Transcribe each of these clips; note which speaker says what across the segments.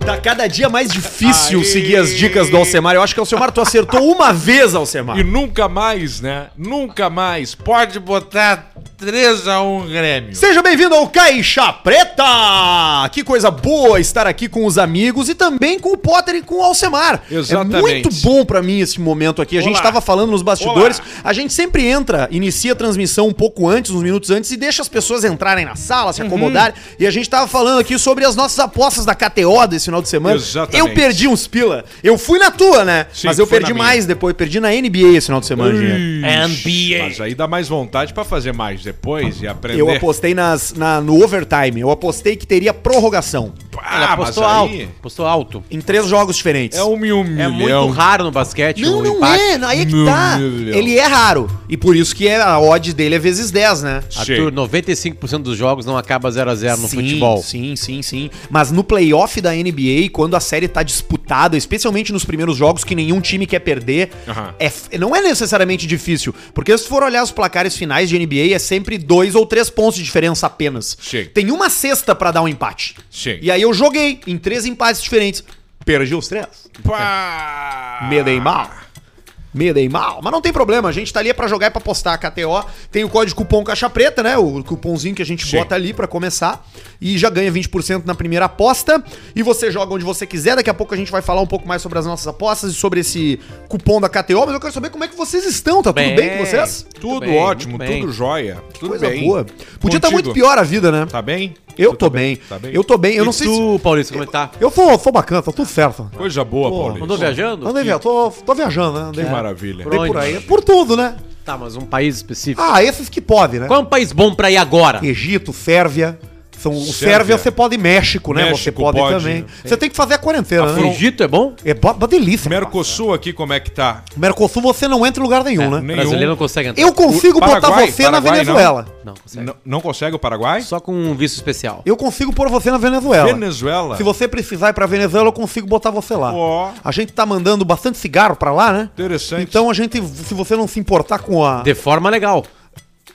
Speaker 1: Tá cada dia mais difícil seguir as dicas do Alcemar. Eu acho que Alcemar, tu acertou uma vez, Alcemar.
Speaker 2: E nunca mais, né? Nunca mais. Pode botar 3x1 Grêmio.
Speaker 1: Seja bem-vindo ao Caixa Preta! Que coisa boa estar aqui com os amigos e também com o Potter e com o Alcemar.
Speaker 2: Exatamente.
Speaker 1: É muito bom pra mim esse momento aqui. A gente
Speaker 2: Olá.
Speaker 1: tava falando nos bastidores.
Speaker 2: Olá.
Speaker 1: A gente sempre entra, inicia a transmissão um pouco antes, uns minutos antes, e deixa as pessoas entrarem na sala,
Speaker 2: Uhum.
Speaker 1: se acomodarem. E a gente tava falando aqui sobre as nossas apostas da KTO desse final de semana.
Speaker 2: Exatamente.
Speaker 1: Eu perdi uns pila. Eu fui na tua, né?
Speaker 2: Sim,
Speaker 1: Mas eu
Speaker 2: foi
Speaker 1: perdi
Speaker 2: na minha.
Speaker 1: mais depois. Perdi na NBA esse final de semana, gente.
Speaker 3: NBA.
Speaker 2: Mas aí dá mais vontade pra fazer mais depois e aprender.
Speaker 1: Eu apostei nas, na- no overtime. Eu apostei que teria prorrogação.
Speaker 3: Ele
Speaker 2: Ah, mas
Speaker 3: apostou
Speaker 2: aí
Speaker 3: alto. Apostou alto.
Speaker 1: Em três jogos diferentes.
Speaker 2: é um mil
Speaker 3: É
Speaker 2: milhão.
Speaker 3: muito raro no basquete
Speaker 1: Não,
Speaker 3: o
Speaker 1: não
Speaker 3: empate.
Speaker 1: é. Aí é que
Speaker 2: Meu
Speaker 1: tá.
Speaker 2: Deus.
Speaker 1: Ele é raro. E por isso que é- a odd dele é vezes 10, né?
Speaker 3: Arthur, 95% dos jogos não acaba 0x0 no
Speaker 1: sim,
Speaker 3: futebol.
Speaker 1: Sim, sim, sim. Mas no playoff da NBA, quando a série tá disputada, especialmente nos primeiros jogos que nenhum time quer perder,
Speaker 2: Aham.
Speaker 1: é f- não é necessariamente difícil. Porque se tu for olhar os placares finais de NBA, é sempre dois ou três pontos de diferença apenas.
Speaker 2: Sim.
Speaker 1: Tem uma cesta pra dar um empate.
Speaker 2: Sim.
Speaker 1: E aí eu joguei em três empates diferentes. Perdi os três.
Speaker 2: Pá!
Speaker 1: Me dei mal. Me dei mal. Mas não tem problema, a gente tá ali pra jogar e pra postar a KTO. Tem o código cupom Caixa Preta, né? O cupomzinho que a gente
Speaker 2: Sim.
Speaker 1: bota ali pra começar. E já ganha 20% na primeira aposta. E você joga onde você quiser. Daqui a pouco a gente vai falar um pouco mais sobre as nossas apostas e sobre esse cupom da KTO. Mas eu quero saber como é que vocês estão. Tá tudo bem com vocês?
Speaker 2: Tudo
Speaker 3: bem,
Speaker 2: ótimo,
Speaker 3: muito bem.
Speaker 2: tudo jóia. Tudo
Speaker 1: Coisa
Speaker 2: bem.
Speaker 1: boa. Podia estar
Speaker 2: Contigo?
Speaker 1: muito pior a vida, né?
Speaker 2: Tá bem?
Speaker 1: Eu
Speaker 2: Tu
Speaker 1: tô
Speaker 2: tá
Speaker 1: bem.
Speaker 2: Tá bem?
Speaker 1: Eu tô bem. Eu
Speaker 3: E
Speaker 1: não sei se...
Speaker 3: tu, Paulista, como é que tá?
Speaker 1: Eu sou, sou bacana, tô tudo certo.
Speaker 2: Coisa boa,
Speaker 1: Pô,
Speaker 2: Paulinho.
Speaker 3: Andou viajando?
Speaker 1: Andei, via- tô, tô viajando, né? Andei,
Speaker 2: Que maravilha.
Speaker 1: andei por
Speaker 3: Pra onde?
Speaker 1: aí. Por tudo, né?
Speaker 3: Tá, mas um país específico.
Speaker 1: Ah, esses que podem, né?
Speaker 3: Qual é um país bom pra ir agora?
Speaker 1: Egito, Sérvia. São, o
Speaker 2: Sérvia.
Speaker 1: Sérvia você pode ir México, né? você
Speaker 2: México
Speaker 1: pode,
Speaker 2: pode,
Speaker 1: também.
Speaker 2: né?
Speaker 1: Você tem que fazer a quarentena,
Speaker 3: O
Speaker 1: né?
Speaker 3: Egito é bom?
Speaker 1: É bo- uma delícia.
Speaker 2: Mercosul aqui, como é que tá?
Speaker 1: cara. Mercosul você não entra em lugar nenhum, né?
Speaker 3: O brasileiro não consegue entrar.
Speaker 1: Eu consigo
Speaker 2: É, O
Speaker 1: botar
Speaker 2: Paraguai-
Speaker 1: você na
Speaker 2: Paraguai, não.
Speaker 1: Venezuela.
Speaker 3: Não consegue.
Speaker 2: N- não consegue o Paraguai?
Speaker 3: Só com um visto especial.
Speaker 1: Eu consigo pôr você na Venezuela.
Speaker 2: Venezuela.
Speaker 1: Se você precisar ir pra Venezuela, eu consigo botar você lá.
Speaker 2: Ó.
Speaker 1: A gente tá mandando bastante cigarro pra lá, né?
Speaker 2: Interessante.
Speaker 1: Então a gente, se você não se importar com a.
Speaker 3: De forma legal.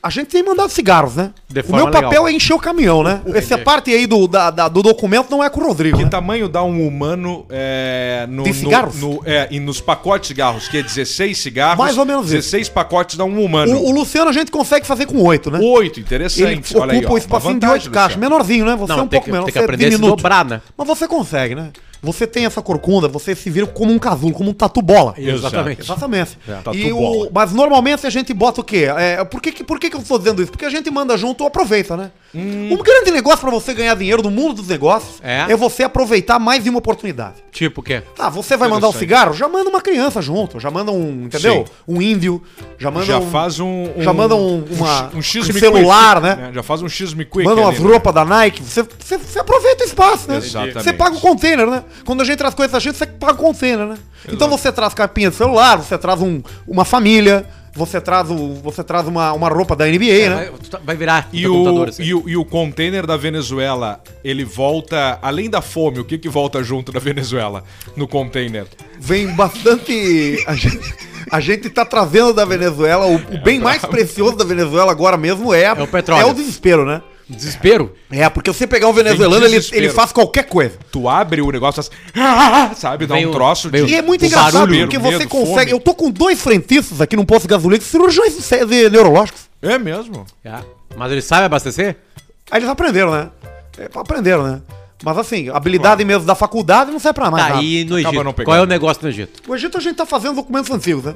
Speaker 1: A gente tem mandado cigarros, né?
Speaker 3: De
Speaker 1: o meu
Speaker 3: forma
Speaker 1: papel
Speaker 3: legal.
Speaker 1: é encher o caminhão, né? Essa parte aí do, da- da- do documento não é com o Rodrigo.
Speaker 2: Que
Speaker 1: né?
Speaker 2: tamanho dá um humano é, no,
Speaker 1: Tem
Speaker 2: no-
Speaker 1: cigarros?
Speaker 2: no- é, e nos pacotes de cigarros, que é 16 cigarros.
Speaker 1: Mais ou menos isso.
Speaker 2: 16 pacotes dá um humano.
Speaker 1: O, o Luciano a gente consegue fazer com oito, né?
Speaker 2: Oito,
Speaker 1: Ele
Speaker 2: interessante.
Speaker 1: ocupa
Speaker 2: ó,
Speaker 1: o
Speaker 2: uma
Speaker 1: espacinho de
Speaker 2: vantagem,
Speaker 1: oito caixas.
Speaker 2: Luciano.
Speaker 1: Menorzinho, né? Você
Speaker 3: Não,
Speaker 1: é um
Speaker 3: tem
Speaker 1: pouco
Speaker 3: que-
Speaker 1: menor.
Speaker 3: tem que
Speaker 1: você é
Speaker 3: aprender a se
Speaker 1: diminuto.
Speaker 3: dobrar, né?
Speaker 1: Mas você consegue, né? Você tem essa corcunda, você se vira como um casulo, como um tatu bola.
Speaker 3: Exatamente. É,
Speaker 1: Exatamente.
Speaker 2: Tatu
Speaker 1: E o-
Speaker 2: bola.
Speaker 1: mas normalmente a gente bota o quê? É, por, que, que- por que, que eu tô dizendo isso? Porque a gente manda junto ou aproveita, né? Um grande negócio pra você ganhar dinheiro no mundo dos negócios
Speaker 3: Hum. É.
Speaker 1: é você aproveitar mais de uma oportunidade.
Speaker 3: Tipo o quê?
Speaker 1: Tá, você vai mandar um
Speaker 2: Interessante.
Speaker 1: cigarro? Já manda uma criança junto. Já manda um, entendeu?
Speaker 2: Sim.
Speaker 1: Um índio. Já manda
Speaker 2: Já
Speaker 1: um...
Speaker 2: faz um.
Speaker 1: já manda um- uma-
Speaker 2: um, X
Speaker 1: um celular, né?
Speaker 2: Já faz um X Me Quick.
Speaker 1: Manda umas
Speaker 2: ali, né?
Speaker 1: roupas da Nike, você, você, você aproveita o espaço, né?
Speaker 2: Exatamente.
Speaker 1: Você paga o container, né? Quando a gente traz coisa da gente, você paga o container, né? Então você traz capinha de celular, você traz um, uma família, você traz, o, você traz uma, uma roupa da NBA, né?
Speaker 3: Vai, tu tá- vai virar
Speaker 2: E
Speaker 3: teu
Speaker 2: o,
Speaker 3: computador, assim.
Speaker 2: e, o, e o container da Venezuela, ele volta, além da fome, o que que volta junto da Venezuela no container?
Speaker 1: Vem bastante. A gente, a gente tá trazendo da Venezuela, o, o bem mais precioso da Venezuela agora mesmo é,
Speaker 3: É o petróleo.
Speaker 1: É o desespero, né?
Speaker 3: Desespero?
Speaker 1: É, porque você pegar o venezuelano,
Speaker 2: Vem
Speaker 1: ele,
Speaker 2: desespero.
Speaker 1: ele faz qualquer coisa.
Speaker 2: Tu abre o negócio, faz, "Ah", sabe, dá
Speaker 3: Vem
Speaker 2: um
Speaker 3: o-
Speaker 2: troço
Speaker 3: vem o-
Speaker 2: de...
Speaker 1: E é muito
Speaker 2: o
Speaker 1: engraçado,
Speaker 2: barulho,
Speaker 1: porque
Speaker 2: medo,
Speaker 1: você consegue.
Speaker 2: fome.
Speaker 1: Eu tô com dois frentistas aqui num posto de gasolina, que cirurgiões de- de neurológicos.
Speaker 2: É mesmo?
Speaker 3: É. Mas ele sabe abastecer?
Speaker 1: Aí eles aprenderam, né? É, aprenderam, né? Mas assim, habilidade mesmo da faculdade não serve pra mais
Speaker 3: Tá,
Speaker 1: nada.
Speaker 3: e no
Speaker 2: Acaba
Speaker 3: Egito?
Speaker 2: não pegando.
Speaker 3: Qual é o negócio no Egito?
Speaker 1: No Egito a gente tá fazendo documentos antigos, né?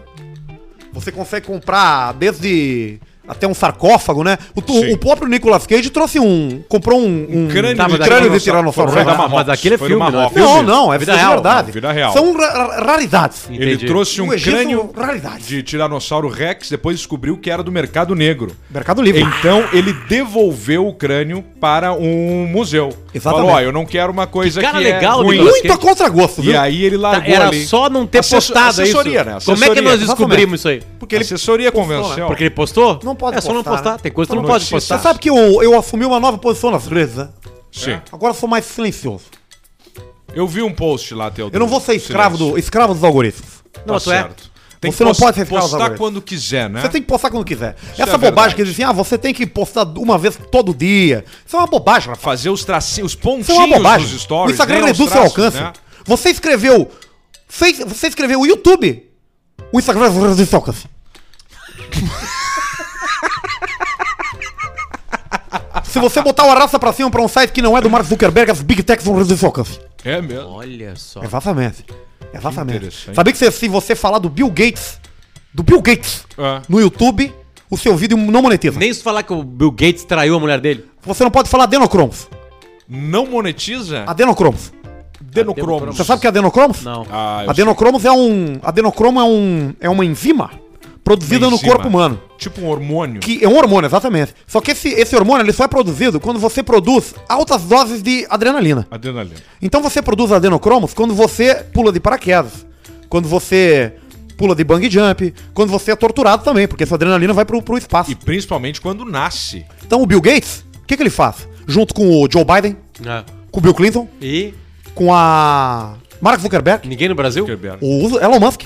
Speaker 1: Você consegue comprar desde até um sarcófago, né? O, tu-
Speaker 2: Sim.
Speaker 1: o próprio Nicolas Cage trouxe um. comprou um. um
Speaker 3: Tá, mas
Speaker 2: de
Speaker 3: aquele
Speaker 2: crânio
Speaker 1: não
Speaker 2: de
Speaker 1: é
Speaker 2: tiranossauro.
Speaker 1: tiranossauro
Speaker 2: Foi
Speaker 1: rex.
Speaker 2: da Marrocos,
Speaker 3: Mas aquele é
Speaker 2: foi do
Speaker 3: filme, não é
Speaker 2: Marrocos.
Speaker 3: filme?
Speaker 1: Não, não, é
Speaker 3: Vida
Speaker 1: vida
Speaker 3: real,
Speaker 1: verdade.
Speaker 2: vida real.
Speaker 1: São ra- ra- raridades.
Speaker 2: Ele
Speaker 3: Entendi.
Speaker 2: trouxe um
Speaker 1: O Egito, é
Speaker 2: crânio
Speaker 1: raridade.
Speaker 2: de tiranossauro rex, depois descobriu que era do mercado negro.
Speaker 1: Mercado Livre.
Speaker 2: Então ele devolveu o crânio para um museu.
Speaker 1: Exatamente.
Speaker 2: Falou, ó, eu não quero uma coisa
Speaker 3: Que
Speaker 2: que,
Speaker 3: cara
Speaker 2: é
Speaker 3: legal,
Speaker 2: ruim.
Speaker 3: Nicolas.
Speaker 1: Muito a contragosto,
Speaker 2: E aí ele largou
Speaker 3: Tá, era
Speaker 2: ali.
Speaker 3: só não ter
Speaker 2: Assessor-
Speaker 3: postado isso.
Speaker 2: assessoria, né?
Speaker 3: Como é que
Speaker 2: Assessoria,
Speaker 3: nós
Speaker 1: exatamente.
Speaker 3: descobrimos isso aí?
Speaker 2: Porque ele assessoria convenceu.
Speaker 3: Porque ele postou?
Speaker 1: Não pode
Speaker 3: É só não
Speaker 1: postar,
Speaker 3: postar.
Speaker 1: né?
Speaker 3: Tem coisa que tu não
Speaker 2: Notícia.
Speaker 3: pode postar.
Speaker 1: Você sabe que eu, eu assumi uma nova posição nas redes, né?
Speaker 2: Sim.
Speaker 1: Agora eu sou mais silencioso.
Speaker 2: Eu vi um post lá, Teodoro.
Speaker 1: Eu não vou ser escravo,
Speaker 2: Silêncio.
Speaker 1: do, escravo dos algoritmos.
Speaker 3: Não,
Speaker 2: Tá
Speaker 3: mas tu é.
Speaker 2: certo. Tem
Speaker 1: você
Speaker 2: que
Speaker 1: não
Speaker 2: pos-
Speaker 1: pode ficar
Speaker 2: postar quando quiser, né?
Speaker 1: Você tem que postar quando quiser. Essa
Speaker 2: é
Speaker 1: bobagem
Speaker 2: verdade.
Speaker 1: que eles dizem, ah, você tem que postar uma vez todo dia. Isso é uma bobagem, rapaz.
Speaker 2: Fazer os tracinhos, os
Speaker 1: Isso é uma
Speaker 2: pontinhos
Speaker 1: bobagem.
Speaker 2: dos stories.
Speaker 1: o Instagram
Speaker 2: né? Os
Speaker 1: reduz seu
Speaker 2: traços,
Speaker 1: alcance.
Speaker 2: né?
Speaker 1: Você escreveu. Você, você escreveu o YouTube. O Instagram reduz seu alcance. Se você botar uma raça pra cima pra um site que não é do Mark Zuckerberg, as Big Techs vão reduzir seu alcance.
Speaker 2: É mesmo.
Speaker 3: Olha só.
Speaker 1: Exatamente. Exatamente.
Speaker 2: interessante.
Speaker 1: É Sabia que se, se você falar do Bill Gates, do Bill Gates,
Speaker 2: É.
Speaker 1: no YouTube, o seu vídeo não monetiza.
Speaker 3: Nem se falar que o Bill Gates traiu a mulher dele.
Speaker 1: Você não pode falar adenocromos.
Speaker 2: Não monetiza?
Speaker 1: Adenocromos.
Speaker 2: Adenocromos.
Speaker 1: Você sabe o que é adenocromos?
Speaker 3: Não.
Speaker 2: Ah, eu
Speaker 1: Adenocromos é um. Adenocromo é um. é uma enzima produzida
Speaker 2: Uma
Speaker 1: no
Speaker 2: enzima.
Speaker 1: corpo humano.
Speaker 2: sei. Tipo um hormônio.
Speaker 1: Que é um hormônio, exatamente. Só que esse, esse hormônio ele só é produzido quando você produz altas doses de adrenalina.
Speaker 2: Adrenalina.
Speaker 1: Então você produz adenocromos quando você pula de paraquedas, quando você pula de bang jump, quando você é torturado também, porque essa adrenalina vai pro, pro espaço.
Speaker 2: E principalmente quando nasce.
Speaker 1: Então o Bill Gates, o que, que ele faz? Junto com o Joe Biden,
Speaker 3: É.
Speaker 1: com o Bill Clinton,
Speaker 3: E
Speaker 1: com a Mark Zuckerberg,
Speaker 3: ninguém no Brasil?
Speaker 2: Zuckerberg.
Speaker 1: o Elon Musk,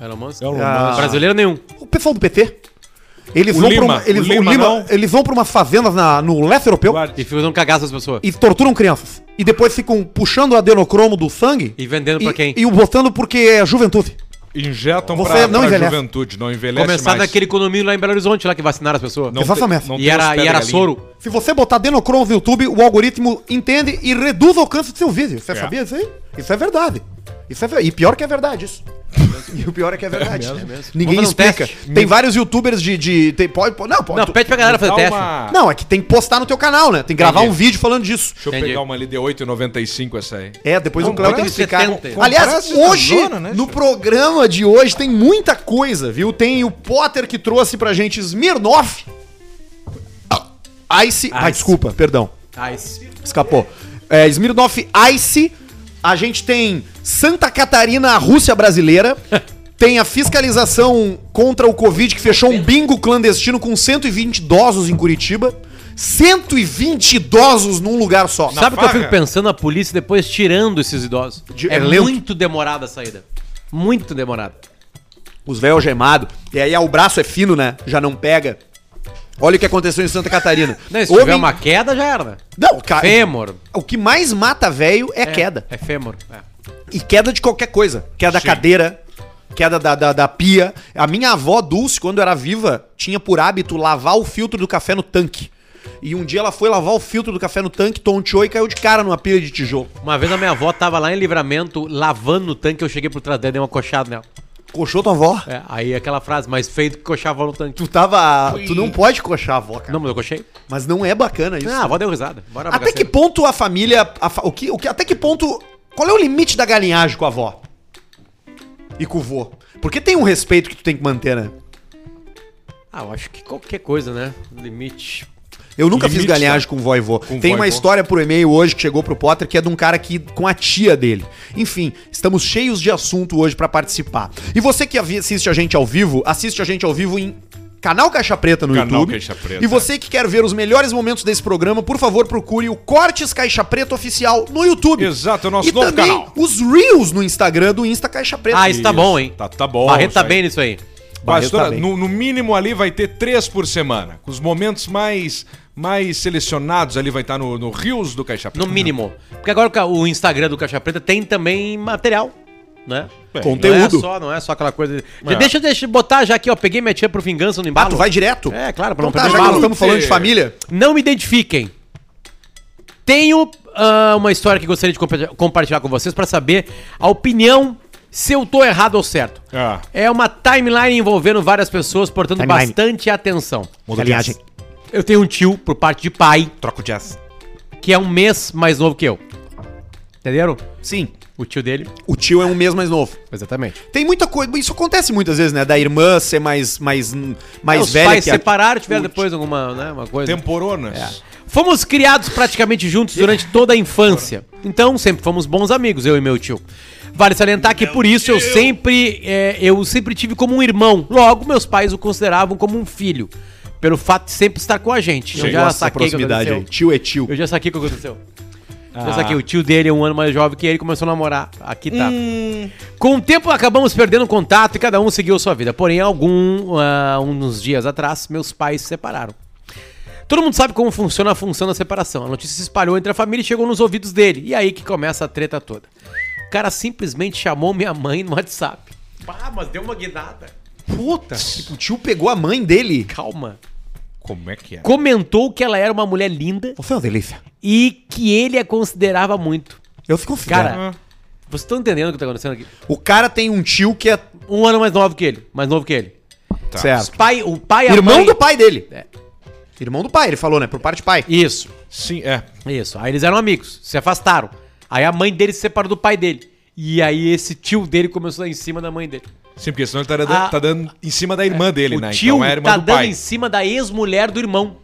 Speaker 3: Elon Musk?
Speaker 2: Elon
Speaker 1: Ah.
Speaker 2: Musk.
Speaker 3: Brasileiro nenhum.
Speaker 1: o pessoal do PT. Eles
Speaker 2: O
Speaker 1: vão
Speaker 2: Lima,
Speaker 1: pra uma- eles,
Speaker 2: o
Speaker 1: o
Speaker 2: Lima
Speaker 1: Lima-
Speaker 2: não.
Speaker 1: eles vão pra umas fazendas na- no leste europeu
Speaker 2: Guarde.
Speaker 3: E ficam cagaço as pessoas.
Speaker 1: e torturam crianças. E depois ficam puxando o adenocromo do sangue
Speaker 3: E vendendo pra quem?
Speaker 1: e, e o botando porque é juventude.
Speaker 2: Injetam
Speaker 1: Você
Speaker 2: pra,
Speaker 1: não
Speaker 2: pra
Speaker 1: envelhece.
Speaker 2: juventude, não envelhece
Speaker 3: Começar
Speaker 2: mais.
Speaker 3: naquele condomínio lá em Belo Horizonte, lá que vacinaram as pessoas.
Speaker 2: Não
Speaker 1: Exatamente.
Speaker 2: tem- não
Speaker 3: e
Speaker 2: tem os
Speaker 3: era,
Speaker 2: pé
Speaker 3: e
Speaker 2: da
Speaker 3: era
Speaker 2: galinha.
Speaker 3: soro.
Speaker 1: Se você botar Denocron no YouTube, o algoritmo entende e reduz o alcance do seu vídeo. Você
Speaker 2: É.
Speaker 1: sabia disso aí? Isso é verdade. Isso é ver- E pior que é verdade isso. E o pior é que é verdade. Ninguém
Speaker 3: Vamos fazer um
Speaker 1: explica.
Speaker 3: teste.
Speaker 1: Tem vários youtubers de. de tem, pode, pode- não, pode.
Speaker 3: Não,
Speaker 1: tu-
Speaker 3: pede pra galera fazer
Speaker 2: Dá
Speaker 3: teste.
Speaker 2: uma-
Speaker 1: não, é que tem que postar no teu canal, né? Tem que gravar
Speaker 3: Entendi.
Speaker 1: um vídeo falando disso.
Speaker 2: Deixa eu
Speaker 3: Entendi.
Speaker 2: pegar uma ali de 8,95 essa aí.
Speaker 1: É, depois o
Speaker 2: Não,
Speaker 1: Cléo tem
Speaker 2: bota
Speaker 1: que
Speaker 3: de
Speaker 1: explicar.
Speaker 3: 70.
Speaker 1: Com- Aliás,
Speaker 3: tá
Speaker 2: Comprado de
Speaker 1: hoje,
Speaker 2: Tazona, né,
Speaker 1: no
Speaker 2: senhor?
Speaker 1: programa de hoje, tem muita coisa, viu? Tem o Potter que trouxe pra gente Smirnoff. Ice. Ah,
Speaker 3: Ice.
Speaker 1: desculpa, perdão.
Speaker 3: Ice.
Speaker 1: Escapou. É, Smirnoff Ice. A gente tem Santa Catarina, a Rússia brasileira. Tem a fiscalização contra o Covid que fechou um bingo clandestino com 120 idosos em Curitiba. 120 idosos num lugar só.
Speaker 2: Na
Speaker 3: Sabe o que eu
Speaker 2: farra?
Speaker 3: fico pensando na polícia depois tirando esses idosos?
Speaker 1: De-
Speaker 3: é
Speaker 1: é lento.
Speaker 3: muito demorada a saída. Muito demorada.
Speaker 1: Os véus gemado. E aí ah, o braço é fino, né? Já não pega. Olha o que aconteceu em Santa Catarina.
Speaker 3: Não, se
Speaker 1: Homem-
Speaker 3: tiver uma queda, já era, né?
Speaker 1: Não, cara.
Speaker 3: Fêmur.
Speaker 1: O que mais mata velho é, queda.
Speaker 3: É fêmur. é.
Speaker 1: E queda de qualquer coisa. Queda da
Speaker 2: Sim.
Speaker 1: cadeira, queda da, da, da pia. A minha avó, Dulce, quando era viva, tinha por hábito lavar o filtro do café no tanque. E um dia ela foi lavar o filtro do café no tanque, tonteou e caiu de cara numa pilha de tijolo.
Speaker 3: Uma vez a minha avó tava lá em livramento, lavando o tanque, eu cheguei por trás dela, dei uma coxada nela.
Speaker 1: Coxou tua avó?
Speaker 3: É, aí aquela frase, mais feito que coxava no tanque.
Speaker 1: Tu tava. Tu não pode coxar a avó, cara.
Speaker 3: Não, mas eu coxei.
Speaker 1: Mas não é bacana isso.
Speaker 3: Ah, a avó deu risada. Bora
Speaker 1: Até que
Speaker 3: bagaceiro.
Speaker 1: ponto a família. a fa- o que, o que, até que ponto. Qual é o limite da galinhagem com a avó? E com o vô? Porque tem um respeito que tu tem que manter, né?
Speaker 3: Ah, eu acho que qualquer coisa, né? Limite.
Speaker 1: Eu nunca fiz
Speaker 2: Limite, né?
Speaker 1: galinhagem com vó e vô. Tem
Speaker 2: vó
Speaker 1: uma
Speaker 2: e vô.
Speaker 1: história por e-mail hoje que chegou pro Potter que é de um cara que com a tia dele. Enfim, estamos cheios de assunto hoje pra participar. E você que avi- assiste a gente ao vivo, assiste a gente ao vivo em Canal Caixa Preta no
Speaker 2: Canal
Speaker 1: YouTube.
Speaker 2: Caixa Preta.
Speaker 1: E você que quer ver os melhores momentos desse programa, por favor, procure o Cortes Caixa Preta oficial no YouTube.
Speaker 2: Exato, é o nosso
Speaker 1: e
Speaker 2: novo
Speaker 1: também
Speaker 2: canal.
Speaker 1: os Reels no Instagram do Insta Caixa Preta.
Speaker 3: Ah, isso tá bom, hein?
Speaker 2: Tá, tá bom.
Speaker 3: Barreto
Speaker 2: isso
Speaker 3: tá
Speaker 2: aí.
Speaker 3: bem nisso aí.
Speaker 1: Barreto
Speaker 2: Pastora,
Speaker 1: tá bem.
Speaker 2: no, no mínimo ali vai ter três por semana. Com os momentos mais, mais selecionados ali vai estar no, no Rios do Caixa
Speaker 3: No mínimo. Porque agora o ca- o Instagram do Caixa Preta tem também material, né?
Speaker 2: Bem,
Speaker 3: Não é
Speaker 1: Conteúdo.
Speaker 3: só, não é só aquela coisa. de-
Speaker 2: É.
Speaker 3: Deixa, deixa eu botar já aqui, ó. Peguei minha tia pro vingança no
Speaker 1: Ah,
Speaker 3: embalo.
Speaker 1: tu vai direto?
Speaker 3: É, claro,
Speaker 1: Então
Speaker 3: pra não
Speaker 1: tá, já
Speaker 3: perder
Speaker 1: que nós
Speaker 3: embalo.
Speaker 1: estamos falando de
Speaker 2: Sim.
Speaker 1: família.
Speaker 3: Não me identifiquem. Tenho ah, uma história que gostaria de compa- compartilhar com vocês pra saber a opinião se eu tô errado ou certo.
Speaker 2: Ah.
Speaker 3: É uma timeline envolvendo várias pessoas, portanto,
Speaker 1: Timeline.
Speaker 3: bastante atenção.
Speaker 1: Galinhagem.
Speaker 3: Eu tenho um tio, por parte de pai,
Speaker 2: Troca o jazz.
Speaker 3: que é um mês mais novo que eu. Entenderam?
Speaker 1: Sim.
Speaker 3: O tio dele.
Speaker 1: O tio é um mês mais novo.
Speaker 3: Exatamente.
Speaker 1: Tem muita coisa. Isso acontece muitas vezes, né? Da irmã ser mais, mais, mais
Speaker 3: É, Os
Speaker 1: velha
Speaker 3: pais
Speaker 1: que a...
Speaker 3: separaram, tiveram depois alguma né, uma coisa.
Speaker 2: Temporonas.
Speaker 3: É. Fomos criados praticamente juntos durante toda a infância. Então, sempre fomos bons amigos, eu e meu tio. Vale salientar que por isso eu sempre, é, eu sempre tive como um irmão. Logo, meus pais o consideravam como um filho. Pelo fato de sempre estar com a gente.
Speaker 1: Eu
Speaker 3: eu já
Speaker 1: gosto dessa
Speaker 3: saquei o que
Speaker 1: proximidade
Speaker 3: aconteceu.
Speaker 1: aí. Tio é tio.
Speaker 3: Eu já saquei o que aconteceu. Pensa que o tio dele é um ano mais jovem que ele começou a namorar. Aqui tá. Com o tempo acabamos perdendo contato e cada um seguiu sua vida. Porém, algum, ah, uns dias atrás, meus pais se separaram. Todo mundo sabe como funciona a função da separação. A notícia se espalhou entre a família e chegou nos ouvidos dele. E aí que começa a treta toda. O cara simplesmente chamou minha mãe no WhatsApp. Pá, mas deu uma guinada.
Speaker 1: Puta! Tipo, o tio pegou a mãe dele.
Speaker 3: Calma.
Speaker 2: Como é que é?
Speaker 3: Comentou que ela era uma mulher linda
Speaker 1: Você é uma delícia.
Speaker 3: e que ele a considerava muito.
Speaker 1: Eu fico um considerando.
Speaker 3: Cara,
Speaker 2: Ah,
Speaker 3: vocês estão entendendo o que tá acontecendo aqui?
Speaker 1: o cara tem um tio que é.
Speaker 3: Um ano mais novo que ele. Mais novo que ele.
Speaker 2: Tá.
Speaker 3: Os
Speaker 1: Certo.
Speaker 3: pai, o pai e a
Speaker 1: Irmão
Speaker 3: mãe-
Speaker 1: do pai dele.
Speaker 3: É.
Speaker 1: Irmão do pai, ele falou, né? Por parte de pai.
Speaker 3: Isso,
Speaker 2: Sim, é.
Speaker 3: isso. Aí eles eram amigos, se afastaram. Aí a mãe dele se separou do pai dele. E aí esse tio dele começou a dar em cima da mãe dele.
Speaker 2: Sim, porque senão ele tá dando,
Speaker 3: Ah.
Speaker 2: tá dando em cima da irmã dele,
Speaker 3: o
Speaker 2: né?
Speaker 3: tio
Speaker 2: é a irmã
Speaker 3: tá
Speaker 2: do
Speaker 3: dando
Speaker 2: pai.
Speaker 3: em cima da ex-mulher do irmão.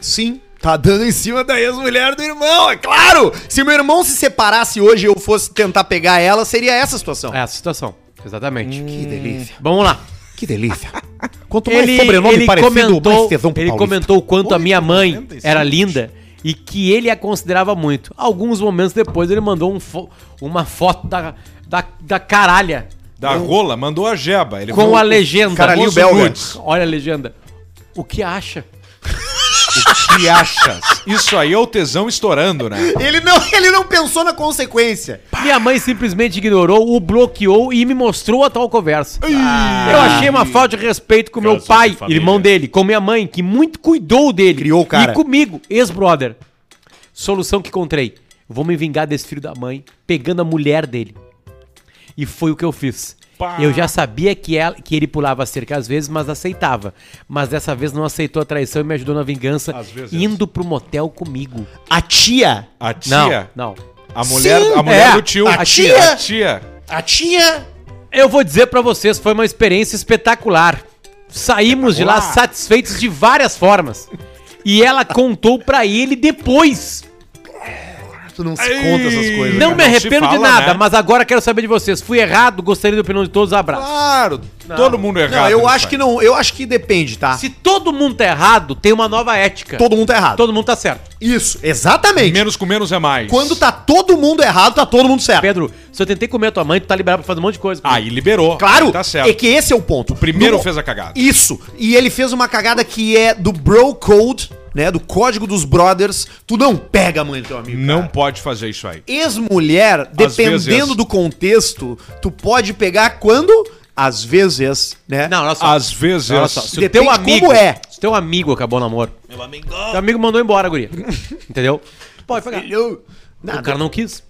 Speaker 1: Sim. Tá dando em cima da ex-mulher do irmão, é claro! Se meu irmão se separasse hoje e eu fosse tentar pegar ela, seria essa a situação.
Speaker 3: É essa situação, exatamente.
Speaker 1: Que delícia.
Speaker 3: Vamos lá.
Speaker 1: Que delícia. Quanto mais
Speaker 3: Ele,
Speaker 1: sobrenome
Speaker 3: ele
Speaker 1: parecido, mais
Speaker 3: comentou,
Speaker 1: tesão pro
Speaker 3: ele
Speaker 1: paulista.
Speaker 3: comentou o quanto a minha mãe
Speaker 2: 45.
Speaker 3: era linda e que ele a considerava muito. Alguns momentos depois ele mandou um fo- uma foto da, da, da caralha
Speaker 2: Da rola, mandou a jeba. Ele
Speaker 3: com
Speaker 2: mandou
Speaker 3: a
Speaker 2: o
Speaker 3: legenda.
Speaker 1: caralhinho
Speaker 3: Os
Speaker 1: belga.
Speaker 3: nudes. Olha a legenda. O que acha?
Speaker 2: que achas. Isso aí é o tesão estourando, né?
Speaker 1: Ele não, ele não pensou na consequência.
Speaker 3: Minha mãe simplesmente ignorou, o bloqueou e me mostrou a tal conversa. eu
Speaker 1: Ah,
Speaker 3: achei uma falta de respeito com meu
Speaker 4: Caso de
Speaker 3: pai,
Speaker 4: família.
Speaker 3: irmão dele, com minha mãe, que muito cuidou dele.
Speaker 1: Criou o cara.
Speaker 3: E comigo, ex-brother. Solução que encontrei. Vou me vingar desse filho da mãe, pegando a mulher dele. E foi o que eu fiz. Eu já sabia que, ela, que ele pulava a cerca às vezes, mas aceitava. Mas dessa vez não aceitou a traição e me ajudou na vingança,
Speaker 2: Às vezes.
Speaker 3: indo pro motel comigo.
Speaker 1: A tia,
Speaker 2: A tia.
Speaker 3: Não, não.
Speaker 2: A mulher,
Speaker 1: Sim,
Speaker 2: a mulher
Speaker 3: é.
Speaker 2: do tio.
Speaker 1: A
Speaker 2: A tia.
Speaker 1: a tia
Speaker 3: Eu vou dizer pra vocês, foi uma experiência espetacular. Saímos de lá satisfeitos de várias formas. E ela contou pra ele depois.
Speaker 1: Ah, Tu não se conta essas coisas.
Speaker 3: Não
Speaker 2: Não
Speaker 3: me
Speaker 2: se
Speaker 3: arrependo de
Speaker 2: fala,
Speaker 3: nada,
Speaker 2: né?
Speaker 3: mas agora quero saber de vocês. Fui errado, gostaria da opinião de todos. Abraço.
Speaker 2: Claro, todo mundo errado. né?
Speaker 1: Não, eu
Speaker 2: nisso
Speaker 1: acho
Speaker 2: aí.
Speaker 1: que não, eu acho que depende, tá?
Speaker 3: Se todo mundo tá errado, tem uma nova ética.
Speaker 1: todo mundo tá errado.
Speaker 3: Todo mundo tá certo.
Speaker 1: Isso, exatamente.
Speaker 2: Menos com menos é mais.
Speaker 1: Quando tá todo mundo errado, tá todo mundo certo.
Speaker 3: Pedro, se eu tentei comer a tua mãe, tu tá liberado pra fazer um monte de coisa.
Speaker 2: Aí liberou.
Speaker 1: Claro,
Speaker 2: Aí Tá certo.
Speaker 1: é que esse é o ponto. O
Speaker 2: primeiro fez a cagada.
Speaker 1: Isso, e ele fez uma cagada que é do bro code, né, do código dos brothers. Tu não pega a mãe do teu amigo,
Speaker 2: Não
Speaker 1: cara.
Speaker 2: pode fazer isso aí.
Speaker 1: Ex-mulher,
Speaker 2: Às
Speaker 1: dependendo
Speaker 2: vezes.
Speaker 1: do contexto, tu pode pegar quando? Às vezes, né?
Speaker 3: Não, olha só.
Speaker 2: Às vezes.
Speaker 3: Olha só, se o
Speaker 1: Depende
Speaker 3: teu amigo.
Speaker 1: como é.
Speaker 3: Se teu amigo acabou o namoro. Meu amigo. Teu amigo mandou embora, guria. Entendeu? Tu pode pegar.
Speaker 1: Eu-
Speaker 3: O cara não quis.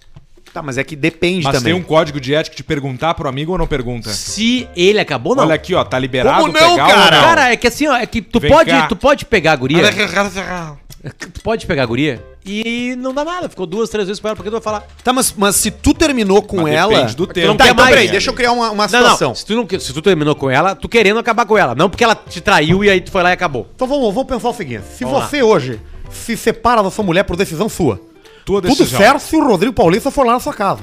Speaker 1: Tá, mas é que depende
Speaker 2: Mas
Speaker 1: também.
Speaker 2: tem um código de ética de perguntar pro amigo ou não pergunta?
Speaker 3: Se ele acabou, não.
Speaker 2: Olha aqui, ó, tá liberado
Speaker 1: Como não,
Speaker 2: ou
Speaker 1: cara?
Speaker 2: não?
Speaker 3: Cara, é que assim, ó, é que tu
Speaker 2: Vem
Speaker 3: pode,
Speaker 2: cá.
Speaker 3: tu pode pegar a guria. É tu pode pegar a guria e não dá nada. Ficou duas, três vezes com ela, porque tu vai falar.
Speaker 1: Tá, mas, mas se tu terminou com
Speaker 2: Mas
Speaker 1: ela.
Speaker 2: depende do tempo.
Speaker 3: não
Speaker 1: Tá,
Speaker 3: quer
Speaker 1: então
Speaker 3: mais,
Speaker 1: peraí,
Speaker 3: né?
Speaker 1: deixa eu criar uma, uma
Speaker 3: Não,
Speaker 1: situação.
Speaker 3: não. Se tu, não, que- se tu terminou com ela, tu querendo acabar com ela. Não porque ela te traiu e aí tu foi lá e acabou.
Speaker 1: Então vamos, vamos pensar o seguinte: se
Speaker 3: Vamos
Speaker 1: você hoje se separa da sua mulher por decisão sua,
Speaker 2: Tua
Speaker 1: tudo
Speaker 2: decisão.
Speaker 1: certo se o Rodrigo Paulista for lá na sua casa.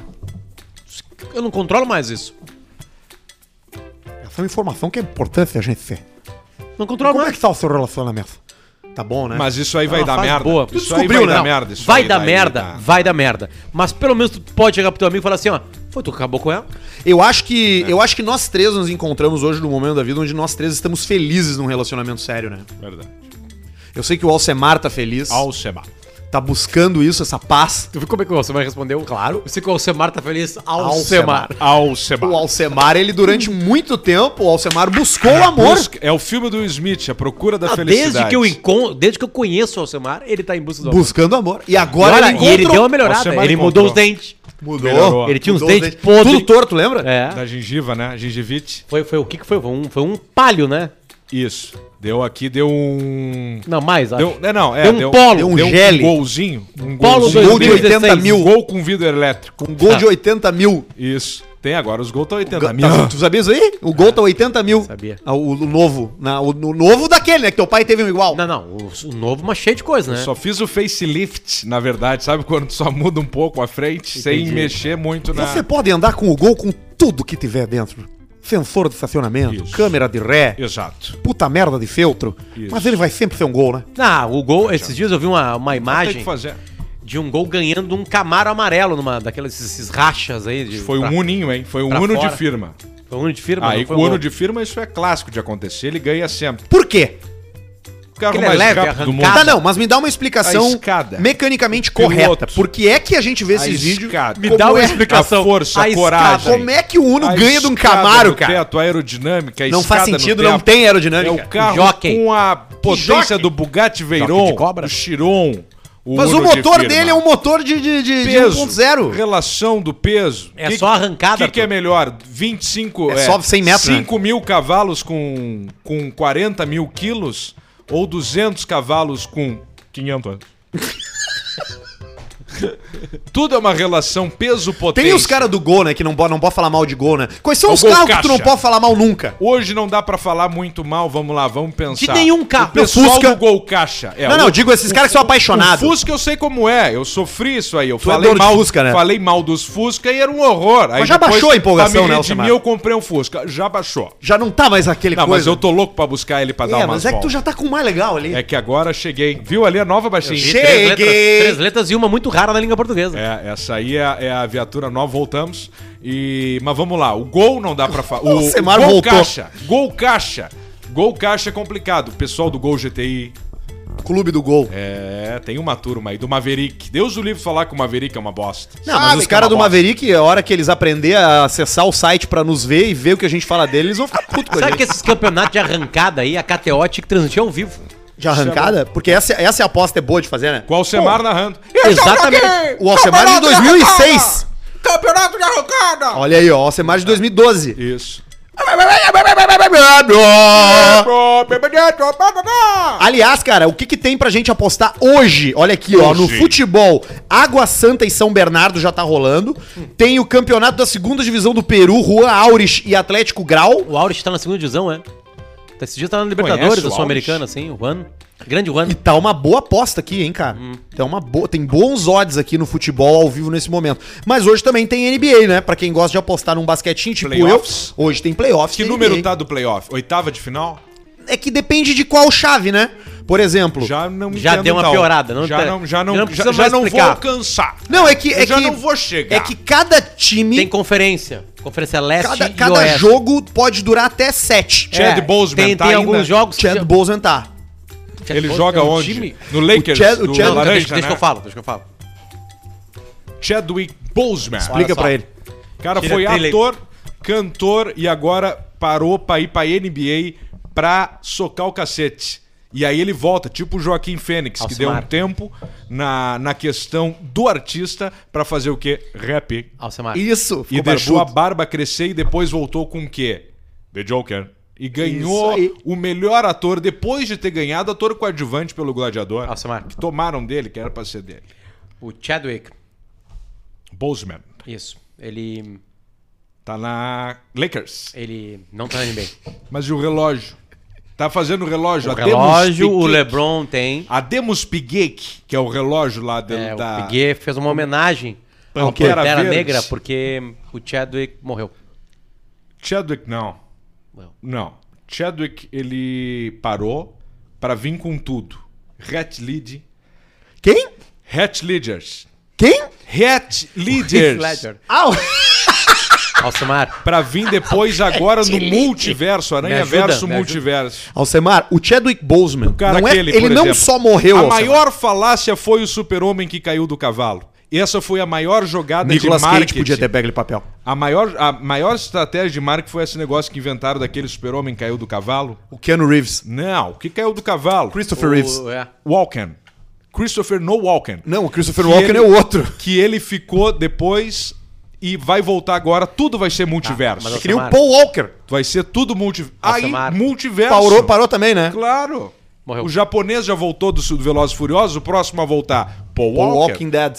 Speaker 3: Eu não controlo mais isso.
Speaker 1: Essa é uma informação que é importante a gente ter.
Speaker 3: Não controlo
Speaker 1: Como é
Speaker 3: mais.
Speaker 1: que tá o seu relacionamento? Tá bom, né?
Speaker 2: Mas isso aí vai
Speaker 3: uma
Speaker 2: dar
Speaker 3: fase
Speaker 2: merda.
Speaker 3: boa.
Speaker 2: Isso
Speaker 3: Tu
Speaker 2: aí
Speaker 1: descobriu,
Speaker 2: vai
Speaker 1: né?
Speaker 2: dar merda. isso
Speaker 3: Vai
Speaker 2: aí
Speaker 3: dar merda,
Speaker 2: dar.
Speaker 3: vai dar merda. Mas pelo menos tu pode chegar pro teu amigo e falar assim, ó. Foi, tu que acabou com ela?
Speaker 1: Eu acho que eu acho que nós três nos encontramos hoje num momento da vida onde nós três estamos felizes num relacionamento sério, né?
Speaker 2: Verdade.
Speaker 1: Eu sei que o Alcemar tá feliz,
Speaker 2: Alcema.
Speaker 1: tá buscando isso, essa paz.
Speaker 3: Tu viu como é que o Alcemar respondeu? Claro. Se o Alcemar tá feliz,
Speaker 1: Alcemar.
Speaker 3: Alcemar.
Speaker 2: Alcema.
Speaker 1: O Alcemar, ele durante muito tempo, o Alcemar buscou o amor.
Speaker 2: Busca- É o filme do Smith, A Procura da
Speaker 3: Ah,
Speaker 2: Felicidade.
Speaker 3: desde que eu encontro, desde que eu conheço o Alcemar, ele tá em busca do amor.
Speaker 1: Buscando amor. E
Speaker 3: E
Speaker 1: agora
Speaker 3: olha, e ele deu uma melhorada.
Speaker 2: Alcemar
Speaker 3: Ele
Speaker 2: encontrou.
Speaker 3: mudou os dentes.
Speaker 1: Mudou.
Speaker 2: Melhorou.
Speaker 3: Ele tinha uns
Speaker 1: Mudou os
Speaker 3: dentes
Speaker 1: dentes.
Speaker 3: podres.
Speaker 1: Tudo torto, lembra?
Speaker 3: É.
Speaker 2: Da gengiva, né? Gengivite.
Speaker 3: Foi, foi o que que foi? Foi um, foi um palho, né?
Speaker 2: Isso. Deu aqui, deu um...
Speaker 3: Não, mais, acho.
Speaker 2: Deu, é, não, é,
Speaker 3: Deu um
Speaker 2: deu
Speaker 3: polo.
Speaker 1: Deu um
Speaker 2: um,
Speaker 1: gele.
Speaker 2: golzinho. Um
Speaker 3: Polo
Speaker 2: golzinho.
Speaker 1: Gol de
Speaker 3: 2016.
Speaker 1: 80
Speaker 2: Um
Speaker 1: mil.
Speaker 2: gol com vidro elétrico.
Speaker 1: Um
Speaker 3: Ah.
Speaker 1: gol de 80 mil.
Speaker 2: Isso. Tem agora os gols tá 80
Speaker 1: Tá,
Speaker 2: mil.
Speaker 1: tu sabia isso aí? O gol tá 80 mil.
Speaker 3: Sabia.
Speaker 1: Ah, o, o novo. Na, o, o novo daquele, né? Que teu pai teve um igual.
Speaker 3: Não, não. O, o novo, mas cheio de coisa, né?
Speaker 2: Só fiz o facelift, na verdade, sabe? Quando tu só muda um pouco a frente, sem
Speaker 3: Entendi.
Speaker 2: mexer muito na...
Speaker 1: Você pode andar com o gol com tudo que tiver dentro. Sensor de estacionamento,
Speaker 2: Isso.
Speaker 1: câmera de ré,
Speaker 2: Exato.
Speaker 1: puta merda de feltro.
Speaker 2: Isso.
Speaker 1: Mas ele vai sempre ser um gol, né?
Speaker 3: Ah, o gol, esses dias eu vi uma, uma
Speaker 2: Tem
Speaker 3: imagem
Speaker 2: que fazer.
Speaker 3: de um gol ganhando um camaro amarelo numa daquelas esses rachas aí. De,
Speaker 2: Foi
Speaker 3: pra-
Speaker 2: um uninho, hein? Foi um
Speaker 3: pra
Speaker 2: ano
Speaker 3: fora.
Speaker 2: de firma.
Speaker 3: Foi um ano de firma.
Speaker 2: Aí,
Speaker 3: não foi
Speaker 2: o
Speaker 3: um
Speaker 2: ano
Speaker 3: gol.
Speaker 2: de firma, isso é clássico de acontecer. Ele ganha sempre.
Speaker 1: Por quê?
Speaker 2: O carro
Speaker 3: Aquele é
Speaker 2: mais
Speaker 3: leve,
Speaker 2: rápido do mundo.
Speaker 3: arrancado.
Speaker 1: Tá, não, mas me dá uma
Speaker 2: A
Speaker 1: explicação
Speaker 2: escada.
Speaker 1: mecanicamente
Speaker 2: O piloto.
Speaker 1: correta. Por que é que a gente vê
Speaker 2: A
Speaker 1: esses vídeos?
Speaker 2: escada.
Speaker 3: Me dá
Speaker 1: Como
Speaker 3: uma
Speaker 1: é-
Speaker 3: explicação.
Speaker 2: a força, a
Speaker 3: escada.
Speaker 2: coragem.
Speaker 1: Como é que o Uno
Speaker 2: A
Speaker 1: ganha de um
Speaker 2: escada
Speaker 1: Camaro,
Speaker 2: no
Speaker 1: cara?
Speaker 2: Teto, a aerodinâmica, a
Speaker 1: Não faz
Speaker 2: escada no
Speaker 1: sentido, não
Speaker 2: teto.
Speaker 1: tem
Speaker 2: É
Speaker 1: aerodinâmica.
Speaker 2: o carro
Speaker 3: Jockey.
Speaker 2: com a potência
Speaker 1: jockey.
Speaker 2: do Bugatti
Speaker 3: Jockey
Speaker 2: Veyron,
Speaker 3: de cobra.
Speaker 2: do Chiron. o
Speaker 1: Mas o
Speaker 2: Uno de
Speaker 1: motor
Speaker 2: firma.
Speaker 1: dele é um motor de, de, de, um de
Speaker 2: peso,
Speaker 1: 1.0.
Speaker 2: relação do peso.
Speaker 3: É só arrancada,
Speaker 2: O que, que é
Speaker 3: Arthur.
Speaker 2: melhor? 25...
Speaker 1: É só 100 metros,
Speaker 2: 5 mil cavalos com, com 40 mil quilos ou 200 cavalos com 500? Tudo é uma relação peso-potência.
Speaker 1: Tem os caras do Gol, né? Que não, bo- não pode falar mal de Gol, né? Quais são
Speaker 2: É o
Speaker 1: os
Speaker 2: Gol
Speaker 1: carros que tu
Speaker 2: caixa.
Speaker 1: não pode falar mal nunca?
Speaker 2: Hoje não dá pra falar muito mal, vamos lá, vamos pensar.
Speaker 3: De nenhum carro.
Speaker 2: O pessoal
Speaker 1: Fusca-
Speaker 2: do Gol Caixa. É,
Speaker 1: não,
Speaker 2: o-
Speaker 1: não, digo esses caras que são apaixonados.
Speaker 2: O Fusca eu sei como é, eu sofri isso aí. Eu
Speaker 1: é
Speaker 2: falei
Speaker 1: dono de
Speaker 2: mal
Speaker 1: Fusca, né?
Speaker 2: Falei mal dos Fusca e era um horror. Aí
Speaker 1: Mas já
Speaker 2: depois,
Speaker 1: baixou a empolgação,
Speaker 2: pra me
Speaker 1: né,
Speaker 2: redimir,
Speaker 1: Alcemar?
Speaker 2: eu comprei um Fusca. Já baixou.
Speaker 1: Já não tá mais aquele
Speaker 2: Não, mas
Speaker 1: coisa.
Speaker 2: eu tô louco pra buscar ele pra dar
Speaker 1: É,
Speaker 2: uma
Speaker 1: mas é que tu já tá com o mais legal ali.
Speaker 2: É que agora cheguei. Viu ali a nova baixinha?
Speaker 1: Eu
Speaker 3: Três
Speaker 1: Cheguei!
Speaker 3: letras- Três letras e uma muito rara na língua portuguesa.
Speaker 2: É, essa aí é, a- é a viatura nova, voltamos. E, mas vamos lá, o gol não dá pra falar.
Speaker 1: O Semar
Speaker 2: gol
Speaker 1: voltou.
Speaker 2: caixa, gol caixa. Gol caixa é complicado. O pessoal do Gol GTI,
Speaker 1: Clube do Gol.
Speaker 2: é, tem uma turma aí do Maverick. Deus o livre falar que o Maverick é uma bosta.
Speaker 1: Não,
Speaker 2: Sabe
Speaker 1: mas os
Speaker 2: que é
Speaker 1: caras
Speaker 2: uma
Speaker 1: do
Speaker 2: bosta.
Speaker 1: Maverick, a hora que eles aprender a acessar o site pra nos ver e ver o que a gente fala dele, eles vão ficar putos com a
Speaker 3: Sabe que
Speaker 1: gente.
Speaker 3: esses campeonatos de arrancada aí, a KTO tinha que transmitir ao vivo.
Speaker 1: De arrancada? Porque essa, essa aposta é boa de fazer, né?
Speaker 2: Qual o Semar narrando?
Speaker 3: Exatamente.
Speaker 1: O Alcemar de 2006.
Speaker 4: Campeonato de arrancada!
Speaker 1: Olha aí, ó, o Alcemar de 2012.
Speaker 2: Isso.
Speaker 1: Aliás, cara, o que, que tem pra gente apostar hoje? Olha aqui, ó, no
Speaker 2: Hoje.
Speaker 1: futebol, Água Santa e São Bernardo já tá rolando. Tem o campeonato da segunda divisão do Peru, Juan Aures e Atlético Grau.
Speaker 3: O Aures tá na segunda divisão, é? Esse dia tá na
Speaker 2: Conhece
Speaker 3: Libertadores,
Speaker 2: o
Speaker 3: da
Speaker 2: Aures?
Speaker 3: Sul-Americana, assim, o Juan. Grande Juan.
Speaker 1: E tá uma boa aposta aqui, hein, cara?
Speaker 2: Hum.
Speaker 1: Tá uma boa, tem bons odds aqui no futebol ao vivo nesse momento. Mas hoje também tem NBA, né? Pra quem gosta de apostar num basquetinho tipo
Speaker 2: Playoffs?
Speaker 1: eu, hoje tem playoffs.
Speaker 2: Que
Speaker 1: tem
Speaker 2: número
Speaker 1: NBA.
Speaker 2: tá do playoff? Oitava de final?
Speaker 1: É que depende de qual chave, né? Por exemplo.
Speaker 2: Já não
Speaker 3: Já
Speaker 2: entendo,
Speaker 3: deu uma
Speaker 2: então.
Speaker 3: piorada, não
Speaker 2: já
Speaker 3: tá-
Speaker 2: não, já
Speaker 3: já não
Speaker 2: não, já,
Speaker 3: precisa
Speaker 2: já
Speaker 3: mais
Speaker 2: não vou
Speaker 3: explicar.
Speaker 2: alcançar.
Speaker 1: Não, é que é
Speaker 2: Eu já
Speaker 1: que
Speaker 2: não vou chegar.
Speaker 1: É que cada time,
Speaker 3: Tem conferência. Conferência leste
Speaker 1: cada,
Speaker 3: e
Speaker 1: cada
Speaker 3: oeste.
Speaker 1: jogo pode durar até sete. Tipo,
Speaker 2: É, Chad Boseman
Speaker 3: tem,
Speaker 2: tá
Speaker 3: tem
Speaker 2: ainda?
Speaker 3: alguns jogos... que
Speaker 1: Chad
Speaker 3: já-
Speaker 1: Boseman tá.
Speaker 3: Chad
Speaker 2: Ele
Speaker 3: Boseman
Speaker 2: joga
Speaker 3: é um
Speaker 2: onde?
Speaker 3: time-
Speaker 2: No Lakers,
Speaker 1: O Chad- o
Speaker 2: do
Speaker 1: Chad-
Speaker 3: Não, não,
Speaker 2: Laranja,
Speaker 3: deixa, deixa
Speaker 2: né?
Speaker 3: que eu falo, deixa que eu falo.
Speaker 2: Chadwick Boseman.
Speaker 1: Explica
Speaker 3: só.
Speaker 1: pra ele.
Speaker 2: O cara
Speaker 3: Tira
Speaker 2: foi
Speaker 3: trilha aí.
Speaker 2: ator, cantor e agora parou pra ir pra NBA pra socar o cacete. E aí ele volta, tipo o Joaquim Fênix, que deu
Speaker 3: Alcimar.
Speaker 2: um tempo na, na questão do artista pra fazer o quê? Rap.
Speaker 3: Alcemar.
Speaker 1: Isso,
Speaker 2: Ah. E
Speaker 1: ficou
Speaker 2: deixou a
Speaker 1: barbudo.
Speaker 2: barba crescer e depois voltou com o quê? The Joker. E ganhou
Speaker 1: Isso aí.
Speaker 2: o melhor ator, depois de ter ganhado ator coadjuvante pelo Gladiador.
Speaker 3: Alcemar.
Speaker 2: Que tomaram dele, que era pra ser dele.
Speaker 3: O Chadwick,
Speaker 2: Boseman.
Speaker 3: isso. Ele...
Speaker 2: Tá na Lakers.
Speaker 3: Ele não tá na NBA.
Speaker 2: Mas e o relógio? Tá fazendo o relógio.
Speaker 3: O
Speaker 2: a Demus
Speaker 3: relógio, o
Speaker 2: Piquet.
Speaker 3: LeBron tem.
Speaker 2: A Demus Piguet, que é o relógio lá dentro
Speaker 3: É,
Speaker 2: da...
Speaker 3: O Piquet fez uma homenagem ao
Speaker 2: Pantera
Speaker 3: Pantera
Speaker 2: Verde.
Speaker 3: Negra porque o Chadwick morreu.
Speaker 2: Chadwick, não.
Speaker 3: Não.
Speaker 2: Não. Chadwick, ele parou pra vir com tudo. Hat Lead.
Speaker 1: Quem?
Speaker 2: Hat Leaders.
Speaker 1: Quem?
Speaker 2: Hat Leaders.
Speaker 1: Ah, o-
Speaker 3: Alcimar.
Speaker 2: pra vir depois agora no multiverso. Aranha
Speaker 3: ajuda,
Speaker 2: verso
Speaker 3: me ajuda.
Speaker 2: multiverso.
Speaker 1: Alcemar, o Chadwick Boseman,
Speaker 2: cara
Speaker 1: não é,
Speaker 2: aquele,
Speaker 1: ele
Speaker 2: por
Speaker 1: não
Speaker 2: exemplo.
Speaker 1: só morreu,
Speaker 2: A
Speaker 1: Alcemar.
Speaker 2: maior falácia foi o super-homem que caiu do cavalo. Essa foi a maior jogada
Speaker 1: Nicolas
Speaker 2: de
Speaker 1: Cage
Speaker 2: marketing.
Speaker 1: podia ter pego ele papel.
Speaker 2: A maior, a maior estratégia de marketing foi esse negócio que inventaram daquele super-homem que caiu do cavalo?
Speaker 1: O Keanu Reeves.
Speaker 2: Não, o que caiu do cavalo?
Speaker 1: Christopher Reeves.
Speaker 3: O- é.
Speaker 2: Walken. Christopher No Walken.
Speaker 1: Não, o Christopher
Speaker 2: Que
Speaker 1: Walken
Speaker 2: ele-
Speaker 1: é o outro.
Speaker 2: Que ele ficou depois e vai voltar agora. Tudo vai ser multiverso.
Speaker 3: Tá, mas eu-
Speaker 1: Queria o
Speaker 3: Alcemar.
Speaker 1: Paul Walker.
Speaker 2: Vai ser tudo multiverso. Aí,
Speaker 3: Alcemar.
Speaker 2: multiverso.
Speaker 1: Parou, parou também, né?
Speaker 2: Claro.
Speaker 3: Morreu.
Speaker 2: O japonês já voltou do, do Velozes e Furiosos, o próximo a voltar. Paul
Speaker 1: Paul
Speaker 2: Walker.
Speaker 1: Walking Dead.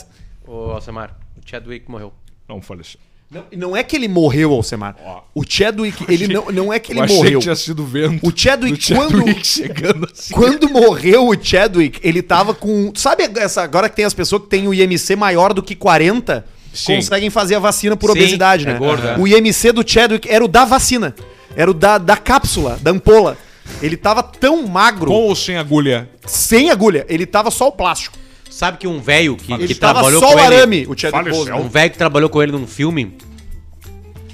Speaker 3: Ô, Alcimar, o Chadwick morreu.
Speaker 2: Não faleceu.
Speaker 1: Não, não é que ele morreu, Alcemar. O Chadwick, ele não, não é que ele
Speaker 2: Eu achei
Speaker 1: morreu.
Speaker 2: que tinha sido vento.
Speaker 1: O Chadwick,
Speaker 2: do Chadwick
Speaker 1: quando-
Speaker 2: chegando assim.
Speaker 1: Quando morreu o Chadwick, ele tava com. Sabe essa, agora que tem as pessoas que têm um o IMC maior do que 40?
Speaker 2: Sim.
Speaker 1: Conseguem fazer a vacina por
Speaker 3: Sim,
Speaker 1: obesidade,
Speaker 3: é
Speaker 1: né?
Speaker 3: gordo, é.
Speaker 1: O IMC do Chadwick era o da vacina. Era o da, da cápsula, da ampola. Ele tava tão magro,
Speaker 2: Com ou sem agulha?
Speaker 1: sem agulha, ele tava só o plástico.
Speaker 3: sabe que um velho que,
Speaker 1: Ele
Speaker 3: que
Speaker 1: estava
Speaker 3: trabalhou
Speaker 1: só
Speaker 3: com
Speaker 1: o
Speaker 3: ele...
Speaker 1: arame, o Chadwick
Speaker 2: Faleceu.
Speaker 1: Boseman.
Speaker 3: Um velho que trabalhou com ele num filme,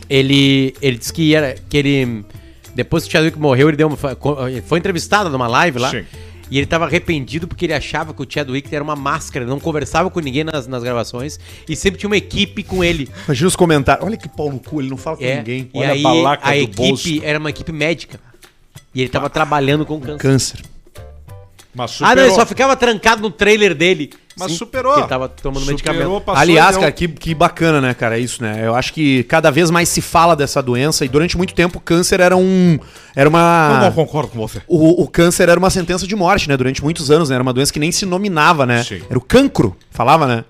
Speaker 3: ele, ele disse que, era, que ele... Depois que o Chadwick morreu, ele deu uma, eh, foi entrevistado numa live lá.
Speaker 2: Sim.
Speaker 3: E ele tava arrependido porque ele achava que o Chadwick era uma máscara, não conversava com ninguém nas, nas gravações e sempre tinha uma equipe com ele.
Speaker 1: Imagina os comentários. Olha que pau no cu, ele não fala com
Speaker 3: É,
Speaker 1: ninguém.
Speaker 3: E
Speaker 2: Olha a
Speaker 3: aí a,
Speaker 2: balaca do
Speaker 3: equipe
Speaker 2: bolso.
Speaker 3: era uma equipe médica. E ele tava trabalhando com câncer.
Speaker 1: Câncer.
Speaker 2: Mas
Speaker 3: Ah, não, ele
Speaker 2: superou.
Speaker 3: só ficava trancado no trailer dele.
Speaker 2: Mas
Speaker 3: Sim,
Speaker 2: superou.
Speaker 3: porque Ele tava tomando
Speaker 2: Superou,
Speaker 3: medicamento.
Speaker 2: passou
Speaker 1: Aliás,
Speaker 2: e deu-
Speaker 1: cara, que, que bacana, né, cara? É isso, né? Eu acho que cada vez mais se fala dessa doença e durante muito tempo o câncer era um. Era
Speaker 2: Eu
Speaker 1: uma.
Speaker 2: não concordo com você.
Speaker 1: O, o câncer era uma sentença de morte, né? Durante muitos anos, né? Era uma doença que nem se nominava, né?
Speaker 2: Sim.
Speaker 1: Era o cancro, falava, né?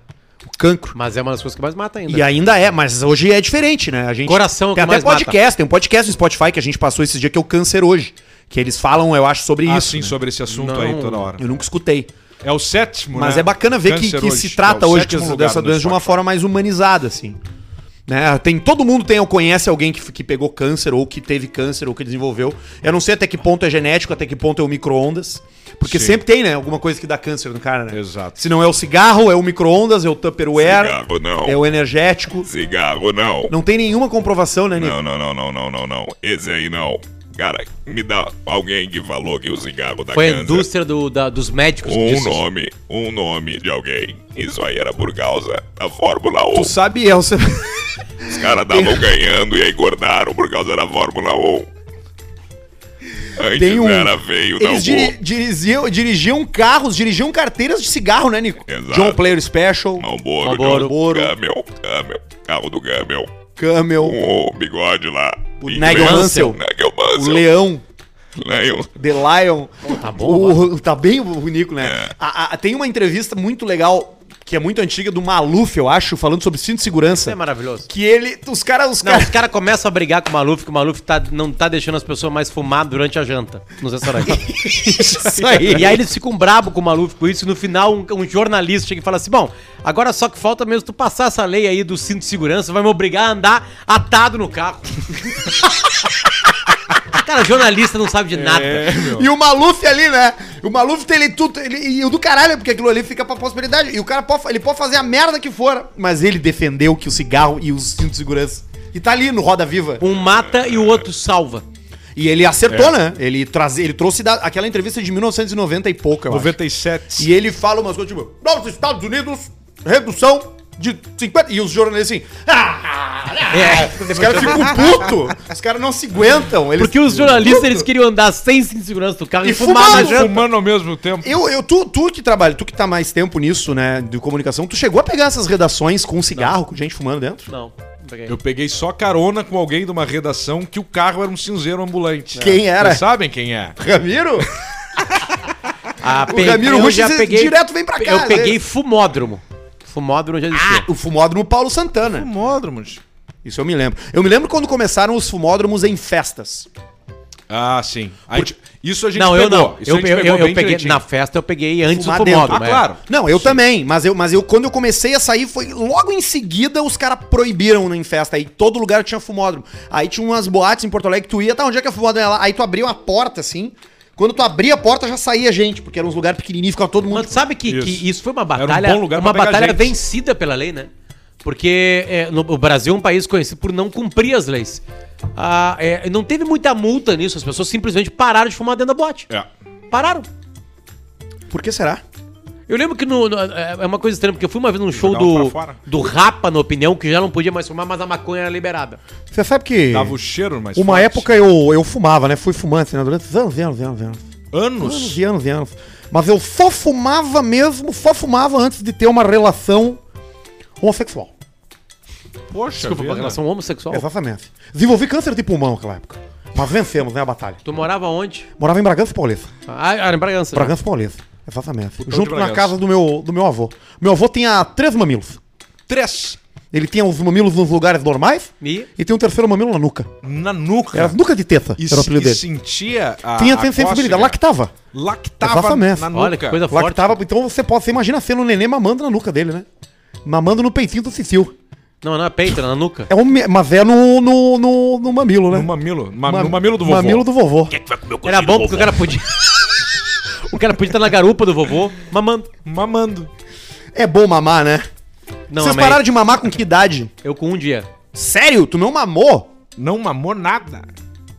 Speaker 1: O cancro.
Speaker 3: Mas é uma das coisas que mais mata ainda.
Speaker 1: E ainda é, mas hoje é diferente, né? A gente
Speaker 3: Coração é o
Speaker 1: tem
Speaker 3: que
Speaker 1: até
Speaker 3: mais
Speaker 1: podcast, tem um podcast no Spotify que a gente passou esse dia que é o câncer hoje, que eles falam, eu acho, sobre
Speaker 2: Ah,
Speaker 1: isso.
Speaker 2: sim,
Speaker 1: né?
Speaker 2: sobre esse assunto
Speaker 3: Não.
Speaker 2: aí toda hora.
Speaker 1: Eu nunca escutei.
Speaker 2: É o sétimo,
Speaker 1: Mas
Speaker 2: né?
Speaker 1: é bacana ver que,
Speaker 2: Câncer
Speaker 1: que
Speaker 2: hoje.
Speaker 1: se
Speaker 2: É
Speaker 1: trata
Speaker 2: o
Speaker 1: hoje que
Speaker 2: sétimo
Speaker 1: essa-
Speaker 2: lugar
Speaker 1: dessa
Speaker 2: no
Speaker 1: doença de uma
Speaker 2: Spotify.
Speaker 1: forma mais humanizada, assim. Né? Tem, todo mundo tem ou conhece alguém que, que pegou câncer, ou que teve câncer, ou que desenvolveu. Eu não sei até que ponto é genético, até que ponto é o micro-ondas. Porque
Speaker 2: Sim.
Speaker 1: sempre tem, né? Alguma coisa que dá câncer no cara, né?
Speaker 2: Exato.
Speaker 1: Se não é o cigarro, é o micro-ondas, é o Tupperware,
Speaker 5: Cigarro não.
Speaker 1: é o energético.
Speaker 5: Cigarro não.
Speaker 1: Não tem nenhuma comprovação, né, Nico?
Speaker 5: Não, não, não, não, não, não, não. Esse aí não. Cara, me dá alguém que falou que o cigarro dá
Speaker 3: Foi a
Speaker 5: câncer.
Speaker 3: indústria do- da- dos médicos que
Speaker 5: Um
Speaker 3: disse isso.
Speaker 5: nome, um nome de alguém. Isso aí era por causa da Fórmula 1.
Speaker 1: Tu sabe, é Elcio.
Speaker 5: Os caras estavam ganhando e aí engordaram por causa da Fórmula 1. Antes
Speaker 1: Tem um-
Speaker 5: era feio, não
Speaker 1: Eles diri- dirigiam, dirigiam carros, dirigiam carteiras de cigarro, né, Nico?
Speaker 5: Exato.
Speaker 1: John Player Special,
Speaker 5: Malboro,
Speaker 3: Marlboro.
Speaker 5: Marlboro. Camel, Camel, carro do Camel.
Speaker 1: Camel.
Speaker 5: Com o bigode lá.
Speaker 1: O Nigel Mansell.
Speaker 5: Nigel
Speaker 1: O
Speaker 5: Mansell.
Speaker 1: Leão,
Speaker 5: Leão.
Speaker 1: The Lion.
Speaker 3: tá bom,
Speaker 1: o, tá bem o Nico, né?
Speaker 5: É.
Speaker 1: A- a- tem uma entrevista muito legal, que é muito antiga, do Maluf, eu acho, falando sobre cinto de
Speaker 3: Isso
Speaker 1: segurança.
Speaker 3: é maravilhoso.
Speaker 1: que ele. Os caras. Os
Speaker 3: Não, os
Speaker 1: caras.
Speaker 3: caras começam a brigar com o Maluf, que o Maluf tá, não tá deixando as pessoas mais fumar durante a janta nos restaurantes.
Speaker 1: Isso aí.
Speaker 3: e aí eles ficam brabo com o Maluf com isso, e no final um, um jornalista chega e fala assim, bom, agora só que falta mesmo tu passar essa lei aí do cinto de segurança, vai me obrigar a andar atado no carro. cara, jornalista não sabe de nada.
Speaker 2: É.
Speaker 1: E o Maluf ali, né? O Maluf tem ele tudo. Ele, e o do caralho, porque aquilo ali fica pra prosperidade. E o cara pode, ele pode fazer a merda que for. Mas ele defendeu que o cigarro e o cinto de segurança. E tá ali no Roda Viva.
Speaker 3: Um mata e o outro salva.
Speaker 1: E ele
Speaker 3: É.
Speaker 1: acertou, né? Ele, traz, ele trouxe da- aquela entrevista de 1990 e pouco, eu acho.
Speaker 2: 97.
Speaker 1: E ele fala umas coisas tipo: Nos Estados Unidos, redução de 50. E os jornalistas assim. "Ah, ah,
Speaker 3: É.
Speaker 1: ah." Os caras ficam putos. Os caras não se aguentam. Eles
Speaker 3: Porque os jornalistas, eles queriam andar sem cinto de segurança do carro e,
Speaker 1: E
Speaker 3: fumar na
Speaker 1: fumando.
Speaker 3: janta.
Speaker 2: Fumando ao mesmo tempo.
Speaker 1: Eu, eu, tu, tu que trabalha, tu que tá mais tempo nisso, né, de comunicação, tu chegou a pegar essas redações com um cigarro, com gente fumando dentro?
Speaker 3: Não, não peguei.
Speaker 2: Eu peguei só carona com alguém de uma redação que o carro era um cinzeiro ambulante.
Speaker 1: Quem era?
Speaker 2: Vocês sabem quem é?
Speaker 1: Ramiro?
Speaker 3: Ah,
Speaker 1: O
Speaker 3: pe-
Speaker 1: Ramiro
Speaker 3: eu
Speaker 1: Rush
Speaker 3: já
Speaker 1: se-
Speaker 3: peguei,
Speaker 1: direto vem pra cá,
Speaker 3: Eu peguei
Speaker 1: né?
Speaker 3: fumódromo. Fumódromo já existia.
Speaker 1: Ah, o fumódromo Paulo Santana.
Speaker 2: Fumódromos.
Speaker 1: Isso eu me lembro. Eu me lembro quando começaram os fumódromos em festas.
Speaker 2: Ah, sim. A gente- Isso a gente
Speaker 3: não, eu não.
Speaker 2: Isso
Speaker 3: Eu,
Speaker 2: a gente
Speaker 3: eu,
Speaker 2: pegou
Speaker 3: eu
Speaker 2: bem
Speaker 3: peguei
Speaker 2: direitinho.
Speaker 3: na festa, eu peguei antes
Speaker 1: Fumar
Speaker 3: do fumódromo.
Speaker 2: dentro. Ah,
Speaker 3: é.
Speaker 2: claro.
Speaker 1: Não, eu também, mas eu, mas eu quando eu comecei a sair foi logo em seguida os caras proibiram em festa aí todo lugar tinha fumódromo. Aí tinha umas boates em Porto Alegre que tu ia, tá, onde é que é fumódromo Ela- Aí tu abria uma porta assim, quando tu abria a porta já saía gente, porque eram uns lugares pequenininhos, ficava todo mundo
Speaker 3: Mas tu sabe que que isso.
Speaker 2: Isso.
Speaker 3: foi uma
Speaker 2: Era um
Speaker 3: batalha,
Speaker 2: bom lugar
Speaker 3: uma
Speaker 2: pra pegar
Speaker 3: batalha
Speaker 2: gente.
Speaker 3: vencida pela lei, né? Porque é, no, o Brasil é um país conhecido por não cumprir as leis. Ah, é, não teve muita multa nisso, as pessoas simplesmente pararam de fumar dentro da boate.
Speaker 2: É.
Speaker 3: Pararam.
Speaker 1: Por que será?
Speaker 3: Eu lembro que no, no- é é uma coisa estranha, porque eu fui uma vez num show
Speaker 1: um
Speaker 2: Jogava pra
Speaker 3: do,
Speaker 2: fora.
Speaker 3: do Rapa, na opinião, que já não podia mais fumar, mas a maconha era liberada.
Speaker 1: Você sabe que
Speaker 2: Dava o cheiro mais
Speaker 1: uma
Speaker 2: forte.
Speaker 1: época eu, eu fumava, né? Fui fumante, né? Durante anos, e anos, e anos, e anos. Anos
Speaker 2: Anos?
Speaker 1: e anos e anos. Mas eu só fumava mesmo, só fumava antes de ter uma relação homossexual.
Speaker 2: Poxa
Speaker 3: Desculpa,
Speaker 2: vida.
Speaker 3: com relação homossexual.
Speaker 1: Exatamente. Desenvolvi câncer de pulmão naquela época. Mas vencemos, né, a batalha.
Speaker 3: Tu morava onde?
Speaker 1: Morava em Bragança Paulista.
Speaker 3: Ah, era em Bragança. né?
Speaker 1: Bragança Paulista. Exatamente.
Speaker 2: Tá. de
Speaker 1: Junto na
Speaker 2: Bragança.
Speaker 1: casa do meu, do meu avô. Meu avô tinha três mamilos.
Speaker 2: Três.
Speaker 1: Ele tinha os mamilos nos lugares normais
Speaker 3: E?
Speaker 1: e tem um terceiro mamilo na nuca.
Speaker 2: Na nuca.
Speaker 1: Era nuca de teta,
Speaker 2: E,
Speaker 1: era o apelido
Speaker 2: e
Speaker 1: dele.
Speaker 2: sentia a
Speaker 1: Tinha
Speaker 2: a
Speaker 1: sensibilidade,
Speaker 2: cócega.
Speaker 1: lactava.
Speaker 2: Tá Lactava
Speaker 1: Exatamente.
Speaker 2: na nuca.
Speaker 3: Olha que coisa forte.
Speaker 1: Lactava, então você pode, você imagina sendo o neném mamando na nuca dele, né? Mamando no peitinho do Cecil.
Speaker 3: Não, não é peito, era na nuca.
Speaker 1: É um, me- mas é no, no, no, no mamilo, né?
Speaker 2: No mamilo. Ma-
Speaker 1: Ma-
Speaker 2: no mamilo do vovô.
Speaker 1: Mamilo do vovô.
Speaker 3: Era bom porque o cara podia. o cara podia estar na garupa do vovô, mamando.
Speaker 2: Mamando.
Speaker 1: É bom mamar, né?
Speaker 3: Não,
Speaker 1: Vocês
Speaker 3: amei.
Speaker 1: pararam de mamar com que idade?
Speaker 3: Eu com um dia.
Speaker 1: Sério? Tu não mamou?
Speaker 2: Não mamou nada.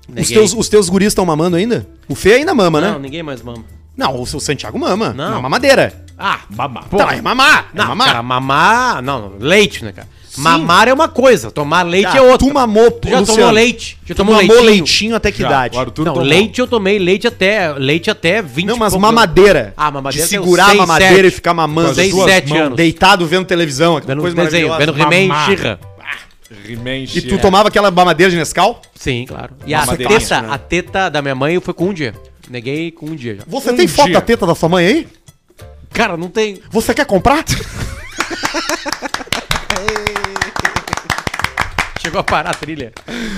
Speaker 1: Os
Speaker 3: Neguei.
Speaker 1: teus, os teus guris estão mamando ainda? O Fê ainda mama,
Speaker 3: Não,
Speaker 1: né?
Speaker 3: ninguém mais mama.
Speaker 1: Não, o seu Santiago mama.
Speaker 3: Não.
Speaker 1: Na mamadeira.
Speaker 3: Ah, mamar.
Speaker 1: Tá, é mamar. É
Speaker 3: Não,
Speaker 1: mamar.
Speaker 3: cara, mamar. Não, não, leite, né, cara? Mamar é uma coisa, tomar leite
Speaker 1: Tá,
Speaker 3: é outra.
Speaker 1: Tu mamou,
Speaker 3: Tu já tomou
Speaker 1: Luciano.
Speaker 3: leite? Já
Speaker 1: Tu
Speaker 3: tomou
Speaker 1: mamou leitinho,
Speaker 3: leitinho?
Speaker 1: até que
Speaker 2: Já,
Speaker 1: idade?
Speaker 2: claro, tu-
Speaker 3: Não,
Speaker 2: Tomou.
Speaker 3: leite eu tomei, leite até, leite até 20
Speaker 1: Não, mas
Speaker 3: e poucos
Speaker 1: tipo, mamadeira.
Speaker 3: Ah, mamadeira
Speaker 1: De
Speaker 3: tem uns
Speaker 1: segurar
Speaker 3: seis,
Speaker 1: a mamadeira
Speaker 3: sete.
Speaker 1: e ficar mamando.
Speaker 3: anos. 6,
Speaker 2: duas
Speaker 3: 7
Speaker 2: mãos.
Speaker 3: anos.
Speaker 1: Deitado vendo televisão. aquela
Speaker 3: Vendo
Speaker 1: coisa
Speaker 3: desenho,
Speaker 1: maravilhosa.
Speaker 3: vendo He-Man,
Speaker 2: Mamar.
Speaker 3: Xirra.
Speaker 2: He-Man,
Speaker 1: E tu
Speaker 2: She-Ra.
Speaker 1: tomava aquela mamadeira de Nescau?
Speaker 3: Sim, claro. E a
Speaker 2: Mamadeirinha,
Speaker 3: teta,
Speaker 2: né?
Speaker 3: a teta da minha mãe foi com um dia. Neguei com um dia já.
Speaker 1: Você
Speaker 2: Um
Speaker 1: tem foto
Speaker 2: dia.
Speaker 1: da teta da sua mãe aí?
Speaker 3: Cara, não tem.
Speaker 1: Você quer comprar?
Speaker 3: Chegou a parar a trilha.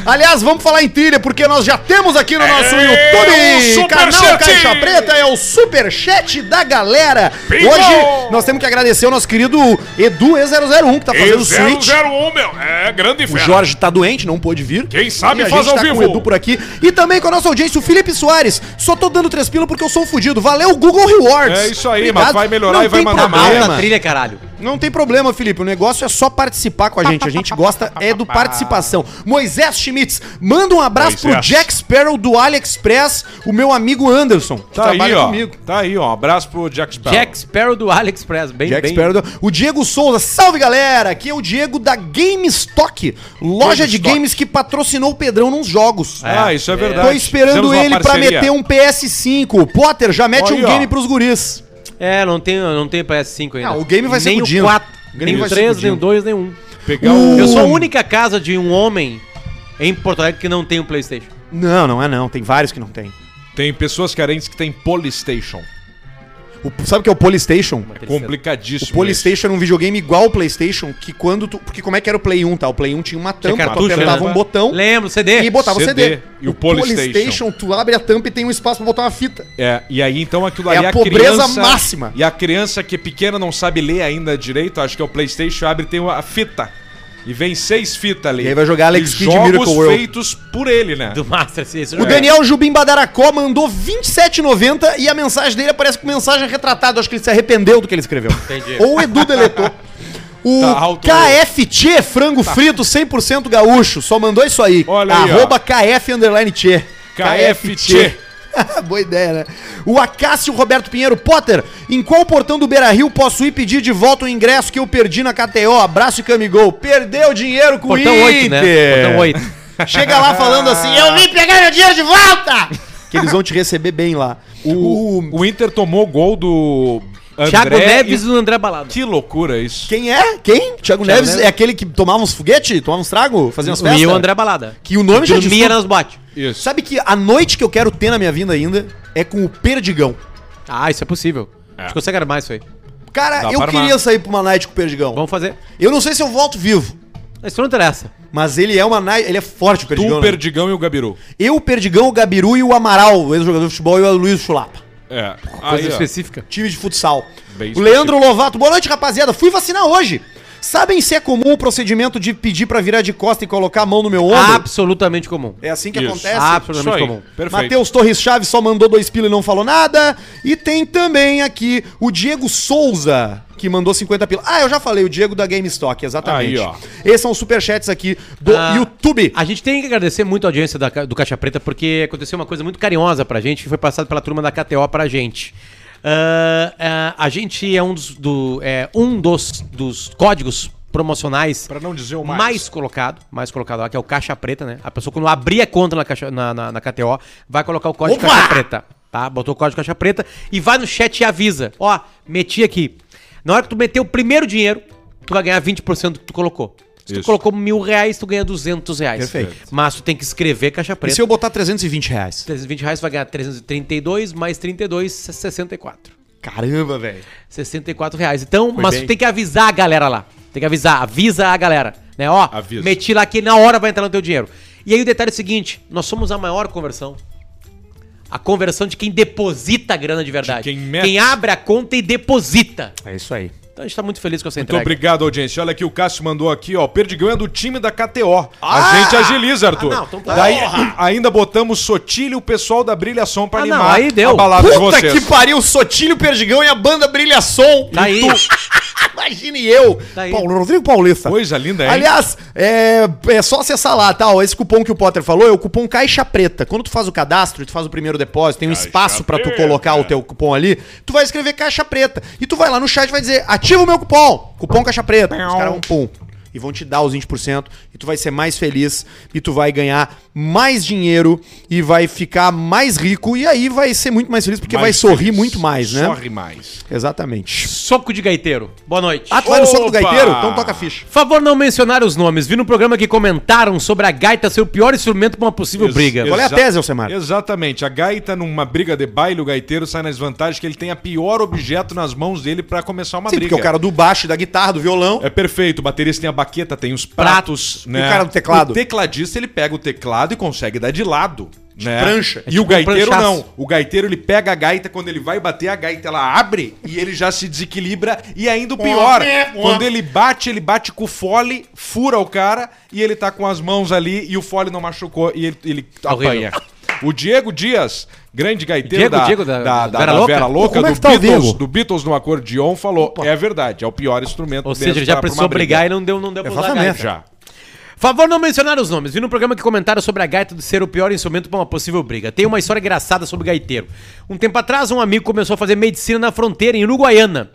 Speaker 1: Aliás, vamos falar em trilha, porque nós já temos aqui no nosso
Speaker 2: É, o
Speaker 1: YouTube,
Speaker 2: Superchat!
Speaker 1: canal Caixa Preta, é o Superchat da galera.
Speaker 5: Bingo!
Speaker 1: Hoje nós temos que agradecer o nosso querido Edu E001, que tá fazendo o switch.
Speaker 5: 001, meu. É grande
Speaker 1: O
Speaker 5: fera.
Speaker 1: Jorge tá doente, não pôde vir.
Speaker 5: Quem sabe
Speaker 1: E a
Speaker 5: faz
Speaker 1: gente
Speaker 5: ao
Speaker 1: tá
Speaker 5: vivo.
Speaker 1: Com o Edu por aqui. E também com a nossa audiência, o Felipe Soares. Só tô dando três pila porque eu sou um fudido. Valeu, Google Rewards.
Speaker 2: É isso aí, mas vai melhorar e vai
Speaker 1: tem
Speaker 2: mandar
Speaker 1: problema.
Speaker 2: mais.
Speaker 3: Alta trilha, caralho.
Speaker 1: Não tem problema, Felipe. O negócio é só participar com a gente. A gente gosta é do participação. Moisés Schmitz, manda um abraço pro
Speaker 5: Moisés.
Speaker 1: Jack Sparrow do AliExpress, o meu amigo Anderson, que
Speaker 2: Tá aí, ó. Tá aí, ó. Um abraço pro Jack Sparrow.
Speaker 3: Jack Sparrow do AliExpress, bem,
Speaker 1: Tá. Jack
Speaker 3: bem.
Speaker 1: Sparrow do... O Diego Souza, salve galera! Aqui é o Diego da GameStock, loja de
Speaker 2: GameStock.
Speaker 1: games que patrocinou o Pedrão nos jogos.
Speaker 2: Ah, isso é verdade.
Speaker 1: Tô esperando
Speaker 2: Fizemos uma
Speaker 1: ele pra
Speaker 2: parceria.
Speaker 1: meter um PS5. Potter, já mete
Speaker 2: Olha aí,
Speaker 1: um
Speaker 2: ó.
Speaker 1: game pros guris.
Speaker 3: É, não tem, não tem PS5 ainda.
Speaker 1: Ah, o game vai ser
Speaker 3: nem
Speaker 1: com o Dino.
Speaker 3: o 4,
Speaker 1: O game
Speaker 3: nem
Speaker 1: vai
Speaker 3: o
Speaker 1: ser
Speaker 3: 3,
Speaker 1: com o
Speaker 3: nem o
Speaker 1: Dino.
Speaker 3: 2, nem um.
Speaker 2: Pegar
Speaker 1: Uh,
Speaker 2: o...
Speaker 3: Eu sou a única casa de um homem em Porto Alegre que não tem um PlayStation.
Speaker 1: Não, não é não. Tem vários que não tem.
Speaker 2: Tem pessoas carentes que tem Polystation.
Speaker 1: O- sabe o que é o Polystation?
Speaker 2: É
Speaker 3: Terceiro.
Speaker 2: complicadíssimo.
Speaker 1: O Polystation era um videogame igual ao Playstation, que quando tu... Porque como é que era o Play 1, tá? O Play 1 tinha uma tampa, tu
Speaker 3: cartucho,
Speaker 1: apertava
Speaker 3: né?
Speaker 1: um botão
Speaker 3: Lembro, CD.
Speaker 1: e botava o CD.
Speaker 2: CD. E o Polystation.
Speaker 1: tu abre a tampa e tem um espaço pra botar uma fita.
Speaker 2: É, e aí então aquilo
Speaker 1: É
Speaker 2: ali
Speaker 1: a pobreza máxima.
Speaker 2: E a criança que é pequena não sabe ler ainda direito, acho que é o PlayStation, abre e tem uma- a fita. E vem seis fitas ali.
Speaker 1: E aí vai jogar Alex
Speaker 2: E
Speaker 1: Kidd
Speaker 2: jogos
Speaker 1: Miracle World.
Speaker 2: feitos por ele, né?
Speaker 3: Do Master System.
Speaker 1: O Daniel Jubim Badaracó mandou 27,90 e a mensagem dele aparece com mensagem retratada. Acho que ele se arrependeu do que ele escreveu.
Speaker 3: Entendi.
Speaker 1: Ou o Edu deletou. O
Speaker 2: Tá alto. Tá.
Speaker 1: KFT, frango frito 100% gaúcho, só mandou isso aí.
Speaker 2: Olha aí, ó.
Speaker 1: Arroba KF underline Tchê.
Speaker 2: KFT.
Speaker 1: Boa ideia, né? O Acácio Roberto Pinheiro Potter, em qual portão do Beira Rio posso ir pedir de volta o ingresso que eu perdi na KTO? Abraço e camigol. Perdeu dinheiro com
Speaker 3: Portão
Speaker 1: o
Speaker 3: 8, né?
Speaker 1: Inter.
Speaker 3: Portão 8.
Speaker 1: Chega lá falando assim, eu vim pegar meu dinheiro de volta! Que eles vão te receber bem lá. O...
Speaker 2: O, o Inter tomou o gol do André.
Speaker 3: Thiago Neves
Speaker 2: e-
Speaker 3: e o André Balado.
Speaker 2: Que loucura isso.
Speaker 1: Quem é? Quem? Thiago Neves,
Speaker 3: Neves.
Speaker 1: é aquele que tomava uns foguete, tomava uns trago, fazia umas festas?
Speaker 3: E o André Balada.
Speaker 1: Que o nome já diz
Speaker 3: Dormia
Speaker 1: tudo.
Speaker 3: nas boates.
Speaker 2: Isso.
Speaker 1: Sabe que a noite que eu quero ter na minha vida ainda é com o Perdigão.
Speaker 3: Ah, isso é possível. A gente consegue armar isso aí.
Speaker 1: Cara,
Speaker 2: Dá
Speaker 1: eu
Speaker 2: pra armar.
Speaker 1: queria sair pra uma night com o Perdigão.
Speaker 3: Vamos fazer.
Speaker 1: Eu não sei se eu volto vivo,
Speaker 3: Isso não interessa.
Speaker 1: mas ele é uma night, ele é forte o Perdigão.
Speaker 2: Tu,
Speaker 1: né?
Speaker 2: o Perdigão e o Gabiru.
Speaker 1: Eu, o Perdigão, o Gabiru e o Amaral, o ex-jogador de futebol e o Luiz Chulapa.
Speaker 2: É.
Speaker 3: Coisa
Speaker 2: Aí, ó.
Speaker 3: específica.
Speaker 1: time de futsal.
Speaker 2: Bem
Speaker 1: o Leandro Lovato, boa noite, rapaziada. Fui vacinar hoje. Sabem se é comum o procedimento de pedir pra virar de costa e colocar a mão no meu ombro?
Speaker 3: Absolutamente comum.
Speaker 1: é assim que
Speaker 2: Isso.
Speaker 1: acontece.
Speaker 2: Isso
Speaker 3: Absolutamente
Speaker 2: aí.
Speaker 3: comum.
Speaker 2: Perfeito.
Speaker 1: Matheus Torres Chaves só mandou dois pila e não falou nada. E tem também aqui o Diego Souza, que mandou 50 pila. Ah, eu já falei, o Diego da GameStock, exatamente.
Speaker 2: Aí, ó.
Speaker 1: Esses são os superchats aqui do
Speaker 3: Ah,
Speaker 1: YouTube.
Speaker 3: A gente tem que agradecer muito a audiência da Ca- do Caixa Preta, porque aconteceu uma coisa muito carinhosa pra gente, que foi passado pela turma da KTO pra gente. Ah, ah, a gente é um dos, do- é, um dos, dos códigos promocionais
Speaker 2: Pra não dizer o mais.
Speaker 3: mais. colocado, mais colocado lá, que é o Caixa Preta, né? A pessoa quando abrir a conta na, caixa, na, na, na KTO, vai colocar o código
Speaker 1: Opa!
Speaker 3: Caixa Preta, tá? Botou o código Caixa Preta e vai no chat e avisa. Ó, meti aqui. Na hora que tu meter o primeiro dinheiro, tu vai ganhar 20% do que tu colocou. Se tu
Speaker 2: Isso.
Speaker 3: colocou mil reais, tu ganha 200 reais.
Speaker 1: Perfeito.
Speaker 3: Mas tu tem que escrever Caixa
Speaker 1: E
Speaker 3: Preta.
Speaker 1: se eu botar 320 reais?
Speaker 3: 320 reais tu vai ganhar 332 mais 32, 64.
Speaker 1: Caramba, velho.
Speaker 3: 64 reais. Então, mas
Speaker 1: bem.
Speaker 3: tu tem que avisar a galera lá. Tem que avisar, avisa a galera. Né? Ó,
Speaker 2: Avisa.
Speaker 3: meti lá que na hora vai entrar no teu dinheiro. E aí o detalhe é o seguinte: nós somos a maior conversão. A conversão de quem deposita a grana de verdade.
Speaker 2: quem mete.
Speaker 3: abre a conta e deposita.
Speaker 1: É isso aí.
Speaker 3: Então, Então a gente tá muito feliz com essa
Speaker 2: Muito
Speaker 3: entrega.
Speaker 2: obrigado, audiência. Olha aqui, o Cássio mandou aqui, ó. O Perdigão é do time da KTO.
Speaker 1: Ah!
Speaker 2: a gente agiliza, Arthur.
Speaker 3: Ah, não, então tá.
Speaker 2: Daí, ainda botamos Sotilho e o pessoal da Brilhação pra
Speaker 3: Ah, não,
Speaker 2: animar
Speaker 3: aí deu.
Speaker 2: a balada de
Speaker 1: Puta
Speaker 2: vocês.
Speaker 1: que pariu, Sotilho Perdigão e a banda Brilhação.
Speaker 3: Tá aí.
Speaker 1: Imagine eu.
Speaker 3: Tá aí.
Speaker 1: Paulo Rodrigo Paulista.
Speaker 2: Coisa linda, hein?
Speaker 1: Aliás, é, é só acessar lá, tá? Ó, Esse cupom que o Potter falou é o cupom Caixa Preta. Quando tu faz o cadastro, tu faz o primeiro depósito, tem um espaço pra tu
Speaker 5: Preta.
Speaker 1: colocar o teu cupom ali, tu vai escrever Caixa Preta. E tu vai lá no chat e vai dizer, ativa o meu cupom, cupom Caixa Preta. Os caras vão pum. E vão te dar os 20% e tu vai ser mais feliz e tu vai ganhar mais dinheiro e vai ficar mais rico e aí vai ser muito mais feliz porque vai
Speaker 2: Mais
Speaker 1: sorrir
Speaker 2: feliz.
Speaker 1: muito mais, né?
Speaker 2: Sorri mais.
Speaker 1: Exatamente.
Speaker 3: Soco de gaiteiro. Boa noite.
Speaker 1: Ah, tu vai no soco do
Speaker 2: Opa!
Speaker 1: gaiteiro? Então toca a ficha.
Speaker 3: Favor não mencionar os nomes. Vi no programa que comentaram sobre a gaita ser o pior instrumento pra uma possível
Speaker 2: Ex-
Speaker 3: briga.
Speaker 1: Qual é a
Speaker 2: exa-
Speaker 1: tese, Alcemar?
Speaker 2: Exatamente. A gaita, numa briga de baile, o gaiteiro sai nas vantagens que ele tem a pior objeto nas mãos dele pra começar uma
Speaker 1: Sim,
Speaker 2: briga.
Speaker 1: porque o cara do baixo, da guitarra, do violão.
Speaker 2: É perfeito. O baterista tem a baqueta, tem os pratos, né?
Speaker 1: E
Speaker 3: Pratos.
Speaker 1: o cara do teclado?
Speaker 2: O tecladista, ele pega o teclado e consegue dar de lado. Né?
Speaker 1: prancha.
Speaker 2: E o
Speaker 3: um
Speaker 2: gaiteiro
Speaker 3: pranchaço.
Speaker 2: não. O gaiteiro ele pega a gaita, quando ele vai bater a gaita, ela abre e ele já se desequilibra. E ainda o pior,
Speaker 1: né?
Speaker 2: quando ele bate, ele bate com o fole, fura o cara e ele tá com as mãos ali e o fole não machucou e ele, ele
Speaker 3: Horrível.
Speaker 2: apanha. O Diego Dias, grande gaiteiro
Speaker 3: Diego,
Speaker 2: da,
Speaker 3: Diego
Speaker 2: da,
Speaker 3: da-
Speaker 2: da,
Speaker 3: da
Speaker 2: Vera Louca,
Speaker 3: Vera Louca?
Speaker 1: Como é
Speaker 2: do,
Speaker 1: que tá o
Speaker 2: Beatles,
Speaker 1: Diego?
Speaker 2: do Beatles no acordeon, falou, é verdade, é o pior instrumento
Speaker 3: Ou seja,
Speaker 2: mesmo
Speaker 3: ele já
Speaker 2: pra- pra
Speaker 3: precisou
Speaker 2: uma briga."
Speaker 3: brigar e não deu, não então. deu pra usar a
Speaker 1: Exatamente.
Speaker 3: gaita.
Speaker 2: Já.
Speaker 3: Favor não mencionar os nomes. Vi no programa que comentaram sobre a gaita de ser o pior instrumento para uma possível briga. Tem uma história engraçada sobre gaiteiro. Um tempo atrás, um amigo começou a fazer medicina na fronteira, em Uruguaiana.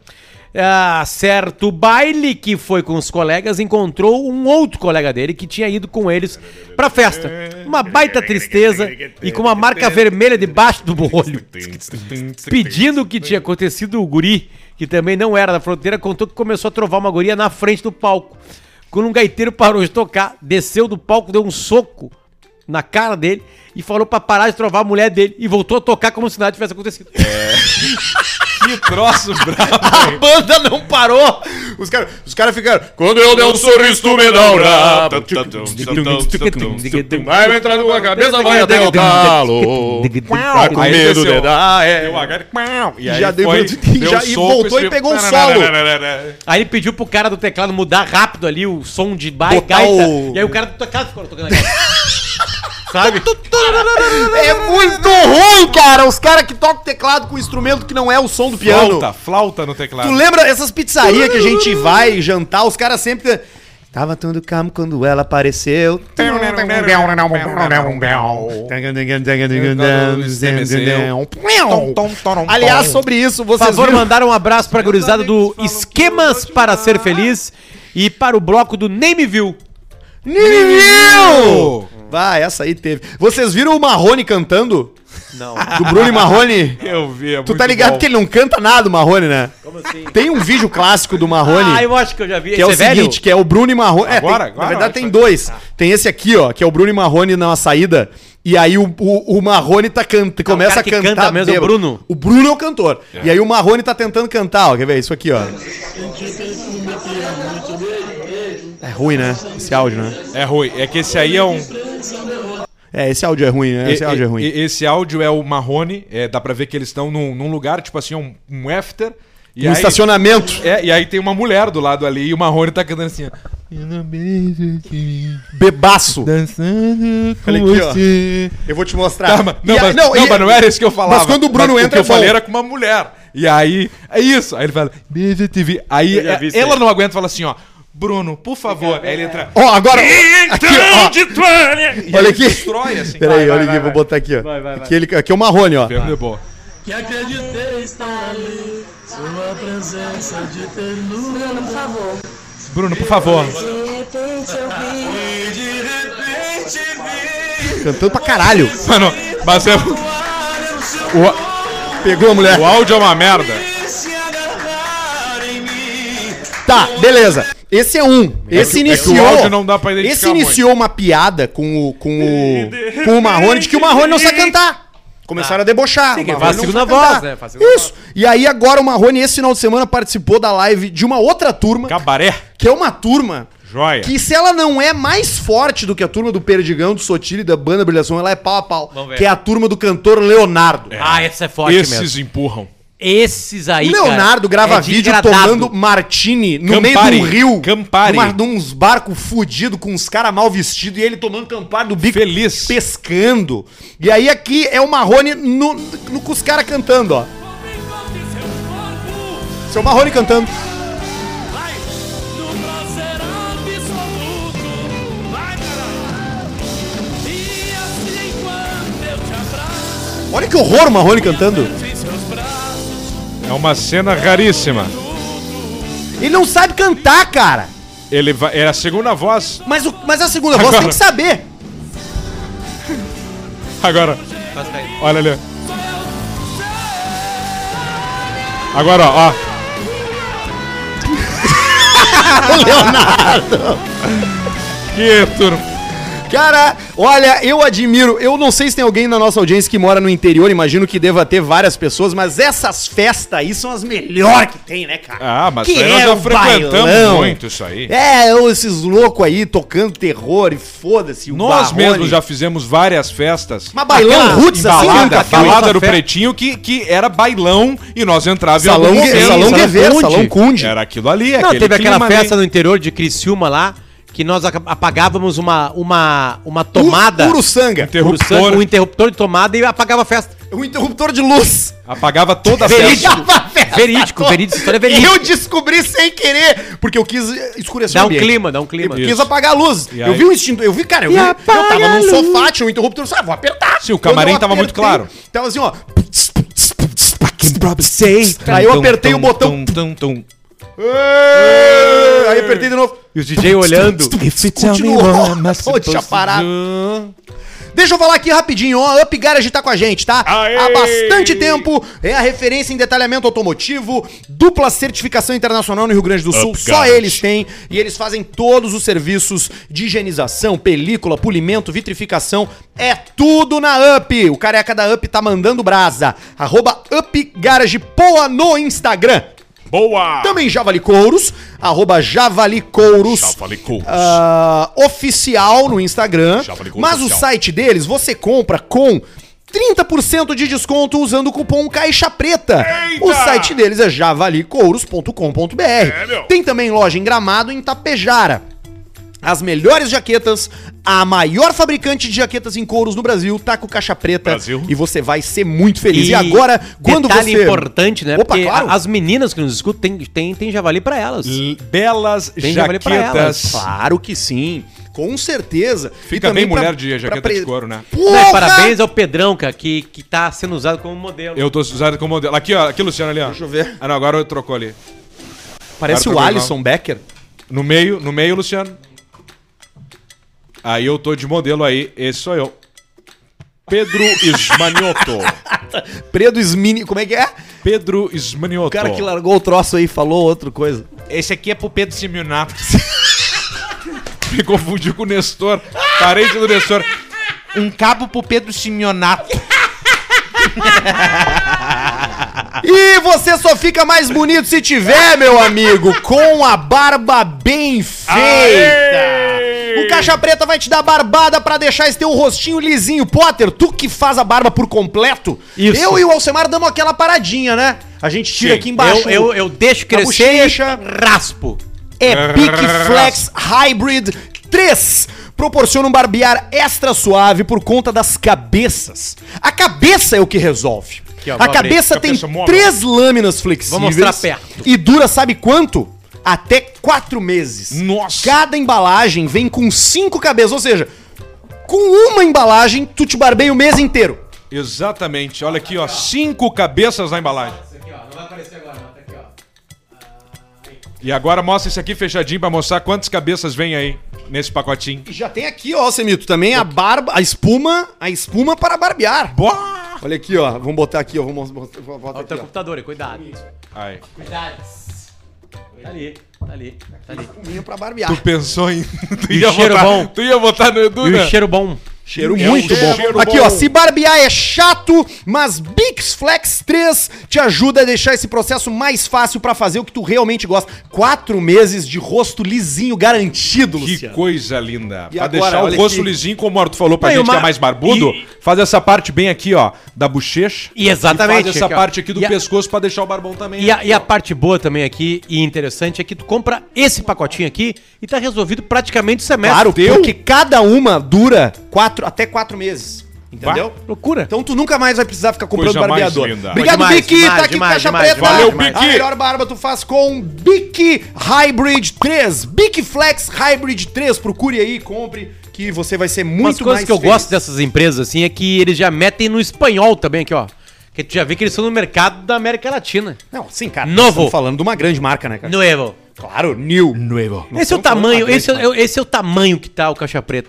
Speaker 3: Ah, certo baile que foi com os colegas, encontrou um outro colega dele que tinha ido com eles pra festa. Uma baita tristeza e com uma marca vermelha debaixo do olho. Pedindo o que tinha acontecido, o guri, que também não era da fronteira, contou que começou a trovar uma guria na frente do palco. Quando um gaiteiro parou de tocar, desceu do palco, deu um soco na cara dele e falou pra parar de trovar a mulher dele e voltou a tocar como se nada tivesse acontecido.
Speaker 1: É.
Speaker 2: Que troço brabo.
Speaker 1: A banda não parou! Os caras os cara ficaram. Quando eu der um sorriso, tu me dá um rapa. Vai me entrar numa cabeça, vai até o talo. Tá com
Speaker 2: Aí
Speaker 1: medo
Speaker 2: desceu.
Speaker 1: de dar, é.
Speaker 2: Deu a gata, pau, E
Speaker 1: Já deu-
Speaker 2: deu
Speaker 1: já- e
Speaker 2: soco
Speaker 1: voltou e
Speaker 2: esse-
Speaker 1: pegou um solo.
Speaker 3: Aí ele pediu pro cara do teclado mudar rápido ali o som de bai,
Speaker 1: Botar
Speaker 3: gaita.
Speaker 1: o-
Speaker 3: E aí o cara do teclado ficou tocando a gaita. Sabe?
Speaker 1: É muito ruim, cara! Os caras que tocam teclado com instrumento que não é o som do piano.
Speaker 2: Flauta, flauta no teclado.
Speaker 1: Tu
Speaker 3: Ah.
Speaker 1: lembra essas pizzarias que a gente
Speaker 3: Uh.
Speaker 1: vai jantar, os caras sempre. Tava tudo calmo quando ela apareceu. Aliás, sobre isso,
Speaker 3: Por
Speaker 1: vocês
Speaker 3: favor,
Speaker 1: viram...
Speaker 3: mandar um abraço pra gurizada do Esquemas para Ser Feliz e para o bloco do Nem Me Viu.
Speaker 1: Nil! Vai, essa aí teve. Vocês viram o Marrone cantando? Não. Do Bruno e Marrone?
Speaker 2: Eu vi, é
Speaker 1: Tu tá ligado que ele não canta nada, o Marrone, né? Como assim? Tem um vídeo clássico do Marrone.
Speaker 3: Ah, eu acho que eu já vi.
Speaker 1: Que é o
Speaker 3: Esse velho?
Speaker 1: seguinte, que é o Bruno e Marrone. É,
Speaker 2: Agora,
Speaker 1: tem-
Speaker 2: agora,
Speaker 1: na verdade
Speaker 2: vai, Tá.
Speaker 1: tem dois. Tem esse aqui, ó, que é o Bruno e Marrone na saída. E aí o, o, o Marrone tá canta, começa
Speaker 3: cara
Speaker 1: a
Speaker 3: que
Speaker 1: cantar.
Speaker 3: canta mesmo é o
Speaker 1: bêbado.
Speaker 3: Bruno.
Speaker 1: O Bruno é o cantor. E aí o Marrone tá tentando cantar, ó. Quer ver? Isso aqui, ó. É ruim, né? Esse áudio, né?
Speaker 2: É ruim. É que esse aí é um.
Speaker 1: É, esse áudio é ruim, né? Esse
Speaker 2: e-
Speaker 1: áudio é
Speaker 2: e-
Speaker 1: ruim.
Speaker 2: e- Esse áudio é o Marrone. é, dá pra ver que eles estão num, num lugar, tipo assim, um, um after. E
Speaker 1: No estacionamento.
Speaker 2: É, e aí tem uma mulher do lado ali e o Marrone tá cantando assim. ó.
Speaker 1: Bebaço.
Speaker 2: Dançando com
Speaker 1: Olha aqui, ó.
Speaker 2: você.
Speaker 1: Eu vou te mostrar.
Speaker 2: Tá, mas,
Speaker 1: E
Speaker 2: não,
Speaker 1: a-
Speaker 2: mas, não,
Speaker 1: e-
Speaker 2: mas não é era isso que eu falava.
Speaker 1: Mas quando o Bruno
Speaker 2: que
Speaker 1: entra,
Speaker 2: eu
Speaker 1: é bom.
Speaker 2: falei era com uma mulher. E aí, é isso. Aí ele fala, beijo TV. Aí é-
Speaker 3: vi isso
Speaker 2: ela não aguenta e fala assim, ó, Bruno, por favor. Aí ele entra.
Speaker 1: Ó, agora. Aqui, ó.
Speaker 2: e
Speaker 1: é. Olha
Speaker 2: ele
Speaker 1: aqui.
Speaker 2: Destrói assim.
Speaker 1: Peraí, olha aqui, vou botar aqui, ó. Aqui, ele, aqui é o Marrone, ó.
Speaker 2: Perdeu boa.
Speaker 6: que acreditei estar ali, sua presença de ternura. Por favor.
Speaker 2: Bruno, por favor.
Speaker 6: De repente eu vi.
Speaker 1: Cantando pra caralho.
Speaker 2: Mano, mas é. O,
Speaker 1: Pegou a mulher.
Speaker 2: o áudio é uma merda.
Speaker 1: Tá, beleza. Esse é um. Esse
Speaker 2: é que o
Speaker 1: iniciou.
Speaker 2: áudio não dá pra identificar
Speaker 1: esse iniciou uma piada com o com o com o Marrone de que o Marrone não sabe cantar. Começaram a debochar. o
Speaker 3: Tá. que
Speaker 1: Marrone
Speaker 3: faz
Speaker 1: não
Speaker 3: segunda
Speaker 1: sabe
Speaker 3: voz,
Speaker 1: cantar.
Speaker 3: né? Faz segunda
Speaker 1: Isso. E aí agora o Marrone esse final de semana participou da live de uma outra turma,
Speaker 2: Cabaré.
Speaker 1: que é uma turma
Speaker 2: Joia.
Speaker 1: que se ela não é mais forte do que a turma do Perdigão, do Sotile, da banda Brilhação, ela é pau a pau,
Speaker 3: Vamos ver.
Speaker 1: que é a turma do cantor Leonardo.
Speaker 3: Ah, essa é forte
Speaker 2: Esses
Speaker 3: mesmo.
Speaker 2: empurram.
Speaker 3: Esses aí,
Speaker 1: o Leonardo
Speaker 3: cara,
Speaker 1: grava
Speaker 3: é
Speaker 1: vídeo
Speaker 3: degradado.
Speaker 1: tomando martini no
Speaker 2: Campari,
Speaker 1: meio de um rio.
Speaker 2: Campari.
Speaker 1: numa- Uns barcos fudidos com uns caras mal vestidos e ele tomando Campari do bico.
Speaker 2: Feliz.
Speaker 1: Pescando. E aí aqui é o Marrone no, no- com os caras cantando, ó. Seu Marrone cantando.
Speaker 6: assim,
Speaker 1: Olha que horror o Marrone cantando.
Speaker 2: É uma cena raríssima.
Speaker 1: Ele não sabe cantar, cara.
Speaker 2: Ele vai, era a segunda voz.
Speaker 1: Mas, o, mas a segunda voz
Speaker 2: Agora.
Speaker 1: tem que saber.
Speaker 2: Agora, olha ali. Agora, ó. ó. Que turma.
Speaker 1: Cara, olha, eu admiro. Eu não sei se tem alguém na nossa audiência que mora no interior, imagino que deva ter várias pessoas, mas essas festas aí são as melhores que tem, né, cara?
Speaker 2: Ah, mas
Speaker 1: Que
Speaker 2: isso aí
Speaker 1: é
Speaker 2: nós já
Speaker 1: o
Speaker 2: frequentamos
Speaker 1: bailão.
Speaker 2: muito isso aí.
Speaker 1: É, eu, esses loucos aí tocando terror e foda-se. o
Speaker 2: Nós
Speaker 1: Barrone.
Speaker 2: mesmos já fizemos várias festas.
Speaker 1: Mas bailão roots assim,
Speaker 2: Balada,
Speaker 1: cara?
Speaker 2: balada do
Speaker 3: fe-
Speaker 2: Pretinho, que, que era bailão e nós entrávamos em
Speaker 1: Salão,
Speaker 2: algum
Speaker 1: Gue-
Speaker 2: momento.
Speaker 1: salão
Speaker 3: Salão
Speaker 1: Guever,
Speaker 3: Conde.
Speaker 1: Salão Conde.
Speaker 2: Era aquilo ali,
Speaker 3: Não, teve aquela
Speaker 2: clima
Speaker 3: festa
Speaker 2: bem-
Speaker 3: no interior de Criciúma lá, que nós aca- apagávamos uma, uma, uma tomada.
Speaker 1: Puro sanga.
Speaker 3: Puro sangue,
Speaker 2: interruptor.
Speaker 3: um interruptor de tomada e apagava a festa.
Speaker 1: Um interruptor de luz.
Speaker 2: Apagava toda a
Speaker 3: Verídico.
Speaker 2: festa.
Speaker 1: Acaba a festa
Speaker 3: Verídico,
Speaker 1: toda.
Speaker 3: verídico, história
Speaker 1: E
Speaker 3: verídica.
Speaker 1: eu descobri sem querer, porque eu quis escurecer
Speaker 3: Dá um
Speaker 1: ambiente.
Speaker 3: clima, dá um clima.
Speaker 1: Eu quis
Speaker 2: Isso.
Speaker 1: apagar a luz.
Speaker 2: E
Speaker 1: Eu
Speaker 2: aí?
Speaker 1: vi o instinto. Eu vi, cara, eu,
Speaker 3: E
Speaker 1: vi, eu
Speaker 3: apaga
Speaker 1: tava
Speaker 3: a
Speaker 1: num
Speaker 3: luz.
Speaker 1: sofá, tinha um interruptor, eu falei, ah, vou apertar.
Speaker 2: Sim, o camarim
Speaker 1: Quando eu
Speaker 2: tava muito
Speaker 1: apertei,
Speaker 2: claro.
Speaker 1: Tava assim, ó. Aí eu apertei o botão. Aí apertei de novo.
Speaker 3: E os DJ olhando.
Speaker 1: Continuou. Pô, Deixa parado. Deixa eu falar aqui rapidinho, ó. Up Garage tá com a gente, tá?
Speaker 2: Aê!
Speaker 1: Há bastante tempo. É a referência em detalhamento automotivo, dupla certificação internacional no Rio Grande do Sul.
Speaker 5: Up
Speaker 1: Só
Speaker 5: Garage.
Speaker 1: eles têm. E eles fazem todos os serviços de higienização, película, polimento, vitrificação. É tudo na Up. O careca da Up tá mandando brasa. Arroba Up Garage Poa no Instagram.
Speaker 5: Boa!
Speaker 1: Também Javalicouros, arroba Javalicouros.
Speaker 5: Já falei com
Speaker 1: Ah, oficial no Instagram.
Speaker 5: Já falei com o
Speaker 1: Mas o
Speaker 5: oficial.
Speaker 1: site deles você compra com 30% de desconto usando o cupom Caixa Preta.
Speaker 5: Eita! É,
Speaker 1: O site deles é javalicouros.com.br.
Speaker 5: meu.
Speaker 1: Tem também loja em Gramado e em Tapejara. As melhores jaquetas, a maior fabricante de jaquetas em couros no Brasil, tá com caixa preta.
Speaker 5: Brasil.
Speaker 1: E você vai ser muito feliz. E, agora, quando
Speaker 3: detalhe
Speaker 1: você.
Speaker 3: importante, né?
Speaker 1: Opa,
Speaker 3: porque
Speaker 1: claro.
Speaker 3: a- as meninas que nos escutam tem, tem, tem javali pra elas.
Speaker 2: L- Belas
Speaker 3: Tem javali pra
Speaker 2: jaquetas.
Speaker 3: elas.
Speaker 1: Claro que sim. Com certeza.
Speaker 2: Fica bem mulher de jaqueta de couro, né?
Speaker 1: Porra!
Speaker 3: Né, parabéns ao Pedrão, cara, que, que tá sendo usado como modelo.
Speaker 2: Eu tô usando como modelo. Aqui, ó. Aqui, Luciano, ali, ó.
Speaker 1: Deixa eu ver.
Speaker 2: Ah, não. Agora eu trocou ali.
Speaker 1: Parece o
Speaker 2: Arthur
Speaker 1: Alisson Becker.
Speaker 2: No meio, no meio, Luciano. Aí eu tô de modelo aí. Esse sou eu. Pedro Ismanioto.
Speaker 1: Predo Smini. Como é que é? O
Speaker 2: Pedro Ismanioto.
Speaker 1: cara que largou o troço aí e falou outra coisa.
Speaker 2: Esse aqui é pro Pedro Simeonato. Me confundiu com o Nestor. Parente do Nestor.
Speaker 4: Um cabo pro Pedro Simeonato.
Speaker 1: E você só fica mais bonito se tiver, meu amigo, com a barba bem feita. O Caixa Preta vai te dar barbada pra deixar esse teu rostinho lisinho. Potter, tu que faz a barba por completo.
Speaker 3: Isso.
Speaker 1: Eu e o Alcemar damos aquela paradinha, né? A gente tira
Speaker 2: Sim.
Speaker 1: aqui embaixo. Tá
Speaker 3: eu, eu, eu deixo crescer
Speaker 1: bochecha.
Speaker 3: e raspo.
Speaker 1: É Bic Flex Hybrid 3. Proporciona um barbear extra suave por conta das cabeças. A cabeça é o que resolve.
Speaker 3: ó,
Speaker 1: a
Speaker 3: vou abrir.
Speaker 1: cabeça tem
Speaker 2: Cabeça móvel.
Speaker 1: três lâminas flexíveis.
Speaker 3: Vou mostrar perto.
Speaker 1: E dura, sabe quanto? Até quatro meses.
Speaker 2: Nossa.
Speaker 1: Cada embalagem vem com cinco cabeças. Ou seja, com uma embalagem, tu te barbeia o mês inteiro.
Speaker 2: Exatamente. Olha aqui, ó. Cinco cabeças na embalagem. E agora mostra esse aqui fechadinho pra mostrar quantas cabeças vem aí nesse pacotinho.
Speaker 1: E já tem aqui, ó, Semito, também a barba, a espuma, a espuma para barbear.
Speaker 2: Boa!
Speaker 1: Olha aqui, ó. Vamos botar aqui, ó. Vamos botar, botar
Speaker 3: Olha o
Speaker 1: aqui,
Speaker 3: teu
Speaker 1: ó.
Speaker 3: um computador, cuidado.
Speaker 2: Aí.
Speaker 3: Cuidado. Tá ali, tá ali, tá ali.
Speaker 1: Minha pra barbear.
Speaker 2: Tu pensou em. Tu
Speaker 3: E o
Speaker 2: ia
Speaker 3: cheiro
Speaker 2: votar,
Speaker 3: bom.
Speaker 2: Tu ia votar no Edu,
Speaker 3: E
Speaker 2: né?
Speaker 3: o cheiro bom.
Speaker 2: Cheiro
Speaker 1: Muito
Speaker 2: é um
Speaker 1: bom.
Speaker 2: cheiro
Speaker 1: Aqui, ó, se barbear é chato, mas Bix Flex 3 te ajuda a deixar esse processo mais fácil pra fazer o que tu realmente gosta. Quatro meses de rosto lisinho garantido,
Speaker 2: Que
Speaker 1: Luciano.
Speaker 2: coisa linda.
Speaker 1: E
Speaker 2: pra
Speaker 1: agora,
Speaker 2: deixar o
Speaker 1: olha
Speaker 2: rosto
Speaker 1: que-
Speaker 2: lisinho, como o Arthur falou pra
Speaker 3: Não, e
Speaker 2: gente
Speaker 3: uma-
Speaker 2: que é mais barbudo,
Speaker 3: e-
Speaker 2: faz essa parte bem aqui, ó, da bochecha.
Speaker 3: E exatamente,
Speaker 2: faz essa
Speaker 3: aqui, ó.
Speaker 2: parte aqui do
Speaker 3: E a-
Speaker 2: pescoço pra deixar o barbão também.
Speaker 3: E a, e a parte boa também aqui e interessante é que tu compra esse pacotinho aqui e tá resolvido praticamente o semestre.
Speaker 1: Claro,
Speaker 3: Teu.
Speaker 1: porque cada uma dura quatro, até quatro meses. Entendeu?
Speaker 3: Loucura.
Speaker 1: Então tu nunca mais vai precisar ficar comprando
Speaker 2: Coisa mais
Speaker 1: barbeador.
Speaker 2: linda.
Speaker 1: Obrigado,
Speaker 4: Demais,
Speaker 1: Bic.
Speaker 4: demais,
Speaker 1: tá aqui
Speaker 4: demais,
Speaker 1: caixa
Speaker 4: demais,
Speaker 1: preta.
Speaker 4: demais,
Speaker 2: Valeu,
Speaker 1: A
Speaker 2: Bic.
Speaker 1: melhor barba tu faz com Bic Hybrid 3. Bic Flex Hybrid 3. Procure aí, compre, que você vai ser
Speaker 3: Uma
Speaker 1: muito
Speaker 3: das coisas
Speaker 1: mais
Speaker 3: que eu
Speaker 1: feliz.
Speaker 3: gosto dessas empresas, assim, é que eles já metem no espanhol também aqui, ó. Que tu já vê que eles são no mercado da América Latina.
Speaker 1: Não, sim, cara.
Speaker 3: Novo.
Speaker 1: estamos falando de uma grande marca, né, cara?
Speaker 3: Nuevo.
Speaker 1: Claro, new. Nuevo.
Speaker 3: esse é o tamanho, esse
Speaker 1: né?
Speaker 3: é, esse é o tamanho que tá o Caixa Preta.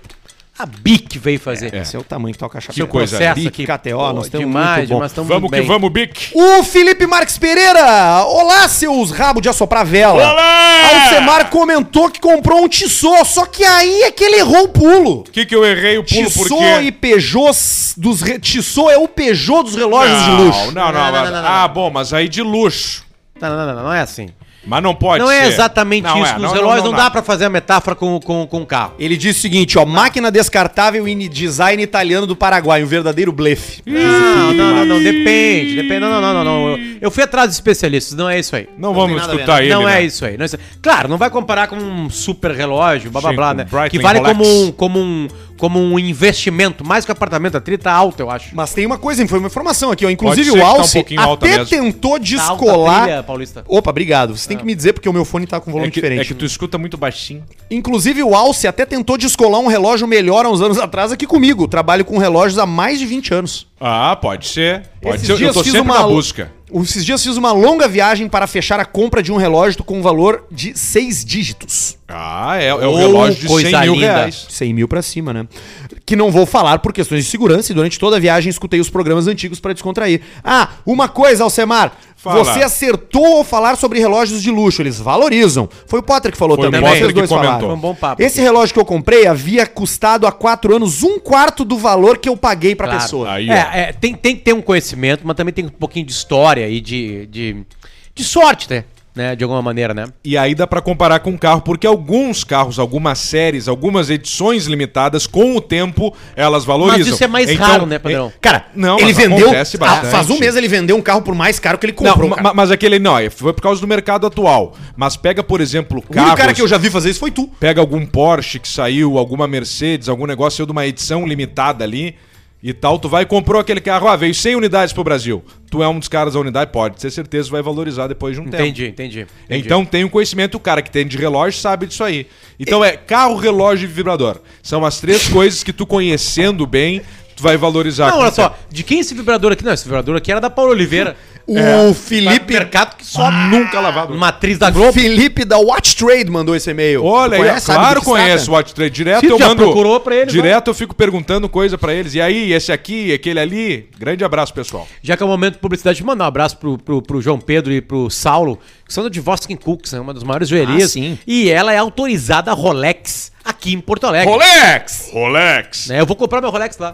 Speaker 3: A BIC veio fazer.
Speaker 1: Esse é o tamanho que tá o caixa
Speaker 2: Que
Speaker 1: preta.
Speaker 2: coisa
Speaker 1: Bic, KTO, nós estamos muito bom.
Speaker 3: nós estamos
Speaker 2: Vamos que
Speaker 3: bem.
Speaker 2: vamos, Bic.
Speaker 1: O Felipe Marques Pereira! Olá, seus rabo de assoprar vela!
Speaker 2: Olá!
Speaker 1: Alcemar comentou que comprou um Tissot, só que aí é que ele errou o pulo.
Speaker 2: O que, que eu errei o pulo por
Speaker 1: Tissot e
Speaker 2: quê?
Speaker 1: Peugeot dos... Re... Tissot é o Peugeot dos relógios de luxo.
Speaker 2: Não, não, não,
Speaker 3: Não, não, não, não.
Speaker 2: Ah, bom, mas aí de luxo.
Speaker 3: Não, não, não, não, não é assim.
Speaker 2: Mas não pode
Speaker 3: não
Speaker 2: ser.
Speaker 3: é exatamente
Speaker 2: Não
Speaker 3: isso.
Speaker 2: é,
Speaker 3: que
Speaker 2: não,
Speaker 3: os
Speaker 2: não,
Speaker 3: relógios
Speaker 2: não,
Speaker 3: não,
Speaker 2: não.
Speaker 3: dá pra fazer a metáfora com, com, com o carro.
Speaker 1: Ele diz o seguinte, ó, máquina descartável e design italiano do Paraguai, um verdadeiro blefe.
Speaker 2: É.
Speaker 3: Não, não, não, não, depende, depende. Não, não, não, não, não. Eu, eu fui atrás dos especialistas, não é isso aí.
Speaker 2: Não vamos
Speaker 1: nada a ver,
Speaker 2: escutar ele.
Speaker 3: não
Speaker 2: né?
Speaker 3: é isso aí. não é isso aí. Claro, não vai comparar com um super relógio, blá blá
Speaker 2: Sim,
Speaker 3: blá,
Speaker 2: com
Speaker 3: né?
Speaker 2: Breitling
Speaker 3: que vale
Speaker 2: Rolex.
Speaker 3: como um, como, um, como um investimento, mais que o apartamento da 30 alto, eu acho.
Speaker 1: Mas tem uma coisa, foi uma informação aqui, ó. Inclusive
Speaker 2: ser que
Speaker 1: o
Speaker 2: tá um
Speaker 1: Alce
Speaker 2: pouquinho alta
Speaker 1: até
Speaker 2: mesmo.
Speaker 1: tentou
Speaker 3: Tá alta
Speaker 1: descolar...
Speaker 3: trilha, Paulista.
Speaker 1: Opa, obrigado. Você tem que me dizer porque o meu fone tá com volume
Speaker 2: É que,
Speaker 1: diferente.
Speaker 2: é que tu escuta muito baixinho.
Speaker 1: Inclusive, o Alce até tentou descolar um relógio melhor há uns anos atrás aqui comigo. Trabalho com relógios há mais de 20 anos.
Speaker 2: Ah, pode ser. Pode
Speaker 1: Esses
Speaker 2: ser. Eu
Speaker 1: dias
Speaker 2: tô
Speaker 1: fiz
Speaker 2: sempre
Speaker 1: uma-
Speaker 2: na busca.
Speaker 1: Esses dias fiz uma longa viagem para fechar a compra de um relógio com um valor de seis dígitos.
Speaker 2: Ah, é, é o
Speaker 3: Ô,
Speaker 2: relógio de 100
Speaker 3: coisa
Speaker 2: mil
Speaker 3: linda.
Speaker 2: reais.
Speaker 1: 100 mil pra cima, né? Que não vou falar por questões de segurança e durante toda a viagem escutei os programas antigos para descontrair. Ah, uma coisa, Alcemar.
Speaker 2: Fala.
Speaker 1: Você acertou ao falar sobre relógios de luxo, eles valorizam. Foi o Potter que falou
Speaker 2: Foi o
Speaker 1: também,
Speaker 2: Potter
Speaker 1: vocês
Speaker 2: que
Speaker 1: dois
Speaker 2: comentou.
Speaker 1: falaram.
Speaker 3: Foi um bom papo.
Speaker 1: Esse relógio que eu comprei havia custado há quatro anos um quarto do valor que eu paguei pra
Speaker 3: Claro.
Speaker 1: pessoa.
Speaker 2: Aí, ó.
Speaker 3: É, é, tem, tem que ter um conhecimento, mas também tem um pouquinho de história e de, de, de sorte, né? né? De alguma maneira, né?
Speaker 2: E aí dá pra comparar com carro, porque alguns carros, algumas séries, algumas edições limitadas, com o tempo, elas valorizam. Então,
Speaker 3: Mas isso é mais raro, né, Padrão?
Speaker 1: Cara,
Speaker 2: Não,
Speaker 1: ele
Speaker 2: mas
Speaker 1: vendeu.
Speaker 2: acontece
Speaker 1: ah,
Speaker 2: bastante.
Speaker 1: Faz um mês ele vendeu um carro por mais caro que ele
Speaker 2: Não,
Speaker 1: comprou.
Speaker 2: ma-
Speaker 1: cara.
Speaker 2: mas aquele não, é- foi por causa do mercado atual. Mas pega, por
Speaker 1: o
Speaker 2: exemplo,
Speaker 1: único
Speaker 2: carros,
Speaker 1: cara que eu já vi fazer isso foi tu.
Speaker 2: pega algum Porsche que saiu, alguma Mercedes, algum negócio saiu de uma edição limitada ali e tal, tu vai e comprou aquele carro, ah, veio 100 unidades pro Brasil. Tu é um dos caras da unidade, pode ter certeza vai valorizar depois de um
Speaker 1: Então,
Speaker 2: tempo.
Speaker 3: Entendi, entendi, entendi.
Speaker 2: Então tem um conhecimento, o cara que tem de relógio sabe disso aí. Então é carro, relógio e vibrador. São as três coisas que tu conhecendo bem, tu vai valorizar.
Speaker 3: Não,
Speaker 2: com
Speaker 3: olha
Speaker 2: o
Speaker 3: só,
Speaker 2: tempo.
Speaker 3: de quem é esse vibrador aqui? Não, esse vibrador aqui era da Paula Oliveira.
Speaker 1: O
Speaker 3: Felipe
Speaker 1: Felipe.
Speaker 3: Mercado que só
Speaker 2: Nunca lavado.
Speaker 3: matriz da
Speaker 1: O
Speaker 3: Globo.
Speaker 1: Felipe da Watch Trade mandou esse e-mail.
Speaker 2: Olha,
Speaker 1: Tu
Speaker 2: aí,
Speaker 1: conhece? Sabe
Speaker 2: claro
Speaker 1: do que se trata?
Speaker 2: conheço o Watch Trade. Direto
Speaker 3: Sim,
Speaker 2: eu
Speaker 3: já
Speaker 2: mando.
Speaker 3: procurou pra eles,
Speaker 2: direto eu fico perguntando coisa pra eles. E aí, esse aqui, aquele ali. Grande abraço, pessoal.
Speaker 3: Já que é o momento de publicidade, mandar um abraço pro, pro, pro João Pedro e pro Saulo, que são da Divoskin Cooks, né? uma das maiores joelherias.
Speaker 1: Ah, sim.
Speaker 3: E ela é autorizada Rolex aqui em Porto Alegre.
Speaker 2: Rolex!
Speaker 5: Rolex.
Speaker 3: Né, Eu vou comprar meu Rolex lá.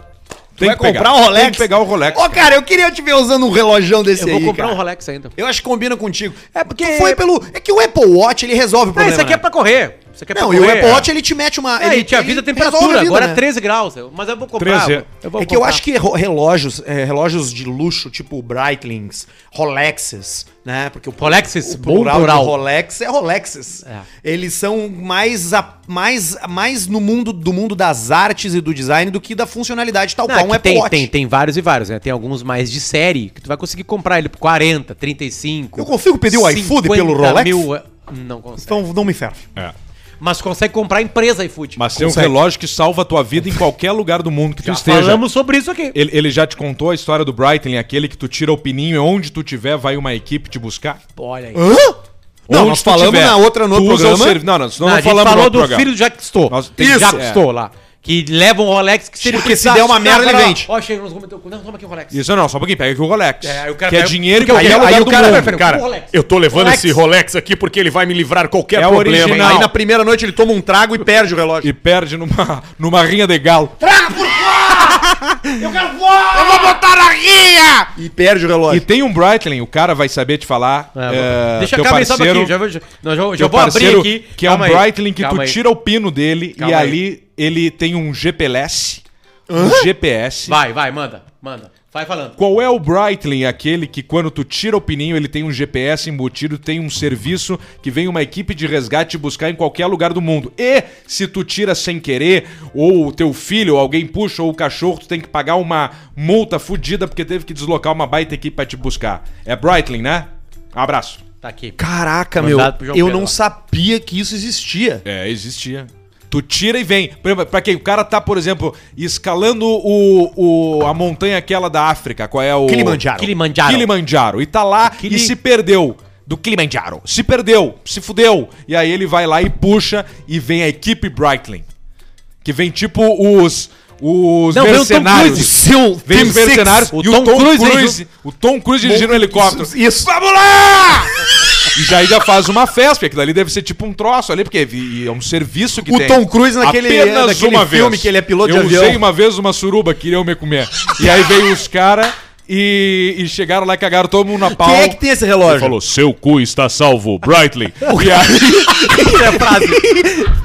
Speaker 2: Tem
Speaker 1: Vai
Speaker 2: que pegar.
Speaker 1: comprar um Rolex?
Speaker 2: Tem que pegar o Rolex.
Speaker 1: Ô, cara, eu queria te ver usando um relojão desse
Speaker 3: Eu vou
Speaker 1: aí,
Speaker 3: comprar
Speaker 1: cara.
Speaker 3: um Rolex ainda.
Speaker 1: Eu acho que combina contigo. É
Speaker 3: porque-
Speaker 1: Tu foi pelo... É que o Apple Watch, ele resolve o
Speaker 3: Não,
Speaker 1: problema,
Speaker 3: isso aqui é
Speaker 1: né?
Speaker 3: pra correr. Isso aqui é pra
Speaker 1: Não, e
Speaker 3: correr.
Speaker 1: o Apple Watch, ele te mete uma...
Speaker 3: É, e te avisa a temperatura, agora é 13 graus. eu- Mas eu vou comprar.
Speaker 2: 13.
Speaker 3: Eu vou
Speaker 1: né? é que eu
Speaker 3: comprar.
Speaker 1: acho que relo- relógios, é, relógios de luxo, tipo Breitlings, Rolexes, né? Porque o
Speaker 3: Rolexes,
Speaker 1: o
Speaker 3: bom
Speaker 1: plural,
Speaker 3: plural.
Speaker 1: de Rolex é Rolexes.
Speaker 3: É.
Speaker 1: Eles são mais, a- mais, mais no mundo do mundo das artes e do design do que da funcionalidade tal
Speaker 3: Não,
Speaker 1: qual um
Speaker 3: aqui
Speaker 1: Apple
Speaker 3: tem,
Speaker 1: Watch.
Speaker 3: tem, tem vários e vários, né? Tem alguns mais de série que tu vai conseguir comprar ele por 40, 35.
Speaker 1: Eu consigo pedir o iFood pelo
Speaker 3: 50
Speaker 1: Rolex?
Speaker 3: mil, é, não consegue.
Speaker 1: Então não me ferve.
Speaker 2: É.
Speaker 3: Mas consegue comprar a empresa iFood.
Speaker 2: Mas tem um
Speaker 1: Consegue.
Speaker 2: relógio que salva a tua vida em qualquer lugar do mundo que tu
Speaker 3: Já
Speaker 2: esteja.
Speaker 3: falamos sobre isso aqui.
Speaker 2: Ele, ele já te contou a história do Brighton, aquele que tu tira o pininho e onde tu tiver vai uma equipe te buscar?
Speaker 3: Olha aí.
Speaker 1: Hã? Não,
Speaker 2: Onde
Speaker 1: nós
Speaker 2: tu
Speaker 1: falamos
Speaker 2: tiver.
Speaker 1: na outra no
Speaker 2: Tu
Speaker 1: outro
Speaker 2: usa o
Speaker 1: programa.
Speaker 2: servi- Não, não, senão
Speaker 3: Não,
Speaker 2: não,
Speaker 3: a gente
Speaker 2: falamos no
Speaker 3: falou
Speaker 2: outro
Speaker 3: do
Speaker 2: programa.
Speaker 3: filho do Jack Stowe.
Speaker 2: Nós- tem é.
Speaker 3: Isso.
Speaker 2: Jack
Speaker 3: Jack Stowe lá. Que leva um Rolex que se ele
Speaker 1: Porque se
Speaker 3: precisar-
Speaker 1: der uma merda,
Speaker 3: Não,
Speaker 1: ele
Speaker 3: não, não.
Speaker 1: vende.
Speaker 3: Ó, chega, nós vamos meter o cu. Não, toma aqui o Rolex.
Speaker 2: Isso não, só um pouquinho, pega aqui o Rolex.
Speaker 3: É, aí o cara
Speaker 2: que é
Speaker 3: pega-
Speaker 2: dinheiro em
Speaker 3: porque o
Speaker 2: qualquer
Speaker 3: cara-
Speaker 2: lugar
Speaker 3: aí o
Speaker 2: do
Speaker 3: cara
Speaker 2: mundo.
Speaker 3: prefere-
Speaker 5: Cara,
Speaker 3: Rolex.
Speaker 5: eu tô levando
Speaker 3: Rolex.
Speaker 5: esse Rolex aqui porque ele vai me livrar qualquer
Speaker 2: É
Speaker 5: problema.
Speaker 2: original.
Speaker 1: Aí na primeira noite ele toma um trago e perde o relógio.
Speaker 2: e perde numa, numa rinha de galo.
Speaker 3: Tá.
Speaker 1: Traga por fora!
Speaker 4: Eu quero voar! Eu vou botar na guia!
Speaker 1: E perde o
Speaker 2: E
Speaker 1: relógio.
Speaker 2: tem um Breitling, o cara vai saber te falar.
Speaker 3: É,
Speaker 2: eh,
Speaker 3: Deixa
Speaker 2: teu
Speaker 3: a cabeça
Speaker 2: parceiro-
Speaker 3: aqui. Já, vou- já, não, já, já
Speaker 2: Teu
Speaker 3: vou abrir
Speaker 2: parceiro,
Speaker 3: aqui.
Speaker 2: Que é um
Speaker 3: Calma aí.
Speaker 2: Breitling que tu
Speaker 3: Calma aí.
Speaker 2: tira o pino dele e
Speaker 3: Calma aí.
Speaker 2: ali ele tem um GPLS. Um GPS.
Speaker 3: Vai, vai, manda. Manda. Vai falando.
Speaker 2: Qual é o Breitling? Aquele que quando tu tira o pininho, ele tem um GPS embutido, tem um serviço que vem uma equipe de resgate buscar em qualquer lugar do mundo. E se tu tira sem querer, ou o teu filho, ou alguém puxa, ou o cachorro, tu tem que pagar uma multa fodida porque teve que deslocar uma baita equipe pra te buscar. É Breitling, né? Abraço.
Speaker 3: Tá aqui.
Speaker 1: Caraca, meu.
Speaker 3: Mandado pro João
Speaker 1: Eu
Speaker 3: Pedro
Speaker 1: não
Speaker 3: lá.
Speaker 1: sabia que isso existia.
Speaker 2: É, existia. Tu tira e vem. Por exemplo, Pra quem? O cara tá, por exemplo, escalando o, o- a montanha aquela da África. Qual é o.
Speaker 1: Kilimanjaro.
Speaker 3: Kilimanjaro.
Speaker 2: Kilimanjaro. E tá lá
Speaker 3: Kili-
Speaker 2: e se perdeu. Do Kilimanjaro. Se perdeu, se fudeu. E aí ele vai lá e puxa e vem a equipe Brightling. Que vem tipo os. Os
Speaker 3: Não, vem o Tom
Speaker 2: mercenários.
Speaker 3: Cruise.
Speaker 1: Seu
Speaker 2: Vem os mercenários.
Speaker 3: O
Speaker 2: e
Speaker 3: Tom
Speaker 2: o Tom
Speaker 3: Cruise,
Speaker 2: Cruise.
Speaker 3: hein,
Speaker 2: o Tom Cruise dirigindo um helicóptero.
Speaker 1: Isso.
Speaker 2: Vamos lá! E já ainda faz uma festa, porque aquilo ali deve ser tipo um troço ali, porque vi- é um serviço que
Speaker 1: O
Speaker 2: tem.
Speaker 1: Tom Cruise naquele-
Speaker 2: Apenas
Speaker 1: naquele
Speaker 2: uma
Speaker 1: filme
Speaker 2: vez.
Speaker 1: que ele é piloto
Speaker 2: Eu
Speaker 1: de avião.
Speaker 2: usei uma vez uma suruba, queriam me comer. E aí veio os caras e, e chegaram lá e cagaram todo mundo na pau.
Speaker 1: Quem é que tem esse relógio?
Speaker 2: Ele falou, seu cu está salvo, Brightly. e aí
Speaker 1: é a frase.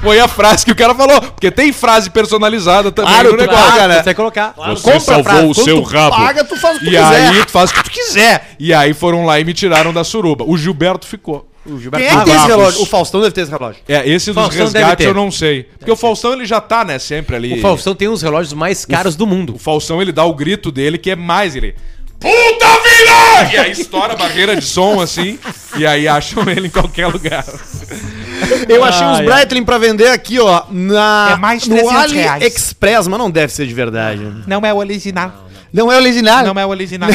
Speaker 2: foi a frase que o cara falou, porque tem frase personalizada também
Speaker 1: Claro,
Speaker 2: no
Speaker 1: tu
Speaker 2: negócio.
Speaker 1: paga, né?
Speaker 3: Você vai colocar.
Speaker 1: Compra a frase. Quando tu Paga, tu faz o que tu
Speaker 2: E
Speaker 1: quiser.
Speaker 2: aí tu faz o que tu quiser. E aí foram lá e me tiraram da suruba. O Gilberto tá ficou.
Speaker 1: Quem é que tem esse relógio? O Faustão deve ter esse relógio.
Speaker 2: É, esse dos
Speaker 3: Faustão deve
Speaker 2: resgates
Speaker 3: ter.
Speaker 2: eu não sei. Porque o Faustão ele já tá, né, sempre ali.
Speaker 3: O Faustão tem um dos relógios mais caros do mundo.
Speaker 2: O Faustão ele dá o grito dele que é mais ele. Puta vida! E aí estoura a barreira de som assim. E aí acham ele em qualquer lugar.
Speaker 1: Eu achei uns Breitling pra vender aqui, ó, na
Speaker 4: É mais
Speaker 1: no
Speaker 4: 300 reais.
Speaker 1: AliExpress, mas não deve ser de verdade.
Speaker 4: Não é o original.
Speaker 1: Não é original.
Speaker 4: Não é o original.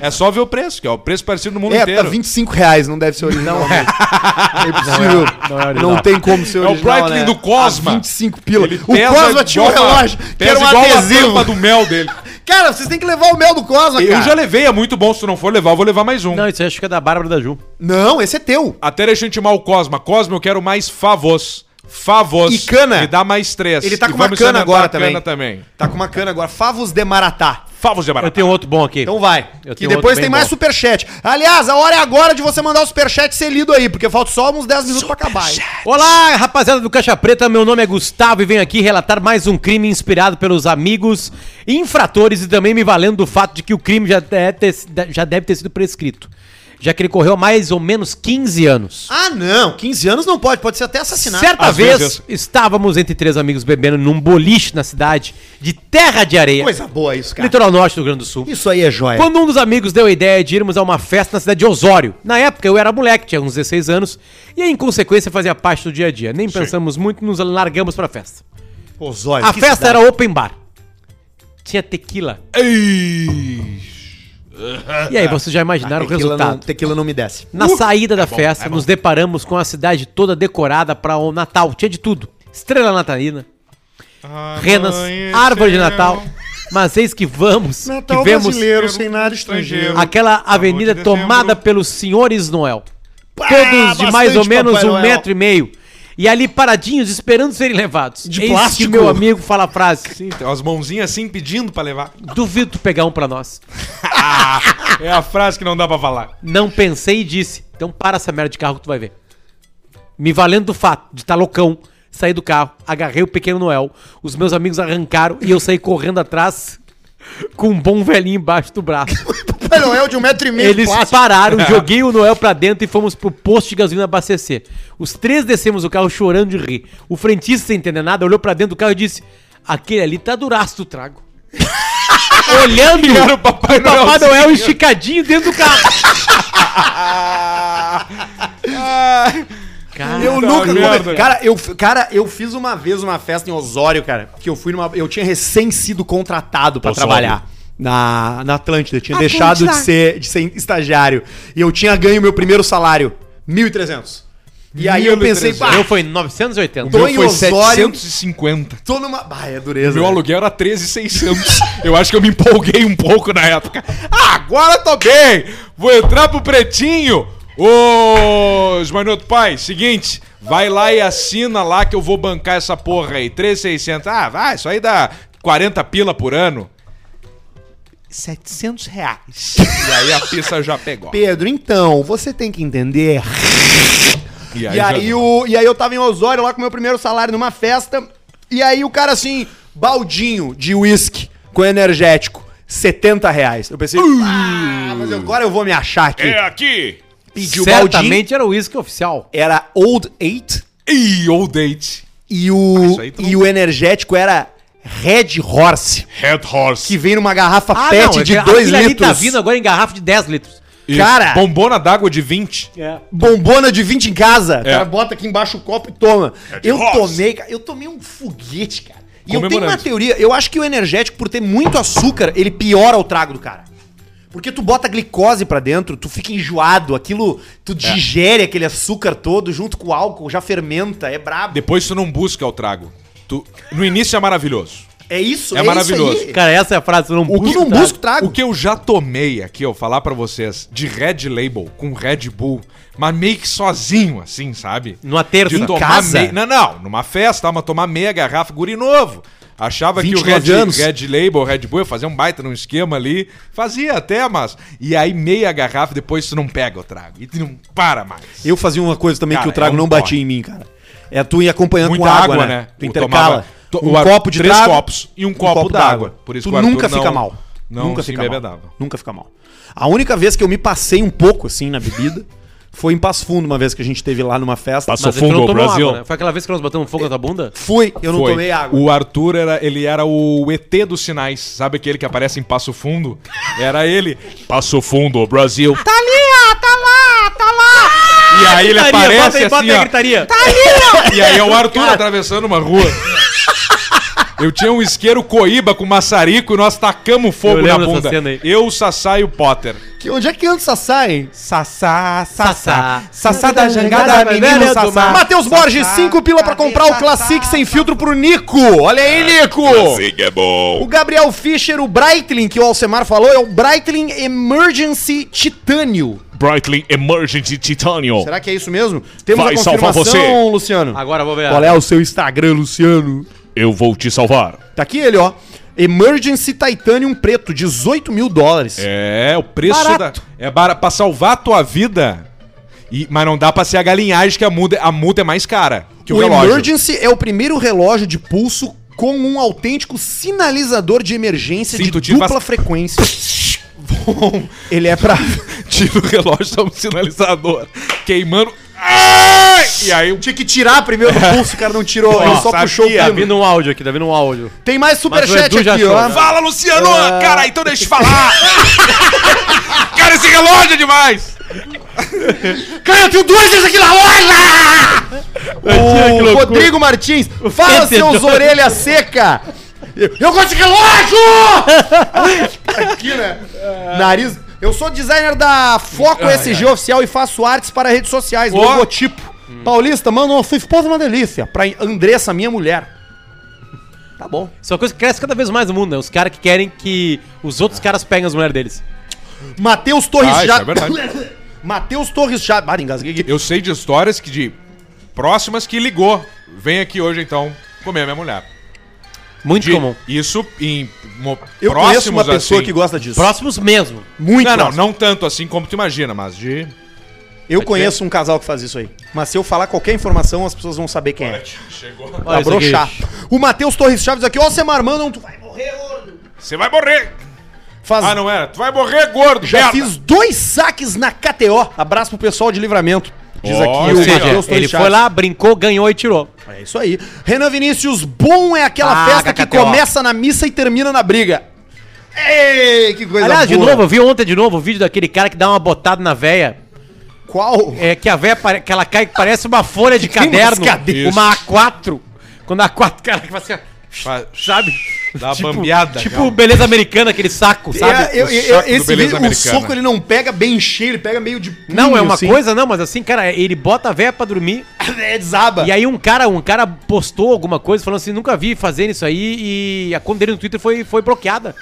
Speaker 2: É só ver o preço, que é o preço parecido no mundo
Speaker 1: é,
Speaker 2: inteiro.
Speaker 1: tá 25 reais, não deve ser original. Não é. impossível. Não, tem como ser
Speaker 2: É o
Speaker 1: original,
Speaker 2: Breitling
Speaker 1: né?
Speaker 2: do Cosma.
Speaker 1: A 25 pila.
Speaker 2: Ele
Speaker 1: o
Speaker 2: pesa
Speaker 1: Cosma tinha um
Speaker 2: igual a-
Speaker 1: relógio, que
Speaker 2: pesa
Speaker 1: era um
Speaker 2: igual a
Speaker 1: adesivo.
Speaker 2: tampa do mel dele.
Speaker 1: Cara, vocês têm que levar o mel do Cosma,
Speaker 2: Eu
Speaker 1: cara.
Speaker 2: já levei, é muito bom. Se tu não for levar, eu vou levar mais um.
Speaker 3: Não, isso aí acho que é da Bárbara da Ju.
Speaker 1: Não, esse é teu.
Speaker 2: Até deixa eu intimar o Cosma. Cosma, eu quero mais favos. Favos.
Speaker 1: E cana?
Speaker 2: Me dá mais três.
Speaker 1: Ele tá
Speaker 2: E
Speaker 1: com uma
Speaker 2: vamos
Speaker 1: cana
Speaker 2: incrementar
Speaker 1: agora
Speaker 2: a
Speaker 1: também.
Speaker 2: cana também.
Speaker 1: Tá com uma cana agora. Favos de Maratá.
Speaker 2: Favos de
Speaker 3: Eu
Speaker 2: barato.
Speaker 3: tenho outro bom aqui.
Speaker 1: Então vai.
Speaker 3: Eu
Speaker 1: Que
Speaker 3: tenho outro
Speaker 1: depois
Speaker 3: bem
Speaker 1: tem mais
Speaker 3: bom.
Speaker 1: superchat. Aliás, a hora é agora de você mandar o superchat ser lido aí, porque falta só uns 10 minutos pra acabar. hein?
Speaker 3: Olá, rapaziada do Caixa Preta, meu nome é Gustavo e venho aqui relatar mais um crime inspirado pelos amigos infratores e também me valendo do fato de que o crime já deve ter, já deve ter sido prescrito, já que ele correu há mais ou menos 15 anos.
Speaker 1: Ah, não. 15 anos não pode. Pode ser até assassinato.
Speaker 3: Certa
Speaker 2: Às
Speaker 3: vez,
Speaker 2: vezes.
Speaker 3: estávamos entre três amigos bebendo num boliche na cidade de Terra de Areia,
Speaker 1: Coisa boa isso, cara.
Speaker 3: litoral norte do Rio Grande do Sul.
Speaker 1: Isso aí é joia.
Speaker 3: Quando um dos amigos deu a ideia de irmos a uma festa na cidade de Osório. Na época eu era moleque, tinha uns 16 anos, e em consequência fazia parte do dia a dia. Nem pensamos muito, nos largamos pra festa.
Speaker 1: Osório,
Speaker 3: A
Speaker 1: que
Speaker 3: festa
Speaker 1: cidade.
Speaker 3: era open bar. Tinha tequila. E aí vocês já imaginaram
Speaker 1: Tá,
Speaker 3: o
Speaker 1: Tequila não, Uh! É
Speaker 3: resultado.
Speaker 1: tequila não me desce.
Speaker 3: Na saída da festa, nos deparamos com a cidade toda decorada para o Natal. Tinha de tudo. Estrela natalina, renas, árvore de Natal. Mas eis que vamos, que vemos
Speaker 1: tá sem nada estrangeiro.
Speaker 3: aquela avenida
Speaker 2: de dezembro.
Speaker 3: tomada pelos senhores Noel. Todos de mais
Speaker 1: bastante
Speaker 3: ou menos
Speaker 1: Papai
Speaker 3: um
Speaker 1: Noel.
Speaker 3: metro e meio. E ali paradinhos, esperando serem levados.
Speaker 1: De
Speaker 3: Eis
Speaker 1: plástico.
Speaker 3: que meu amigo fala a frase,
Speaker 2: Tem umas mãozinhas assim pedindo pra levar.
Speaker 3: duvido tu pegar um pra nós. Ah.
Speaker 2: É a frase que não dá pra falar.
Speaker 3: Não pensei e disse. Então para essa merda de carro que tu vai ver. Me valendo do fato de estar loucão, saí do carro, agarrei o pequeno Noel, os meus amigos arrancaram e eu saí correndo atrás com um bom velhinho embaixo do braço.
Speaker 1: Papai Noel de um metro e meio.
Speaker 3: Eles
Speaker 1: plástico.
Speaker 3: pararam, joguei o Noel pra dentro e fomos pro posto de gasolina abastecer. Os três descemos do carro chorando de rir. O frentista, sem entender nada, olhou pra dentro do carro e disse: Aquele ali tá duraço do trago. Olhando
Speaker 2: Era o Papai
Speaker 3: o Papai
Speaker 2: Noel.
Speaker 3: Noel esticadinho dentro do carro. Cara,
Speaker 1: Eu
Speaker 2: Puta
Speaker 1: nunca.
Speaker 2: merda.
Speaker 1: Cara eu, f- cara, eu fiz uma vez uma festa em Osório, cara. Que eu fui numa. Eu tinha recém sido contratado pra
Speaker 2: Osório.
Speaker 1: trabalhar. Na, na Atlântida, eu tinha deixado de ser, de ser estagiário. E eu tinha ganho meu primeiro salário, 1.300. E aí eu pensei,
Speaker 2: 1.300.
Speaker 1: pá,
Speaker 3: eu foi 980.
Speaker 1: Tô
Speaker 2: Meu
Speaker 1: em
Speaker 2: foi
Speaker 1: Osório.
Speaker 2: 750.
Speaker 1: tô numa. Bah, é dureza.
Speaker 2: Meu
Speaker 1: né?
Speaker 2: aluguel era 13,600. eu acho que eu me empolguei um pouco na época. Ah, agora tô bem! Vou entrar pro Pretinho. Ô, Esmanioto Pai, seguinte, vai lá e assina lá que eu vou bancar essa porra aí. 3,600. Ah, vai, isso aí dá 40 pila por ano.
Speaker 4: 700 reais.
Speaker 2: E aí a pista já pegou.
Speaker 1: Pedro, então, você tem que entender.
Speaker 2: E
Speaker 1: E aí,
Speaker 2: já-
Speaker 1: o, e aí eu tava em Osório lá com meu primeiro salário numa festa. E aí o cara assim, baldinho de uísque com energético, 70 reais. Eu pensei,
Speaker 2: Uh!
Speaker 1: ah, mas agora eu vou me achar aqui.
Speaker 5: É aqui.
Speaker 1: Pediu baldinho.
Speaker 3: Certamente era o uísque oficial.
Speaker 1: Era Old Eight
Speaker 2: Ih, old date.
Speaker 1: e o,
Speaker 2: Ah, isso aí tá tu
Speaker 1: e
Speaker 2: não-
Speaker 1: o energético era Red Horse,
Speaker 5: Red Horse.
Speaker 1: que vem numa garrafa
Speaker 3: Ah,
Speaker 1: PET
Speaker 3: não, é
Speaker 1: de
Speaker 3: que
Speaker 1: 2
Speaker 3: aquilo ali tá
Speaker 1: litros.
Speaker 3: vindo agora em garrafa de 10 litros.
Speaker 1: Cara-
Speaker 2: Bombona d'água de 20.
Speaker 1: bombona de 20 em casa. O
Speaker 2: É.
Speaker 1: cara bota aqui embaixo o copo e toma.
Speaker 5: É de
Speaker 1: eu
Speaker 5: roça.
Speaker 1: tomei, cara, eu tomei um foguete, cara. E eu tenho uma
Speaker 2: Comemorando.
Speaker 1: teoria, eu acho que o energético, por ter muito açúcar, ele piora o trago do cara. Porque tu bota glicose pra dentro, tu fica enjoado, aquilo, tu digere aquele açúcar todo junto com o álcool, já fermenta, é brabo.
Speaker 2: Depois tu não busca o trago. Tu... No início é maravilhoso.
Speaker 1: É isso,
Speaker 2: É
Speaker 1: isso
Speaker 2: maravilhoso.
Speaker 1: aí.
Speaker 3: Cara, essa é a frase, tu não
Speaker 1: O que um
Speaker 3: busca,
Speaker 1: não
Speaker 3: tá?
Speaker 1: busca o trago.
Speaker 2: O que eu já tomei aqui, eu falar pra vocês, de Red Label com Red Bull, mas meio que sozinho, assim, sabe?
Speaker 3: Numa terça,
Speaker 2: de
Speaker 3: em
Speaker 2: tomar
Speaker 1: casa?
Speaker 2: meia- Não, não, numa festa, mas tomar meia garrafa, guri novo. Achava que o
Speaker 1: 29
Speaker 2: Red,
Speaker 1: anos.
Speaker 2: Red Label, Red Bull, eu fazia um baita num esquema ali. Fazia até, mas. E aí, meia garrafa, depois tu não pega o trago. E tu não para mais.
Speaker 1: Eu fazia uma coisa também
Speaker 2: Cara,
Speaker 1: que o trago
Speaker 2: é um
Speaker 1: não batia
Speaker 2: porre.
Speaker 1: em mim, cara. É tu ir acompanhando
Speaker 2: Muita
Speaker 1: com água, né?
Speaker 2: água, né?
Speaker 1: Tu
Speaker 2: Eu
Speaker 1: intercala. um
Speaker 2: tomava to- o Arthur- três copos e um copo d'água. Por
Speaker 1: Por isso
Speaker 2: isso
Speaker 1: tu
Speaker 2: que o Arthur
Speaker 1: nunca
Speaker 2: não-
Speaker 1: fica mal.
Speaker 2: não
Speaker 1: nunca
Speaker 2: se
Speaker 1: fica mal.
Speaker 2: embebedava.
Speaker 1: Nunca fica mal. A única vez que eu me passei um pouco assim na bebida foi em Passo Fundo, uma vez que a gente teve lá numa festa.
Speaker 5: Passo-
Speaker 3: Mas é
Speaker 5: Sou
Speaker 3: que tu não
Speaker 5: fundo,
Speaker 3: tomou
Speaker 5: Brasil.
Speaker 3: água, né? Foi aquela vez que nós botamos fogo na tua bunda?
Speaker 1: Fui, eu não
Speaker 2: Foi.
Speaker 1: tomei água.
Speaker 2: O Arthur era, ele era o ET dos sinais, sabe aquele que aparece em Passo Fundo? Era ele.
Speaker 5: Passo fundo, Brasil.
Speaker 2: E aí ele
Speaker 3: Gritaria, bota
Speaker 2: aparece
Speaker 3: aí, bota aí,
Speaker 2: assim,
Speaker 3: gritaria.
Speaker 2: ó, e aí é o Arthur atravessando uma rua. Eu tinha um isqueiro coíba com maçarico e nós tacamos fogo
Speaker 3: Eu
Speaker 2: na
Speaker 3: lembro dessa
Speaker 2: bunda.
Speaker 3: cena aí.
Speaker 2: Eu, o Sassá e o Potter.
Speaker 1: Que- onde é que anda o Sassá, hein?
Speaker 4: Sassá,
Speaker 3: Sassá.
Speaker 4: sassá. Sassá da jangada, menino
Speaker 3: Velho do
Speaker 4: sassá.
Speaker 3: mar.
Speaker 1: Matheus Borges,
Speaker 4: Sassá,
Speaker 1: 5 pila pra
Speaker 4: cadê
Speaker 1: comprar o
Speaker 4: Sassá?
Speaker 1: Classic sem filtro pro Nico. Olha aí, Nico!
Speaker 5: Sei que é
Speaker 1: O
Speaker 5: bom.
Speaker 1: Gabriel Fischer, o Breitling, que o Alcemar falou, é o Breitling Emergency Titânio.
Speaker 5: Brightling Emergency Titanium.
Speaker 1: Será que é isso mesmo? Temos
Speaker 5: Vai
Speaker 1: a
Speaker 5: salvar
Speaker 1: confirmação,
Speaker 5: você.
Speaker 1: Luciano.
Speaker 3: Agora vou ver.
Speaker 1: Qual é o seu Instagram, Luciano?
Speaker 5: Eu vou te salvar.
Speaker 1: Tá aqui ele, ó. Emergency Titanium Preto, 18 mil dólares.
Speaker 2: É, o preço
Speaker 1: Barato.
Speaker 2: da. É bara, pra salvar a tua vida. E, mas não dá pra ser a galinhagem que a multa, a multa é mais cara que o,
Speaker 1: o
Speaker 2: relógio.
Speaker 1: Emergency é o primeiro relógio de pulso com um autêntico sinalizador de emergência
Speaker 2: Sinto
Speaker 1: de
Speaker 2: te
Speaker 1: dupla
Speaker 2: faz-
Speaker 1: frequência. Bom, ele é pra...
Speaker 2: Tira o relógio, dá um sinalizador. Queimando. Ai! E aí o
Speaker 1: Tinha que tirar primeiro do pulso, o cara não tirou,
Speaker 2: Ó,
Speaker 1: ele só
Speaker 2: sabia,
Speaker 1: puxou o
Speaker 3: Tá
Speaker 1: pino.
Speaker 3: vindo um áudio aqui, tá vindo um áudio.
Speaker 1: Tem mais superchat
Speaker 3: Edu já
Speaker 1: aqui, ó.
Speaker 3: chora.
Speaker 2: Fala, Luciano!
Speaker 3: Ah.
Speaker 2: Cara, então deixa eu te falar! Cara, esse relógio é demais!
Speaker 1: Cara, eu tenho duas vezes aqui na loja! O Rodrigo Martins, fala
Speaker 3: perdedor.
Speaker 1: seus orelhas seca! Eu, eu gosto de relógio! aqui, né? Nariz. Eu sou designer da Foco SG Oficial e faço artes para redes sociais,
Speaker 2: Ah, é. Ó. Hum.
Speaker 1: logotipo. Paulista, mano, sua esposa é uma delícia. Pra Andressa, minha mulher. Tá bom.
Speaker 3: Isso é uma coisa que cresce cada vez mais no mundo, né? Os caras que querem que os
Speaker 1: Ah.
Speaker 3: outros caras peguem as mulheres deles.
Speaker 1: Matheus Torres
Speaker 2: Ah, isso
Speaker 1: Chá.
Speaker 2: é verdade.
Speaker 1: Matheus Torres Chá. Ah, engasguei aqui.
Speaker 2: Eu sei de histórias que de próximas que ligou. Vem aqui hoje então comer a minha mulher.
Speaker 3: Muito
Speaker 2: De-
Speaker 3: comum.
Speaker 2: Isso em mo-
Speaker 1: Eu conheço uma
Speaker 2: próximos,
Speaker 1: pessoa
Speaker 2: assim-
Speaker 1: que gosta disso.
Speaker 3: Próximos mesmo.
Speaker 1: Muito
Speaker 2: Não, não,
Speaker 1: próximo.
Speaker 2: não tanto assim como tu imagina, mas de.
Speaker 1: Eu conheço um casal que faz isso aí. Mas se eu falar qualquer informação, as pessoas vão saber quem é.
Speaker 5: Chegou.
Speaker 1: Pra
Speaker 3: Olha isso aqui.
Speaker 1: broxar. O Matheus Torres Chaves aqui, ó, você marmando, tu vai morrer, gordo.
Speaker 5: Você vai morrer.
Speaker 1: Faz,
Speaker 2: Ah, não era. Tu vai morrer gordo,
Speaker 1: já
Speaker 2: merda.
Speaker 1: fiz dois saques na KTO. Abraço pro pessoal de livramento. Diz
Speaker 2: Ó,
Speaker 1: aqui
Speaker 2: ou
Speaker 1: o
Speaker 2: seja,
Speaker 1: Matheus Torres
Speaker 3: Ele
Speaker 1: Chaves.
Speaker 3: foi lá, brincou, ganhou e tirou.
Speaker 1: É isso aí. Renan Vinícius, bom é aquela
Speaker 3: Ah,
Speaker 1: festa que
Speaker 3: KTO.
Speaker 1: começa na missa e termina na briga. Ei, que coisa
Speaker 3: Aliás, de
Speaker 1: boa.
Speaker 3: novo, eu vi ontem de novo o vídeo daquele cara que dá uma botada na véia.
Speaker 1: Qual?
Speaker 3: É que a véia pare- que ela cai que parece uma folha de
Speaker 1: Tem umas
Speaker 3: caderno.
Speaker 1: cadeiras.
Speaker 3: Uma A4. Quando a A4, cara, que faz assim, ó,
Speaker 2: Fa-
Speaker 3: sabe?
Speaker 2: Dá uma bambeada.
Speaker 3: Tipo beleza americana, aquele saco, sabe?
Speaker 1: É, eu-
Speaker 2: O
Speaker 1: eu-
Speaker 2: saco do
Speaker 1: esse
Speaker 2: Beleza
Speaker 1: vídeo, o
Speaker 2: Americana.
Speaker 1: soco ele não pega bem cheio, ele pega meio de.
Speaker 3: Não, é
Speaker 1: punho,
Speaker 3: uma
Speaker 1: assim.
Speaker 3: coisa, não, mas assim, cara, ele bota a véia pra dormir.
Speaker 1: É, desaba.
Speaker 3: E aí um cara, um cara postou alguma coisa falando assim, nunca vi fazendo isso aí e a conta dele no Twitter foi, foi bloqueada.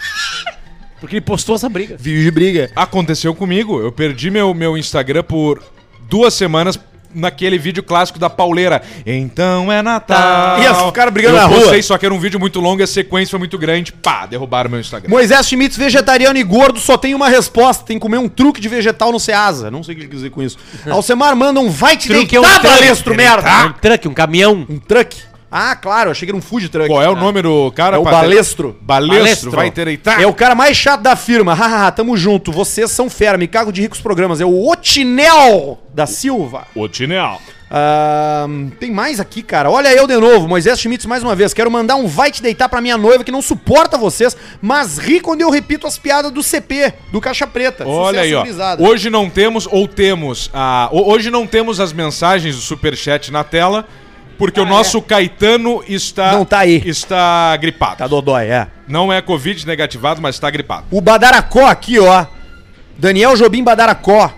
Speaker 3: Porque ele postou essa briga.
Speaker 1: Vídeo de briga.
Speaker 2: Aconteceu comigo. Eu perdi meu, meu Instagram por duas semanas naquele vídeo clássico da pauleira. Então é Natal.
Speaker 1: Tá. E os caras brigando na rua.
Speaker 2: Vocês só que era um vídeo muito longo e a sequência foi muito grande. Pá, derrubaram meu Instagram.
Speaker 1: Moisés Schmitz, vegetariano e gordo, só tem uma resposta: tem que comer um truque de vegetal no Ceasa. Não sei o que ele quer dizer com isso. Alcemar manda um vai te
Speaker 3: Truque é um
Speaker 1: deitar,
Speaker 3: truque.
Speaker 1: balestro,
Speaker 3: Um
Speaker 2: tá?
Speaker 1: merda!
Speaker 3: truck, um caminhão.
Speaker 1: Um truque. Ah, claro, achei que era um food truck.
Speaker 2: Qual é o nome do cara?
Speaker 1: É o
Speaker 2: Patrícia?
Speaker 1: Balestro.
Speaker 2: Balestro.
Speaker 3: Balestro.
Speaker 2: Vai ter aí.
Speaker 1: É o cara mais chato da firma. Hahaha, tamo junto. Vocês são fera. Me cago de ricos programas. É o Otinel da Silva.
Speaker 2: O Tineal.
Speaker 1: Ahn, tem mais aqui, cara. Olha eu de novo, Moisés Schmitz mais uma vez. Quero mandar um vai te deitar pra minha noiva que não suporta vocês, mas ri quando eu repito as piadas do CP, do Caixa Preta.
Speaker 2: Olha aí, ó.
Speaker 1: gurizada.
Speaker 2: Hoje não temos ou temos a ho- hoje não temos as mensagens do superchat na tela porque o nosso Caetano está
Speaker 1: Ah, é? Não tá aí.
Speaker 2: está gripado.
Speaker 1: Tá dodói, é.
Speaker 2: Não é covid negativado, mas está gripado.
Speaker 1: O Badaracó aqui, ó. Daniel Jobim Badaracó.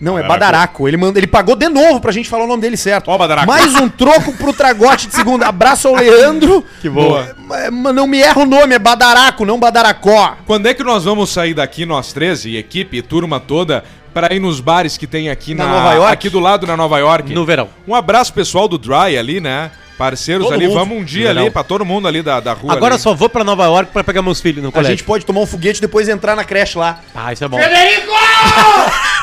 Speaker 1: Não, é
Speaker 2: Badaraco.
Speaker 1: Badaraco. Ele, manda, ele pagou de novo pra gente falar o nome dele certo.
Speaker 2: Ó, Badaraco.
Speaker 1: Mais um troco pro Tragote de segunda. Abraço ao Leandro.
Speaker 2: Que boa.
Speaker 1: É, mas não me erra o nome, é Badaraco, não Badaracó.
Speaker 2: Quando é que nós vamos sair daqui nós 13 e equipe e turma toda para ir nos bares que tem aqui
Speaker 1: Na
Speaker 2: na,
Speaker 1: Nova York?
Speaker 2: aqui do lado na Nova York?
Speaker 3: No verão.
Speaker 2: Um abraço pessoal do Dry ali, né? Parceiros
Speaker 1: Todo
Speaker 2: ali,
Speaker 1: mundo.
Speaker 2: vamos um dia
Speaker 3: No
Speaker 2: ali
Speaker 3: verão.
Speaker 2: pra todo mundo ali da, da rua.
Speaker 3: Agora eu
Speaker 2: ali.
Speaker 3: só vou pra Nova York pra pegar meus filhos no
Speaker 1: A
Speaker 3: colégio.
Speaker 1: gente pode tomar um foguete e depois entrar na creche lá.
Speaker 3: Ah, isso é bom. Federico!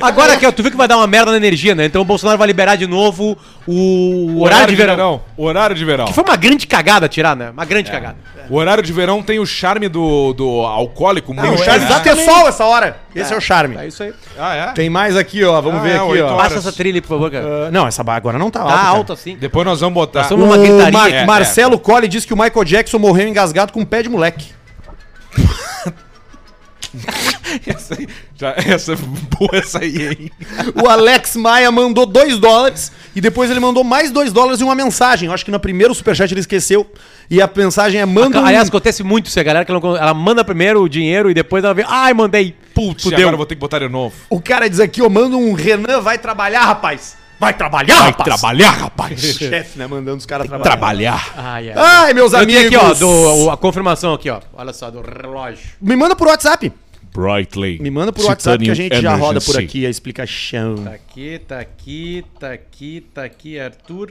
Speaker 3: Agora que ó, tu viu que vai dar uma merda na energia, né? Então o Bolsonaro vai liberar de novo o, horário, de verão.
Speaker 2: Horário de verão.
Speaker 3: Que foi uma grande cagada tirar, né? Uma grande cagada.
Speaker 2: O horário de verão tem o charme do, do alcoólico,
Speaker 1: Tem
Speaker 2: muito
Speaker 1: o
Speaker 2: né?
Speaker 1: charme do ter sol essa hora. Esse é o charme.
Speaker 3: É isso aí.
Speaker 2: Ah, é?
Speaker 1: Tem mais aqui, ó. Vamos
Speaker 2: Ah,
Speaker 1: ver
Speaker 2: é,
Speaker 1: aqui,
Speaker 2: oito
Speaker 1: ó.
Speaker 2: horas.
Speaker 3: Passa essa trilha, aí, por favor, cara.
Speaker 1: Ah, não, essa barra agora não tá alta.
Speaker 3: Tá
Speaker 1: cara.
Speaker 3: alto assim.
Speaker 2: Depois nós vamos botar.
Speaker 3: Nós somos uma
Speaker 1: O
Speaker 3: gritaria.
Speaker 1: Mar-
Speaker 2: É,
Speaker 1: Marcelo Colli diz que o Michael Jackson morreu engasgado com um pé de moleque.
Speaker 2: Essa, aí- já, essa, é boa essa aí, hein?
Speaker 1: O Alex Maia mandou 2 dólares e depois ele mandou mais 2 dólares e uma mensagem. Eu acho que no primeiro superchat ele esqueceu. E a mensagem é: manda. um-
Speaker 3: Aliás, acontece muito isso, a galera que não- ela manda primeiro o dinheiro e depois ela vê, ai, mandei.
Speaker 2: Putz,
Speaker 3: Fudeu.
Speaker 2: agora eu vou ter que botar de novo.
Speaker 1: um-" O cara diz aqui: ó, manda um Renan, vai trabalhar, rapaz. Vai trabalhar,
Speaker 2: Vai
Speaker 1: rapaz.
Speaker 2: trabalhar, rapaz.
Speaker 1: Chefe, né? Mandando os caras trabalhar.
Speaker 2: trabalhar.
Speaker 3: Ai, ai.
Speaker 1: Ai, meus
Speaker 3: Eu tenho
Speaker 1: amigos.
Speaker 3: Ah, aqui, ó, do- o- a confirmação aqui, ó. Olha só, do relógio.
Speaker 1: Me manda por WhatsApp.
Speaker 2: Brightly.
Speaker 1: Me manda por WhatsApp que a gente já roda por aqui a explicação.
Speaker 3: Tá aqui, tá aqui, tá aqui, tá aqui, Arthur.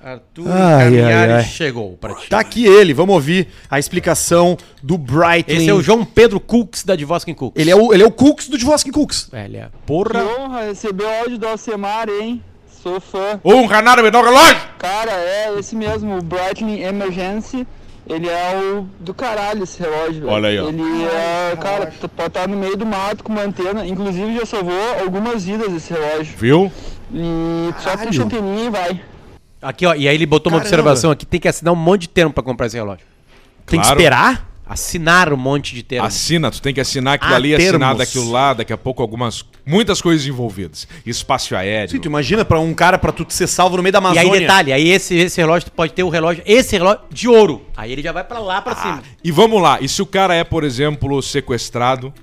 Speaker 3: Arthur
Speaker 1: Ai,
Speaker 3: Caminhares
Speaker 1: ai, ai.
Speaker 3: chegou pra ti.
Speaker 1: Tá aqui ele, vamos ouvir a explicação do Brightling.
Speaker 3: Esse é o João Pedro Cooks da Divoskin Cooks.
Speaker 1: Ele é o, ele é o Cooks do Divoskin Cooks.
Speaker 3: É, ele é.
Speaker 2: Porra.
Speaker 7: Que honra receber o áudio do Alcemar, hein? Sou fã.
Speaker 2: Um canário menor relógio.
Speaker 7: Cara, é esse mesmo, o Brightling Emergency. Ele é o do caralho esse relógio, velho.
Speaker 2: Olha aí, ó.
Speaker 7: Ele é, cara, tu pode estar no meio do mato com uma antena. Inclusive já salvou algumas vidas esse relógio.
Speaker 2: Viu?
Speaker 7: E tu só puxa a anteninha e vai.
Speaker 3: Aqui, ó, e aí ele botou uma
Speaker 1: Caramba.
Speaker 3: observação aqui, tem que assinar um monte de termo pra comprar esse relógio.
Speaker 1: Tem que
Speaker 2: Claro.
Speaker 1: esperar?
Speaker 3: Assinar um monte de termo.
Speaker 2: Assina, tu tem que assinar aquilo
Speaker 1: Ah,
Speaker 2: ali, assinar
Speaker 1: termos.
Speaker 2: daquilo lá, daqui a pouco algumas, muitas coisas envolvidas. Espaço aéreo.
Speaker 1: Sim, tu imagina pra um cara, pra tu ser salvo no meio da
Speaker 3: E
Speaker 1: Amazônia.
Speaker 3: aí, detalhe, aí esse, esse relógio, tu pode ter o relógio, esse relógio de ouro. Aí ele já vai pra lá, pra cima.
Speaker 2: E vamos lá, e se o cara é, por exemplo, sequestrado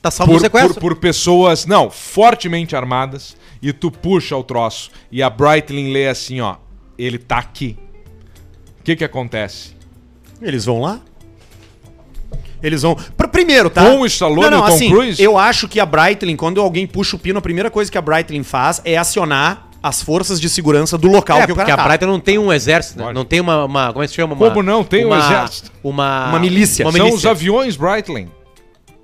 Speaker 3: Tá salvo
Speaker 2: por,
Speaker 3: no sequestro.
Speaker 2: por- por pessoas, não, fortemente armadas, e tu puxa o troço, e a Brightling lê assim, ó, ele tá aqui. O que que acontece?
Speaker 1: Eles vão lá? Eles vão. Pr- primeiro, tá?
Speaker 2: Com o Stallone
Speaker 1: não, não,
Speaker 2: e o Tom
Speaker 1: assim,
Speaker 2: Cruise?
Speaker 1: Eu acho que a Breitling, quando alguém puxa o pino, a primeira coisa que a Breitling faz é acionar as forças de segurança do local
Speaker 3: É,
Speaker 1: que o
Speaker 3: porque
Speaker 1: cara
Speaker 3: a
Speaker 1: tá.
Speaker 3: Brighton não tem um exército, né?
Speaker 2: Lógico.
Speaker 3: não tem uma, uma- como é que se chama? Uma,
Speaker 2: Como não? Tem um
Speaker 3: uma,
Speaker 2: exército.
Speaker 3: Uma,
Speaker 1: Uma milícia.
Speaker 3: Uma
Speaker 2: São
Speaker 3: milícia.
Speaker 2: os aviões Brightling.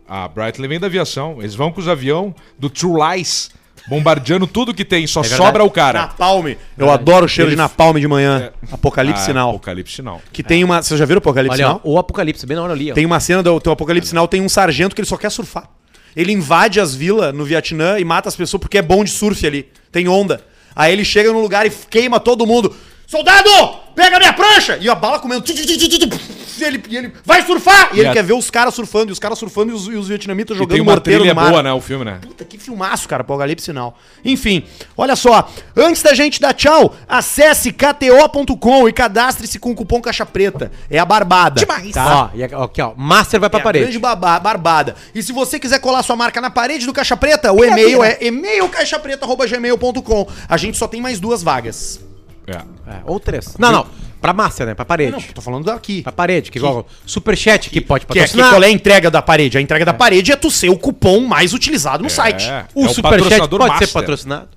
Speaker 2: A Brightling vem da aviação, eles vão com os aviões do True Lies, bombardeando tudo que tem,
Speaker 1: É
Speaker 2: só
Speaker 3: verdade.
Speaker 2: sobra o cara.
Speaker 1: Napalm.
Speaker 3: É.
Speaker 1: Eu adoro o cheiro de napalm de manhã. Apocalipse
Speaker 2: Ah,
Speaker 1: Sinal.
Speaker 2: Apocalipse Sinal.
Speaker 1: Que tem uma. Vocês já viram Apocalipse
Speaker 3: Olha, ó,
Speaker 1: Sinal?
Speaker 3: o Apocalipse, bem na hora ali, ó.
Speaker 1: Tem uma cena do teu Apocalipse Sinal, tem um sargento que ele só quer surfar. Ele invade as vilas no Vietnã e mata as pessoas porque é bom de surf ali. Tem onda. Aí ele chega num lugar e queima todo mundo. Soldado! Pega minha prancha! E a bala comendo. Tiu, tiu, tiu, tiu, tiu, E ele, e ele vai surfar! E,
Speaker 2: E
Speaker 1: ele
Speaker 2: a-
Speaker 1: quer ver os caras surfando, e os caras surfando e os, e os vietnamitas
Speaker 2: E
Speaker 1: jogando
Speaker 2: tem uma
Speaker 1: morteiro
Speaker 2: trilha
Speaker 1: no mar.
Speaker 2: boa, né, o filme, né?
Speaker 1: Puta, que filmaço, cara, Apocalipse Sinal. Enfim, olha só, antes da gente dar tchau, acesse kto.com e cadastre-se com o cupom Caixa Preta. É a barbada. Demais. Tá?
Speaker 3: Ó, e aqui, ó, aqui, ó, Master vai pra
Speaker 1: É a grande
Speaker 3: parede.
Speaker 1: baba- barbada. E se você quiser colar sua marca na parede do Caixa Preta, o e-mail é e-mailcaixapreta.gmail.com. A gente só tem mais duas vagas.
Speaker 2: É.
Speaker 3: É, ou três. Não, não. Pra massa, né? Pra parede.
Speaker 1: tô falando daqui.
Speaker 3: Pra parede, que igual superchat que pode
Speaker 1: Que, é, que
Speaker 3: patrocinar.
Speaker 1: qual é a entrega da parede? A entrega da parede é tu ser o cupom mais utilizado no site.
Speaker 3: O
Speaker 2: É o
Speaker 3: superchat
Speaker 2: patrocinador
Speaker 3: pode
Speaker 2: master.
Speaker 3: ser patrocinado.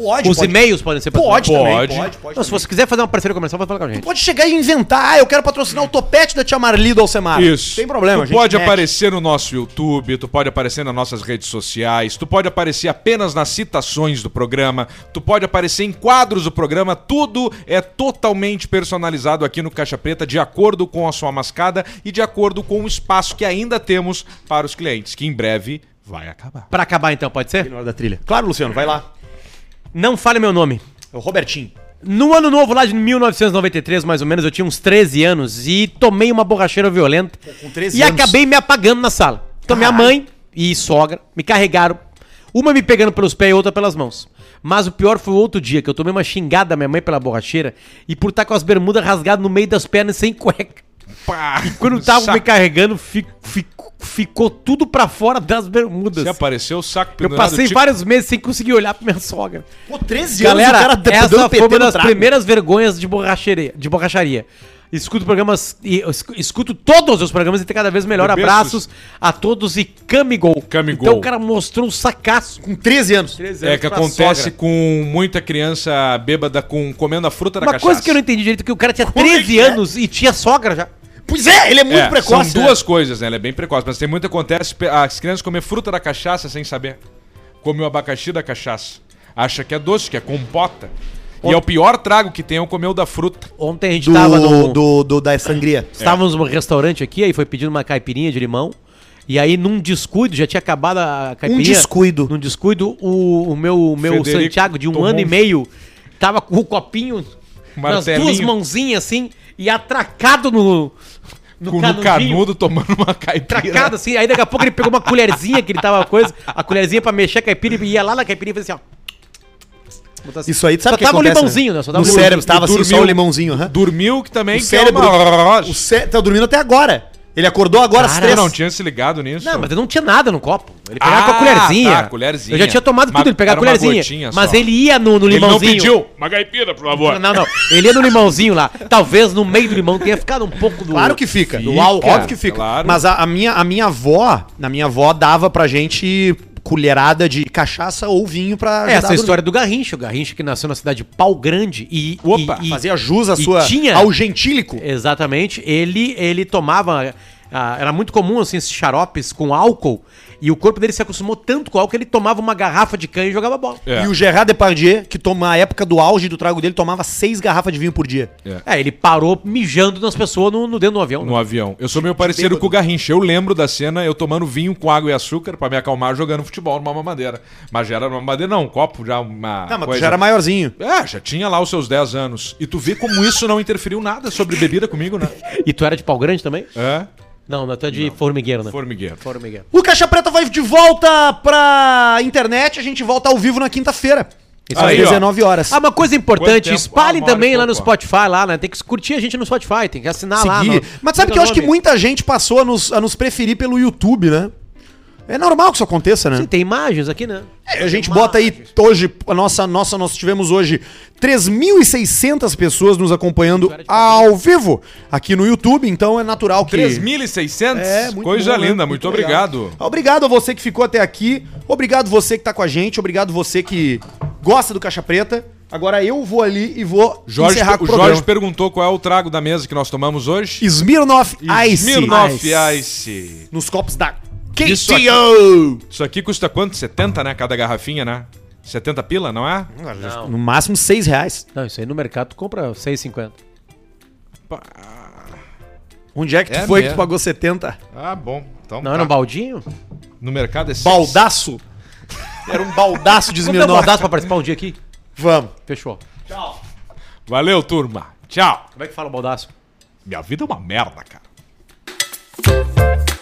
Speaker 1: Pode,
Speaker 3: Os
Speaker 1: pode.
Speaker 3: e-mails podem ser
Speaker 1: Pode,
Speaker 3: patrocinados.
Speaker 1: também,
Speaker 2: Pode.
Speaker 1: pode, pode
Speaker 3: Não, se
Speaker 1: também.
Speaker 3: você quiser fazer uma parceria comercial, pode falar com a gente.
Speaker 1: Pode chegar e inventar, ah, eu quero patrocinar o topete da tia Marli do
Speaker 3: Ah,
Speaker 1: Alcemar.
Speaker 2: Isso.
Speaker 1: Tem problema, a
Speaker 2: Tu
Speaker 1: gente
Speaker 2: pode
Speaker 1: mete.
Speaker 2: aparecer no nosso YouTube, tu pode aparecer nas nossas redes sociais, tu pode aparecer apenas nas citações do programa, tu pode aparecer em quadros do programa, tudo é totalmente personalizado aqui no Caixa Preta, de acordo com a sua mascada e de acordo com o espaço que ainda temos para os clientes, que em breve vai acabar.
Speaker 3: Pra acabar então, pode ser?
Speaker 1: Na hora da trilha. Claro, Luciano, vai lá.
Speaker 3: Não fale meu nome.
Speaker 1: É o Robertinho.
Speaker 3: No ano novo, lá de 1993, mais ou menos, eu tinha uns 13 anos e tomei uma borracheira violenta.
Speaker 1: com 13
Speaker 3: e
Speaker 1: anos.
Speaker 3: acabei me apagando na sala. Então minha mãe e sogra me carregaram, uma me pegando pelos pés e outra pelas mãos. Mas o pior foi o outro dia, que eu tomei uma xingada da minha mãe pela borracheira e por estar com as bermudas rasgadas no meio das pernas sem cueca.
Speaker 2: Pá,
Speaker 3: E quando tava
Speaker 2: saco.
Speaker 3: me carregando, fi- fi- ficou tudo pra fora das bermudas.
Speaker 2: Se apareceu o saco
Speaker 3: Eu
Speaker 2: pendurado,
Speaker 3: passei
Speaker 2: é tipo,
Speaker 3: vários meses sem conseguir olhar pra minha sogra.
Speaker 1: Pô, 13
Speaker 3: Galera,
Speaker 1: anos o cara um
Speaker 3: essa foi uma
Speaker 1: no
Speaker 3: das
Speaker 1: trago.
Speaker 3: primeiras vergonhas de borracheria. De borracharia. Escuto programas e eu esc- escuto todos os programas e tem cada vez melhor.
Speaker 2: Bebessos.
Speaker 3: Abraços a todos e camigol.
Speaker 2: Camigol.
Speaker 3: Então o cara mostrou um sacaço.
Speaker 1: Com 13 anos.
Speaker 2: É que acontece com muita criança bêbada com comendo a fruta da
Speaker 3: Uma
Speaker 2: cachaça.
Speaker 3: coisa que eu não entendi direito é que o cara tinha
Speaker 1: é
Speaker 3: 13
Speaker 1: que é?
Speaker 3: anos e tinha sogra já.
Speaker 1: Pois é, ele é muito
Speaker 2: É,
Speaker 1: precoce.
Speaker 2: São
Speaker 1: né?
Speaker 2: duas coisas, né? Ela é bem precoce, mas tem muito que acontece pe- as crianças comem fruta da cachaça sem saber. Come o abacaxi da cachaça. Acha que é doce, que é compota. E é o pior trago que tem é o comer o da fruta.
Speaker 3: Ontem a gente
Speaker 1: Do,
Speaker 3: tava no...
Speaker 1: do, do- da sangria.
Speaker 3: É. Estávamos num restaurante aqui, aí foi pedindo uma caipirinha de limão. E aí, num descuido, já tinha acabado a caipirinha.
Speaker 1: descuido.
Speaker 3: Num descuido, o, o meu, o meu
Speaker 2: Federico
Speaker 3: Santiago, de um
Speaker 2: tomou
Speaker 3: ano e
Speaker 2: um-
Speaker 3: meio, tava com o copinho nas
Speaker 2: Martelinho.
Speaker 3: duas mãozinhas assim e atracado no. No,
Speaker 2: com no
Speaker 3: canudinho,
Speaker 2: canudo tomando uma caipira.
Speaker 3: Atracado assim. Aí daqui a pouco ele pegou uma colherzinha que ele tava coisa, a colherzinha pra mexer a caipira e ia lá na caipirinha e fazia assim, ó. Botou assim.
Speaker 1: Isso aí, tu
Speaker 3: Só
Speaker 1: sabe o que
Speaker 3: tava o
Speaker 1: acontece,
Speaker 3: limãozinho, né? Só tava
Speaker 1: No
Speaker 3: o-
Speaker 1: cérebro,
Speaker 2: E
Speaker 1: tava assim, só
Speaker 2: dormiu.
Speaker 1: o limãozinho. aham.
Speaker 2: Dormiu que também
Speaker 1: O cérebro.
Speaker 2: que é uma...
Speaker 1: O cé... Tá dormindo até agora. Ele acordou agora às
Speaker 3: Cara,
Speaker 1: três.
Speaker 2: não tipo, tinha se ligado nisso.
Speaker 3: Não, mas eu não tinha nada no copo. Ele pegava
Speaker 2: Ah,
Speaker 3: com a colherzinha.
Speaker 2: tá, colherzinha.
Speaker 3: Eu já tinha tomado
Speaker 2: Mas
Speaker 3: tudo, ele
Speaker 2: era
Speaker 3: pegava a
Speaker 2: uma
Speaker 3: colherzinha.
Speaker 2: gotinha
Speaker 3: Mas
Speaker 2: só.
Speaker 3: ele ia no, no
Speaker 2: Ele não
Speaker 3: limãozinho.
Speaker 2: pediu.
Speaker 5: Uma caipira, por
Speaker 3: Não,
Speaker 5: favor.
Speaker 3: não, Ele ia no limãozinho lá. Talvez no meio do limão tenha ficado um pouco do.
Speaker 1: Claro que fica.
Speaker 2: Fica,
Speaker 1: Do álcool, óbvio que fica.
Speaker 2: claro.
Speaker 1: Mas a, a minha, a minha avó, na minha avó, dava pra gente colherada de cachaça ou vinho pra
Speaker 3: É, essa
Speaker 1: a
Speaker 3: história do Garrincha. O Garrincha que nasceu na cidade de Pau Grande e.
Speaker 2: Opa,
Speaker 3: e, e-
Speaker 1: Fazia jus à
Speaker 3: e
Speaker 1: sua...
Speaker 3: tinha-
Speaker 1: ao gentílico.
Speaker 3: Exatamente. Ele, ele tomava. ah, era muito comum, assim, esses xaropes com álcool. E o corpo dele se acostumou tanto com álcool que ele tomava uma garrafa de canha e jogava bola.
Speaker 2: É.
Speaker 1: E o Gerard Depardieu, que toma, na época do auge do trago dele, tomava seis garrafas de vinho por dia.
Speaker 3: É, ele parou mijando nas pessoas no, no dentro do avião. né?
Speaker 2: No avião. Eu sou meio parecido com o Garrincha. Eu lembro da cena, eu tomando vinho com água e açúcar pra me acalmar jogando futebol numa mamadeira. Mas já era uma mamadeira, não, um copo, já uma.
Speaker 1: Não, mas tu
Speaker 2: coisa-
Speaker 1: já era maiorzinho.
Speaker 2: É, já tinha lá os seus 10 anos. E tu vê como isso não interferiu nada sobre bebida comigo, né?
Speaker 3: E tu era de pau grande também?
Speaker 2: É,
Speaker 3: Não, não, tu é de formigueiro, né?
Speaker 2: formigueiro.
Speaker 3: Formigueiro.
Speaker 1: O Caixa Preta vai de volta pra internet. A gente volta ao vivo na quinta-feira. Isso às
Speaker 2: Aí, ó.
Speaker 1: 19 horas.
Speaker 3: Ah, uma coisa importante,
Speaker 2: tempo?
Speaker 3: espalhem
Speaker 2: Ah, uma hora
Speaker 3: também
Speaker 2: e
Speaker 3: lá no
Speaker 2: pouco, ó.
Speaker 3: Spotify, lá, né? Tem que curtir a gente no Spotify, tem que assinar lá.
Speaker 1: seguir.
Speaker 3: no-
Speaker 1: Mas sabe
Speaker 3: Como
Speaker 1: que eu acho que
Speaker 3: é o nome?
Speaker 1: muita gente passou a nos, a nos preferir pelo YouTube, né? É normal que isso aconteça, né?
Speaker 3: Sim, tem imagens aqui, né?
Speaker 1: É, a gente bota aí hoje, a nossa, nossa, nós tivemos hoje 3.600 pessoas nos acompanhando ao vivo aqui no YouTube, então é natural que.
Speaker 2: 3.600?
Speaker 1: É, muito
Speaker 2: Coisa
Speaker 1: bom, né?
Speaker 2: linda, muito, obrigado.
Speaker 1: Obrigado a você que ficou até aqui. Obrigado você que tá com a gente. Obrigado você que gosta do Caixa Preta. Agora eu vou ali e vou
Speaker 2: Jorge,
Speaker 1: encerrar com
Speaker 2: o
Speaker 1: o programa.
Speaker 2: Jorge perguntou qual é o trago da mesa que nós tomamos hoje.
Speaker 1: Smirnoff Ice.
Speaker 2: Smirnoff Ice.
Speaker 1: Nos copos da
Speaker 2: Isso aqui-
Speaker 1: KTO.
Speaker 2: Isso aqui custa quanto? 70, né? Cada garrafinha, né? 70 pila, não é?
Speaker 1: No máximo 6 reais.
Speaker 3: Não, isso aí no mercado tu compra 6,50.
Speaker 1: Onde é que tu
Speaker 2: É
Speaker 1: foi que
Speaker 2: mesmo.
Speaker 1: tu pagou Tá. 70?
Speaker 2: Ah, bom. Então,
Speaker 3: Não era um baldinho?
Speaker 2: No mercado é seis.
Speaker 1: Baldaço. Era um baldaço de
Speaker 3: Vamos dar um
Speaker 1: Smirnoff.
Speaker 3: abraço pra participar um dia aqui?
Speaker 1: Vamos.
Speaker 3: Fechou.
Speaker 2: Valeu, turma. Tchau.
Speaker 3: Como é que fala o baldaço?
Speaker 2: Minha vida é uma merda, cara.